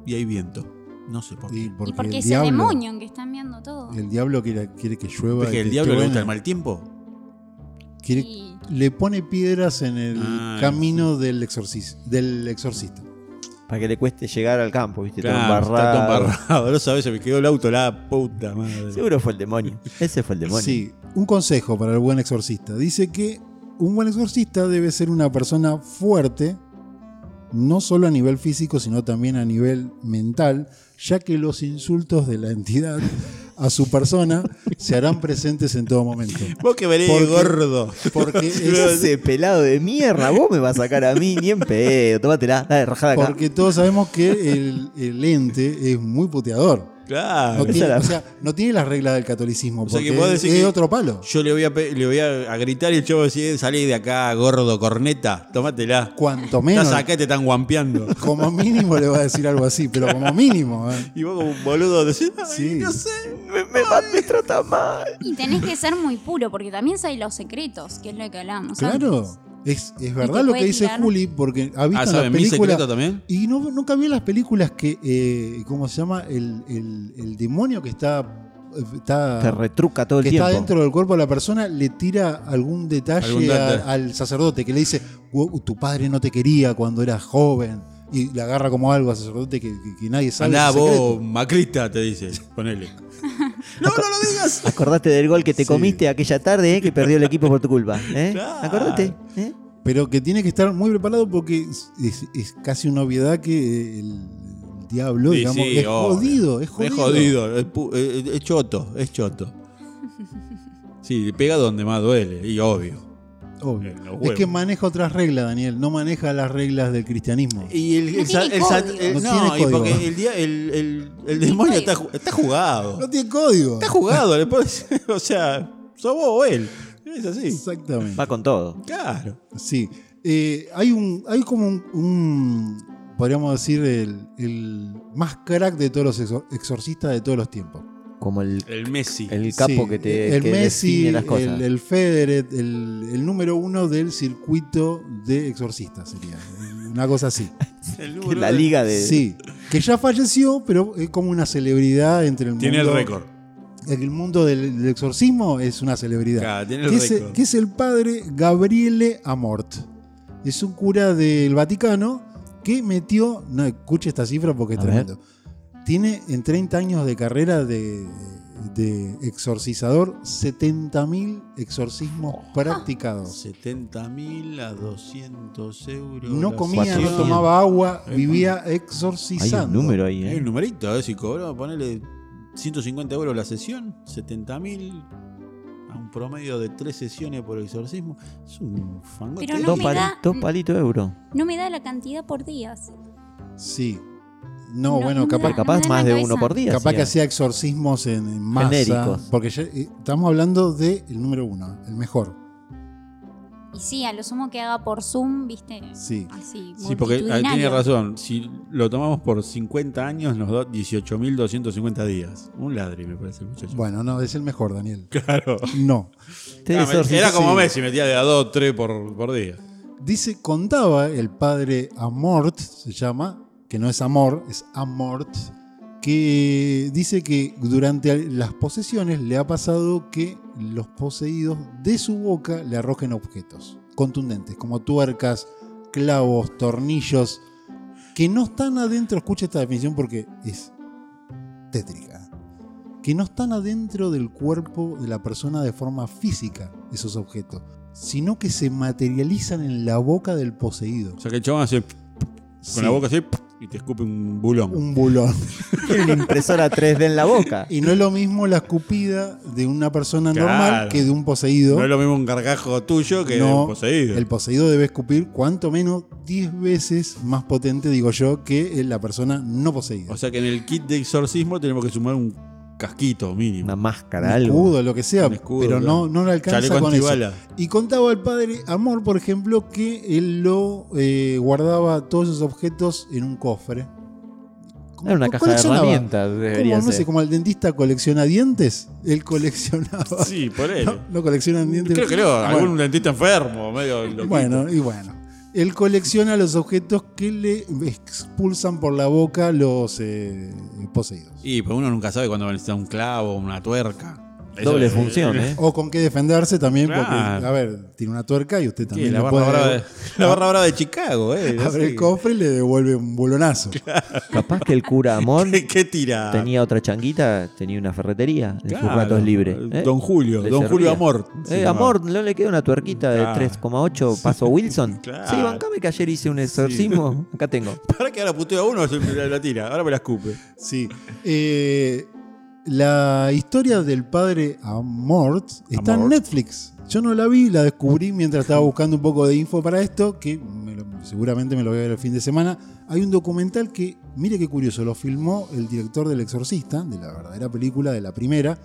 Speaker 3: y hay viento. No sé por qué.
Speaker 1: y
Speaker 4: Y porque
Speaker 1: el
Speaker 4: es
Speaker 1: diablo,
Speaker 4: el demonio en que están viendo todo.
Speaker 1: el diablo quiere, quiere que llueva.
Speaker 3: ¿Es que
Speaker 1: y
Speaker 3: el
Speaker 1: que
Speaker 3: diablo le
Speaker 1: truene.
Speaker 3: gusta el mal tiempo?
Speaker 1: quiere-
Speaker 4: Y-
Speaker 1: le pone piedras en el
Speaker 3: Ah,
Speaker 1: camino del, exorcis- del exorcista.
Speaker 2: Para que le cueste llegar al campo, ¿viste? Todo
Speaker 3: Claro, está todo
Speaker 2: embarrado.
Speaker 3: embarrado. No sabes, se me quedó el auto la puta madre.
Speaker 2: Seguro fue el demonio. Ese fue el demonio.
Speaker 1: Sí, un consejo para el buen exorcista. Dice que un buen exorcista debe ser una persona fuerte, no solo a nivel físico, sino también a nivel mental, ya que los insultos de la entidad a su persona se harán presentes en todo momento.
Speaker 3: Vos que venís
Speaker 1: Porque-
Speaker 3: gordo.
Speaker 1: Porque es-
Speaker 2: Ese pelado de mierda, vos me vas a sacar a mí, ni en pedo. Tómatela, dale, rajada acá.
Speaker 1: porque todos sabemos que el, el ente es muy puteador. No
Speaker 3: Claro.
Speaker 1: tiene,
Speaker 2: la-
Speaker 1: o sea, no tiene las reglas del catolicismo,
Speaker 3: O sea,
Speaker 1: porque
Speaker 3: que vos
Speaker 1: es,
Speaker 3: decís que-
Speaker 1: otro palo.
Speaker 3: Yo le voy, a, pe- le voy a, a gritar y el chavo decía, salí de acá, gordo, corneta, tómatela.
Speaker 1: Cuanto menos,
Speaker 3: Estás acá y te están guampeando.
Speaker 1: como mínimo le va a decir algo así, pero como mínimo. ¿eh?
Speaker 3: y vos como un boludo decís, "Ay,
Speaker 1: Sí.
Speaker 3: no sé.
Speaker 2: Me, me, man- me trata mal.
Speaker 4: Y tenés que ser muy puro, porque también hay los secretos, que es lo que hablábamos.
Speaker 1: Claro,
Speaker 4: antes.
Speaker 1: es, es
Speaker 4: Y
Speaker 1: verdad
Speaker 4: te
Speaker 1: lo que
Speaker 4: puede
Speaker 1: dice
Speaker 4: tirar.
Speaker 1: Juli, porque ha visto
Speaker 3: Ah,
Speaker 1: en las
Speaker 3: ¿saben mi secreto
Speaker 1: películas.
Speaker 3: también?
Speaker 1: Y no, nunca vio las películas que, eh, ¿cómo se llama? El, el- el demonio que está,
Speaker 2: Te
Speaker 1: está,
Speaker 2: retruca todo el
Speaker 1: que está
Speaker 2: tiempo.
Speaker 1: dentro del cuerpo de la persona, le tira algún detalle
Speaker 3: Algún
Speaker 1: a-
Speaker 3: detalle.
Speaker 1: al sacerdote, que le dice, "Wow, tu padre no te quería cuando eras joven. Y le agarra como algo al sacerdote que, que- que nadie sabe.
Speaker 3: Andá
Speaker 1: ese secreto.
Speaker 3: vos, macrista, te dice. Ponele. no, no lo digas.
Speaker 2: Acordate del gol que te
Speaker 1: Sí.
Speaker 2: comiste aquella tarde, eh, que perdió el equipo por tu culpa. ¿eh?
Speaker 3: Claro.
Speaker 2: Acordate. ¿eh?
Speaker 1: Pero que tiene que estar muy preparado porque es, es- es casi una obviedad que el diablo,
Speaker 3: Sí,
Speaker 1: digamos,
Speaker 3: sí,
Speaker 1: es,
Speaker 3: obvio.
Speaker 1: jodido, es jodido.
Speaker 3: Es jodido, es, pu- eh, es- es choto, es choto. Sí, pega donde más duele, y obvio.
Speaker 1: Obvio.
Speaker 3: En los
Speaker 1: Es
Speaker 3: huevos.
Speaker 1: que maneja otras reglas, Daniel. No maneja las reglas del cristianismo.
Speaker 3: Y el,
Speaker 4: No
Speaker 3: el
Speaker 4: tiene
Speaker 3: sa- el sa-
Speaker 4: código.
Speaker 3: el-
Speaker 1: No
Speaker 3: no,
Speaker 1: tiene
Speaker 3: y
Speaker 1: código.
Speaker 3: porque el, día- el, el- el demonio
Speaker 4: código.
Speaker 3: está, ju- está jugado.
Speaker 1: No tiene código.
Speaker 3: Está jugado, le podés- o sea, sos vos o él. Es así.
Speaker 1: Exactamente.
Speaker 2: Va con todo.
Speaker 3: Claro.
Speaker 1: Sí. Eh, hay un. Hay como un. un- podríamos decir el, el más crack de todos los exor- exorcistas de todos los tiempos.
Speaker 2: Como el,
Speaker 3: El Messi.
Speaker 2: el capo
Speaker 1: Sí,
Speaker 2: que te
Speaker 1: El
Speaker 2: que
Speaker 1: Messi,
Speaker 2: define las
Speaker 1: el,
Speaker 2: cosas.
Speaker 1: el Federer, el, el número uno del circuito de exorcistas sería. Una cosa así.
Speaker 3: El
Speaker 2: Que
Speaker 3: número
Speaker 2: la
Speaker 3: de-
Speaker 2: liga de.
Speaker 1: Sí. Que ya falleció, pero es como una celebridad entre el
Speaker 3: Tiene
Speaker 1: mundo.
Speaker 3: el récord.
Speaker 1: En el mundo del, del exorcismo es una celebridad.
Speaker 3: Claro, tiene
Speaker 1: que,
Speaker 3: el
Speaker 1: es,
Speaker 3: récord.
Speaker 1: que es el padre Gabriele Amort. Es un cura del Vaticano que metió. No, escuche esta cifra porque es
Speaker 2: A
Speaker 1: tremendo. Tiene en 30 años de carrera de, de exorcizador 70.000 exorcismos
Speaker 2: Oh. Ah.
Speaker 1: practicados.
Speaker 3: 70.000 a 200 euros.
Speaker 1: No
Speaker 3: la
Speaker 1: comía, no
Speaker 3: sesión.
Speaker 1: tomaba agua,
Speaker 3: Eh,
Speaker 1: vivía
Speaker 2: Hay
Speaker 1: exorcizando.
Speaker 2: un número ahí,
Speaker 3: Hay
Speaker 2: ¿eh?
Speaker 3: un numerito, a ver si cobró. Ponele 150 euros la sesión, 70.000 a un promedio de tres sesiones por exorcismo. Es un fangote.
Speaker 4: Pero no
Speaker 2: Dos,
Speaker 4: me
Speaker 2: pali-
Speaker 4: da-
Speaker 2: dos palitos de euro.
Speaker 4: No me da la cantidad por días.
Speaker 1: Sí. No,
Speaker 4: No,
Speaker 1: bueno,
Speaker 4: no me
Speaker 1: capaz
Speaker 4: da-
Speaker 2: Capaz
Speaker 4: me
Speaker 2: más
Speaker 4: la
Speaker 2: de
Speaker 4: cabeza.
Speaker 2: uno por día.
Speaker 1: Capaz que
Speaker 2: hacía.
Speaker 1: hacía exorcismos en, en masa.
Speaker 2: Genéricos.
Speaker 1: Porque ya- eh, estamos hablando del número uno, el mejor.
Speaker 4: Y sí, a lo sumo que haga por Zoom, ¿viste?
Speaker 1: Sí. ah,
Speaker 4: Así,
Speaker 3: Sí, porque ahí tiene
Speaker 4: multitudinario.
Speaker 3: razón. Si lo tomamos por 50 años, nos da 18.250 días. Un ladri, me parece, el muchacho.
Speaker 1: Bueno, no, es el mejor, Daniel.
Speaker 3: Claro.
Speaker 1: No.
Speaker 2: Te
Speaker 3: Ah,
Speaker 2: desorci-
Speaker 3: Era como
Speaker 1: sí.
Speaker 3: Messi, metía de a 2, 3 por, por día.
Speaker 1: Dice, contaba el padre Amort, se llama, que no es amor, es Amort, que dice que durante las posesiones le ha pasado que los poseídos de su boca le arrojen objetos contundentes, como tuercas, clavos, tornillos, que no están adentro, escucha esta definición porque es tétrica, que no están adentro del cuerpo de la persona de forma física, esos objetos sino que se materializan en la boca del poseído.
Speaker 3: O sea que el chabón hace con
Speaker 1: Sí,
Speaker 3: la boca así y te escupe un bulón.
Speaker 1: Un bulón.
Speaker 2: Tiene una impresora 3D en la boca.
Speaker 1: Y no es lo mismo la escupida de una persona
Speaker 3: Claro.
Speaker 1: normal que de un poseído.
Speaker 3: No es lo mismo un gargajo tuyo que
Speaker 1: No,
Speaker 3: un poseído.
Speaker 1: El poseído debe escupir cuanto menos 10 veces más potente, digo yo, que la persona no poseída.
Speaker 3: O sea que en el kit de exorcismo tenemos que sumar un casquito mínimo.
Speaker 2: Una máscara,
Speaker 1: Un
Speaker 2: algo.
Speaker 1: escudo, lo que sea,
Speaker 3: Un escudo,
Speaker 1: pero no,
Speaker 3: claro.
Speaker 1: no le alcanza
Speaker 3: Chaleco
Speaker 1: con eso.
Speaker 3: antibala.
Speaker 1: Y contaba el padre Amor, por ejemplo, que él lo eh, guardaba todos esos objetos en un cofre.
Speaker 2: Era una caja de
Speaker 1: Coleccionaba.
Speaker 2: herramientas.
Speaker 1: Como,
Speaker 2: Debería
Speaker 1: no sé,
Speaker 2: ser.
Speaker 1: como el dentista colecciona dientes, él coleccionaba.
Speaker 3: Sí, por él.
Speaker 1: No, no coleccionan dientes.
Speaker 3: Creo que no,
Speaker 1: Bueno,
Speaker 3: algún dentista enfermo, medio loquito.
Speaker 1: bueno, y bueno. Él colecciona los objetos que le expulsan por la boca los eh, poseídos.
Speaker 3: Y pues uno nunca sabe cuándo va a necesitar un clavo, una tuerca. Eso
Speaker 2: Doble
Speaker 3: es-
Speaker 2: función, ¿eh?
Speaker 1: O con qué defenderse también, porque,
Speaker 3: Claro.
Speaker 1: a ver, tiene una tuerca y usted
Speaker 3: Sí,
Speaker 1: también
Speaker 3: la
Speaker 1: le
Speaker 3: barra,
Speaker 1: puede
Speaker 3: brava de, la barra brava de Chicago, ¿eh?
Speaker 1: abre
Speaker 3: Sí.
Speaker 1: el cofre y le devuelve un bolonazo.
Speaker 2: Capaz que el cura Amón
Speaker 3: ¿Qué, qué tira?
Speaker 2: tenía otra changuita, tenía una ferretería en sus
Speaker 3: Claro.
Speaker 2: ratos libres. ¿eh?
Speaker 3: Don Julio,
Speaker 2: Le
Speaker 3: Don
Speaker 2: servía.
Speaker 3: Julio Amor. se
Speaker 2: Eh,
Speaker 3: llamaba.
Speaker 2: amor, no le queda una tuerquita de
Speaker 3: Claro.
Speaker 2: 3,8 paso Wilson.
Speaker 3: Claro.
Speaker 2: Sí, bancame que ayer hice un exorcismo. Acá tengo.
Speaker 3: Para que ahora puteo a uno, se me la la tira. Ahora me la escupe.
Speaker 1: Sí. Eh, la historia del padre Amort está en
Speaker 3: Amort.
Speaker 1: Netflix. Yo no la vi, la descubrí mientras estaba buscando un poco de info para esto, que me lo- seguramente me lo voy a ver el fin de semana. Hay un documental que, mire qué curioso, lo filmó el director del Exorcista, de la verdadera película, de la primera,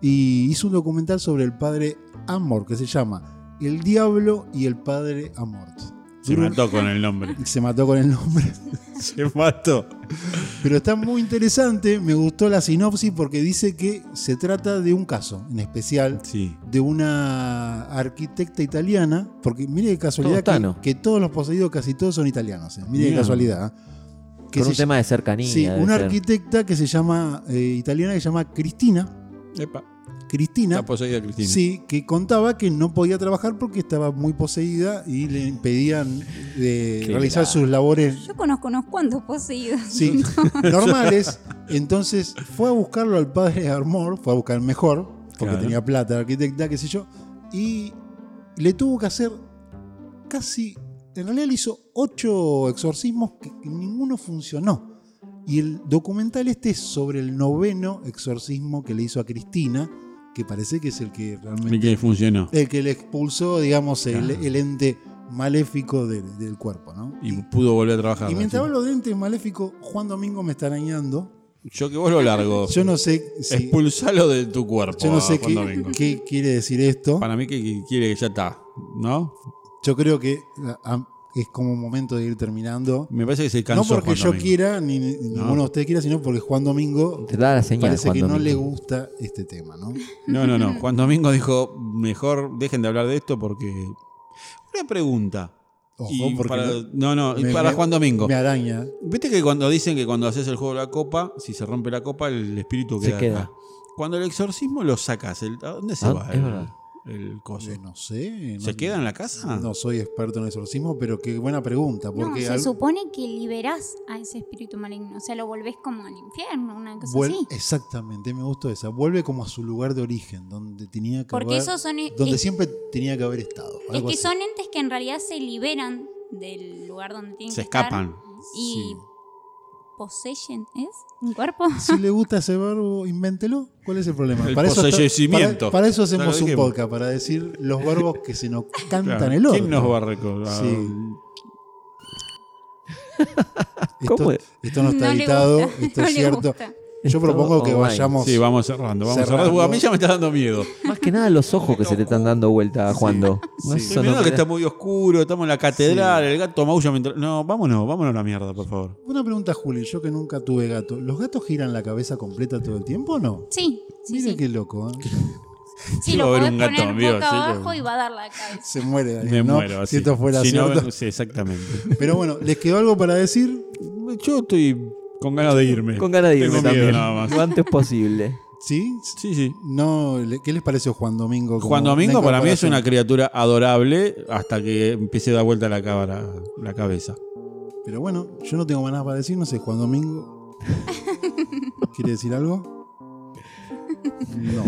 Speaker 1: y hizo un documental sobre el padre Amort, que se llama El Diablo y el Padre Amort.
Speaker 3: Se mató con el nombre.
Speaker 1: Se mató con el nombre.
Speaker 3: Se mató.
Speaker 1: Pero está muy interesante, me gustó la sinopsis porque dice que se trata de un caso en especial
Speaker 3: Sí.
Speaker 1: de una arquitecta italiana, porque mire qué
Speaker 2: Todo
Speaker 1: casualidad
Speaker 2: Tano.
Speaker 1: que, que todos los poseídos casi todos son italianos, eh, mire qué
Speaker 3: Bien.
Speaker 1: casualidad. ¿eh? Que
Speaker 2: Por
Speaker 1: se
Speaker 2: un tema de
Speaker 1: ll-
Speaker 2: cercanía.
Speaker 1: sí,
Speaker 2: debe
Speaker 1: una
Speaker 2: ser.
Speaker 1: arquitecta que se llama eh, italiana que se llama Cristina,
Speaker 3: Epa.
Speaker 1: Cristina,
Speaker 3: Está poseída Cristina.
Speaker 1: sí, que contaba que no podía trabajar porque estaba muy poseída y le impedían de
Speaker 2: Qué
Speaker 1: realizar
Speaker 2: grave.
Speaker 1: sus labores
Speaker 4: Yo conozco unos cuantos poseídos.
Speaker 1: Sí, normales. Entonces fue a buscarlo al padre Armor, fue a buscar el mejor, porque
Speaker 3: Claro.
Speaker 1: tenía plata, la arquitecta, qué sé yo, y le tuvo que hacer casi, en realidad le hizo ocho exorcismos que que ninguno funcionó. Y el documental este es sobre el noveno exorcismo que le hizo a Cristina, que parece que es el que
Speaker 3: Y
Speaker 1: realmente...
Speaker 3: que funcionó.
Speaker 1: El que le expulsó, digamos, el,
Speaker 3: Claro.
Speaker 1: el ente maléfico del- del cuerpo, ¿no?
Speaker 3: Y pudo volver a trabajar.
Speaker 1: Y mientras
Speaker 3: sí.
Speaker 1: hablo de ente maléfico, Juan Domingo me está arañando.
Speaker 3: Yo que vos lo largo.
Speaker 1: Yo no sé si,
Speaker 3: Expulsalo de tu cuerpo.
Speaker 1: yo no sé
Speaker 3: Juan
Speaker 1: qué,
Speaker 3: Domingo.
Speaker 1: qué quiere decir esto.
Speaker 3: Para mí que que quiere que ya está. ¿No?
Speaker 1: Yo creo que ah, ah, es como un momento de ir terminando.
Speaker 3: Me parece que se cansó.
Speaker 1: No porque
Speaker 3: Juan
Speaker 1: yo
Speaker 3: Domingo.
Speaker 1: quiera, ni ni ninguno de ustedes quiera, sino porque Juan Domingo
Speaker 2: Te da la señal.
Speaker 1: parece
Speaker 2: Juan
Speaker 1: que no
Speaker 2: Domingo.
Speaker 1: le gusta este tema, ¿no?
Speaker 3: No, no, no. Juan Domingo dijo, mejor dejen de hablar de esto porque... Una pregunta.
Speaker 1: Ojo,
Speaker 3: Y
Speaker 1: porque
Speaker 3: para-
Speaker 1: no-
Speaker 3: no, no, y
Speaker 1: Me-
Speaker 3: para
Speaker 1: me-
Speaker 3: Juan Domingo.
Speaker 1: Me araña.
Speaker 3: Viste que cuando dicen que cuando haces el juego de la copa, si se rompe la copa, el espíritu
Speaker 2: Se
Speaker 3: queda.
Speaker 2: queda.
Speaker 3: acá. Cuando el exorcismo lo sacas, el- ¿a dónde se
Speaker 2: Ah,
Speaker 3: va
Speaker 2: es
Speaker 3: el,
Speaker 2: verdad.
Speaker 3: el coso?
Speaker 1: Eh, No sé. no-
Speaker 3: ¿Se queda en la casa?
Speaker 1: No soy experto en exorcismo, pero qué buena pregunta.
Speaker 4: No,
Speaker 1: Porque
Speaker 4: se
Speaker 1: al-
Speaker 4: supone que liberás a ese espíritu maligno. O sea, lo volvés como al infierno, una cosa
Speaker 1: vuel-
Speaker 4: así.
Speaker 1: Exactamente, me gustó esa. Vuelve como a su lugar de origen, donde tenía que
Speaker 4: Porque
Speaker 1: haber-
Speaker 4: esos son. e- Es,
Speaker 1: donde siempre tenía que haber estado.
Speaker 4: es
Speaker 1: algo
Speaker 4: que
Speaker 1: así.
Speaker 4: son entes que en realidad se liberan del lugar donde tienen
Speaker 3: Se
Speaker 4: que estar
Speaker 3: escapan.
Speaker 4: Y
Speaker 1: Sí.
Speaker 4: poseyen, ¿es? ¿Un cuerpo?
Speaker 1: Si le gusta ese verbo, invéntelo. ¿Cuál es el problema?
Speaker 3: El
Speaker 1: eso está-
Speaker 3: poseyecimiento.
Speaker 1: para, para eso
Speaker 3: Ya lo
Speaker 1: hacemos un
Speaker 3: dijimos.
Speaker 1: podcast, para decir los verbos que se nos cantan
Speaker 3: Claro.
Speaker 1: el orto.
Speaker 3: ¿Quién nos va a recordar?
Speaker 1: Sí.
Speaker 2: ¿Cómo
Speaker 1: Esto,
Speaker 2: es?
Speaker 1: esto no está
Speaker 4: No le
Speaker 1: editado,
Speaker 4: gusta,
Speaker 1: esto
Speaker 4: no
Speaker 1: es
Speaker 4: le
Speaker 1: cierto.
Speaker 4: gusta.
Speaker 1: Yo propongo que
Speaker 2: online.
Speaker 1: vayamos.
Speaker 3: Sí, vamos cerrando. Vamos
Speaker 1: Cerrando.
Speaker 3: cerrando. A mí ya me está dando miedo.
Speaker 2: Más que nada los ojos que se te están dando vuelta, Juan. Do. No,
Speaker 3: Estoy
Speaker 2: eso no
Speaker 3: mirando que
Speaker 2: me da-
Speaker 3: está muy oscuro, estamos en la catedral, el gato maulla mientras... No, vámonos, vámonos a la mierda, por favor.
Speaker 1: Una pregunta, Juli, yo que nunca tuve gato. ¿Los gatos giran la cabeza completa todo el tiempo o no?
Speaker 4: Sí, sí,
Speaker 1: Mire
Speaker 4: sí.
Speaker 1: qué loco. ¿eh?
Speaker 4: Sí,
Speaker 3: Sí,
Speaker 4: lo
Speaker 3: va a haber
Speaker 4: podés
Speaker 3: un gato
Speaker 4: poner
Speaker 3: vivo,
Speaker 4: boca
Speaker 3: sí,
Speaker 4: abajo
Speaker 3: que-
Speaker 4: y va a dar la cabeza.
Speaker 1: Se muere,
Speaker 3: Me
Speaker 1: Daniel, ¿no?
Speaker 3: muero así.
Speaker 1: Si esto fuera
Speaker 3: Si no,
Speaker 1: cierto.
Speaker 3: sí, exactamente.
Speaker 1: Pero bueno, ¿les quedó algo para decir?
Speaker 3: Yo estoy con ganas de irme.
Speaker 2: Con ganas de irme
Speaker 3: Tengo miedo
Speaker 2: también.
Speaker 3: nada más.
Speaker 2: Lo antes posible.
Speaker 1: ¿Sí?
Speaker 3: Sí, sí.
Speaker 1: No, le- ¿Qué les pareció Juan Domingo? como
Speaker 3: Juan Domingo
Speaker 1: una
Speaker 3: para mí es
Speaker 1: incorporación?
Speaker 3: una criatura adorable hasta que empiece a dar vuelta la, cámara, la cabeza.
Speaker 1: Pero bueno, yo no tengo más nada para decir, no sé, Juan Domingo. ¿Quiere decir algo? No.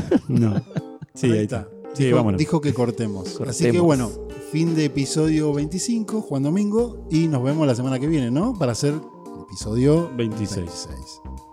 Speaker 3: No. Sí,
Speaker 1: Ahí
Speaker 3: ahí
Speaker 1: está.
Speaker 3: está. Sí,
Speaker 1: dijo,
Speaker 3: vámonos.
Speaker 1: dijo que cortemos. Así que
Speaker 2: Cortemos.
Speaker 1: bueno, fin de episodio 25, Juan Domingo, y nos vemos la semana que viene, ¿no? Para hacer el episodio
Speaker 3: 26.
Speaker 1: 26.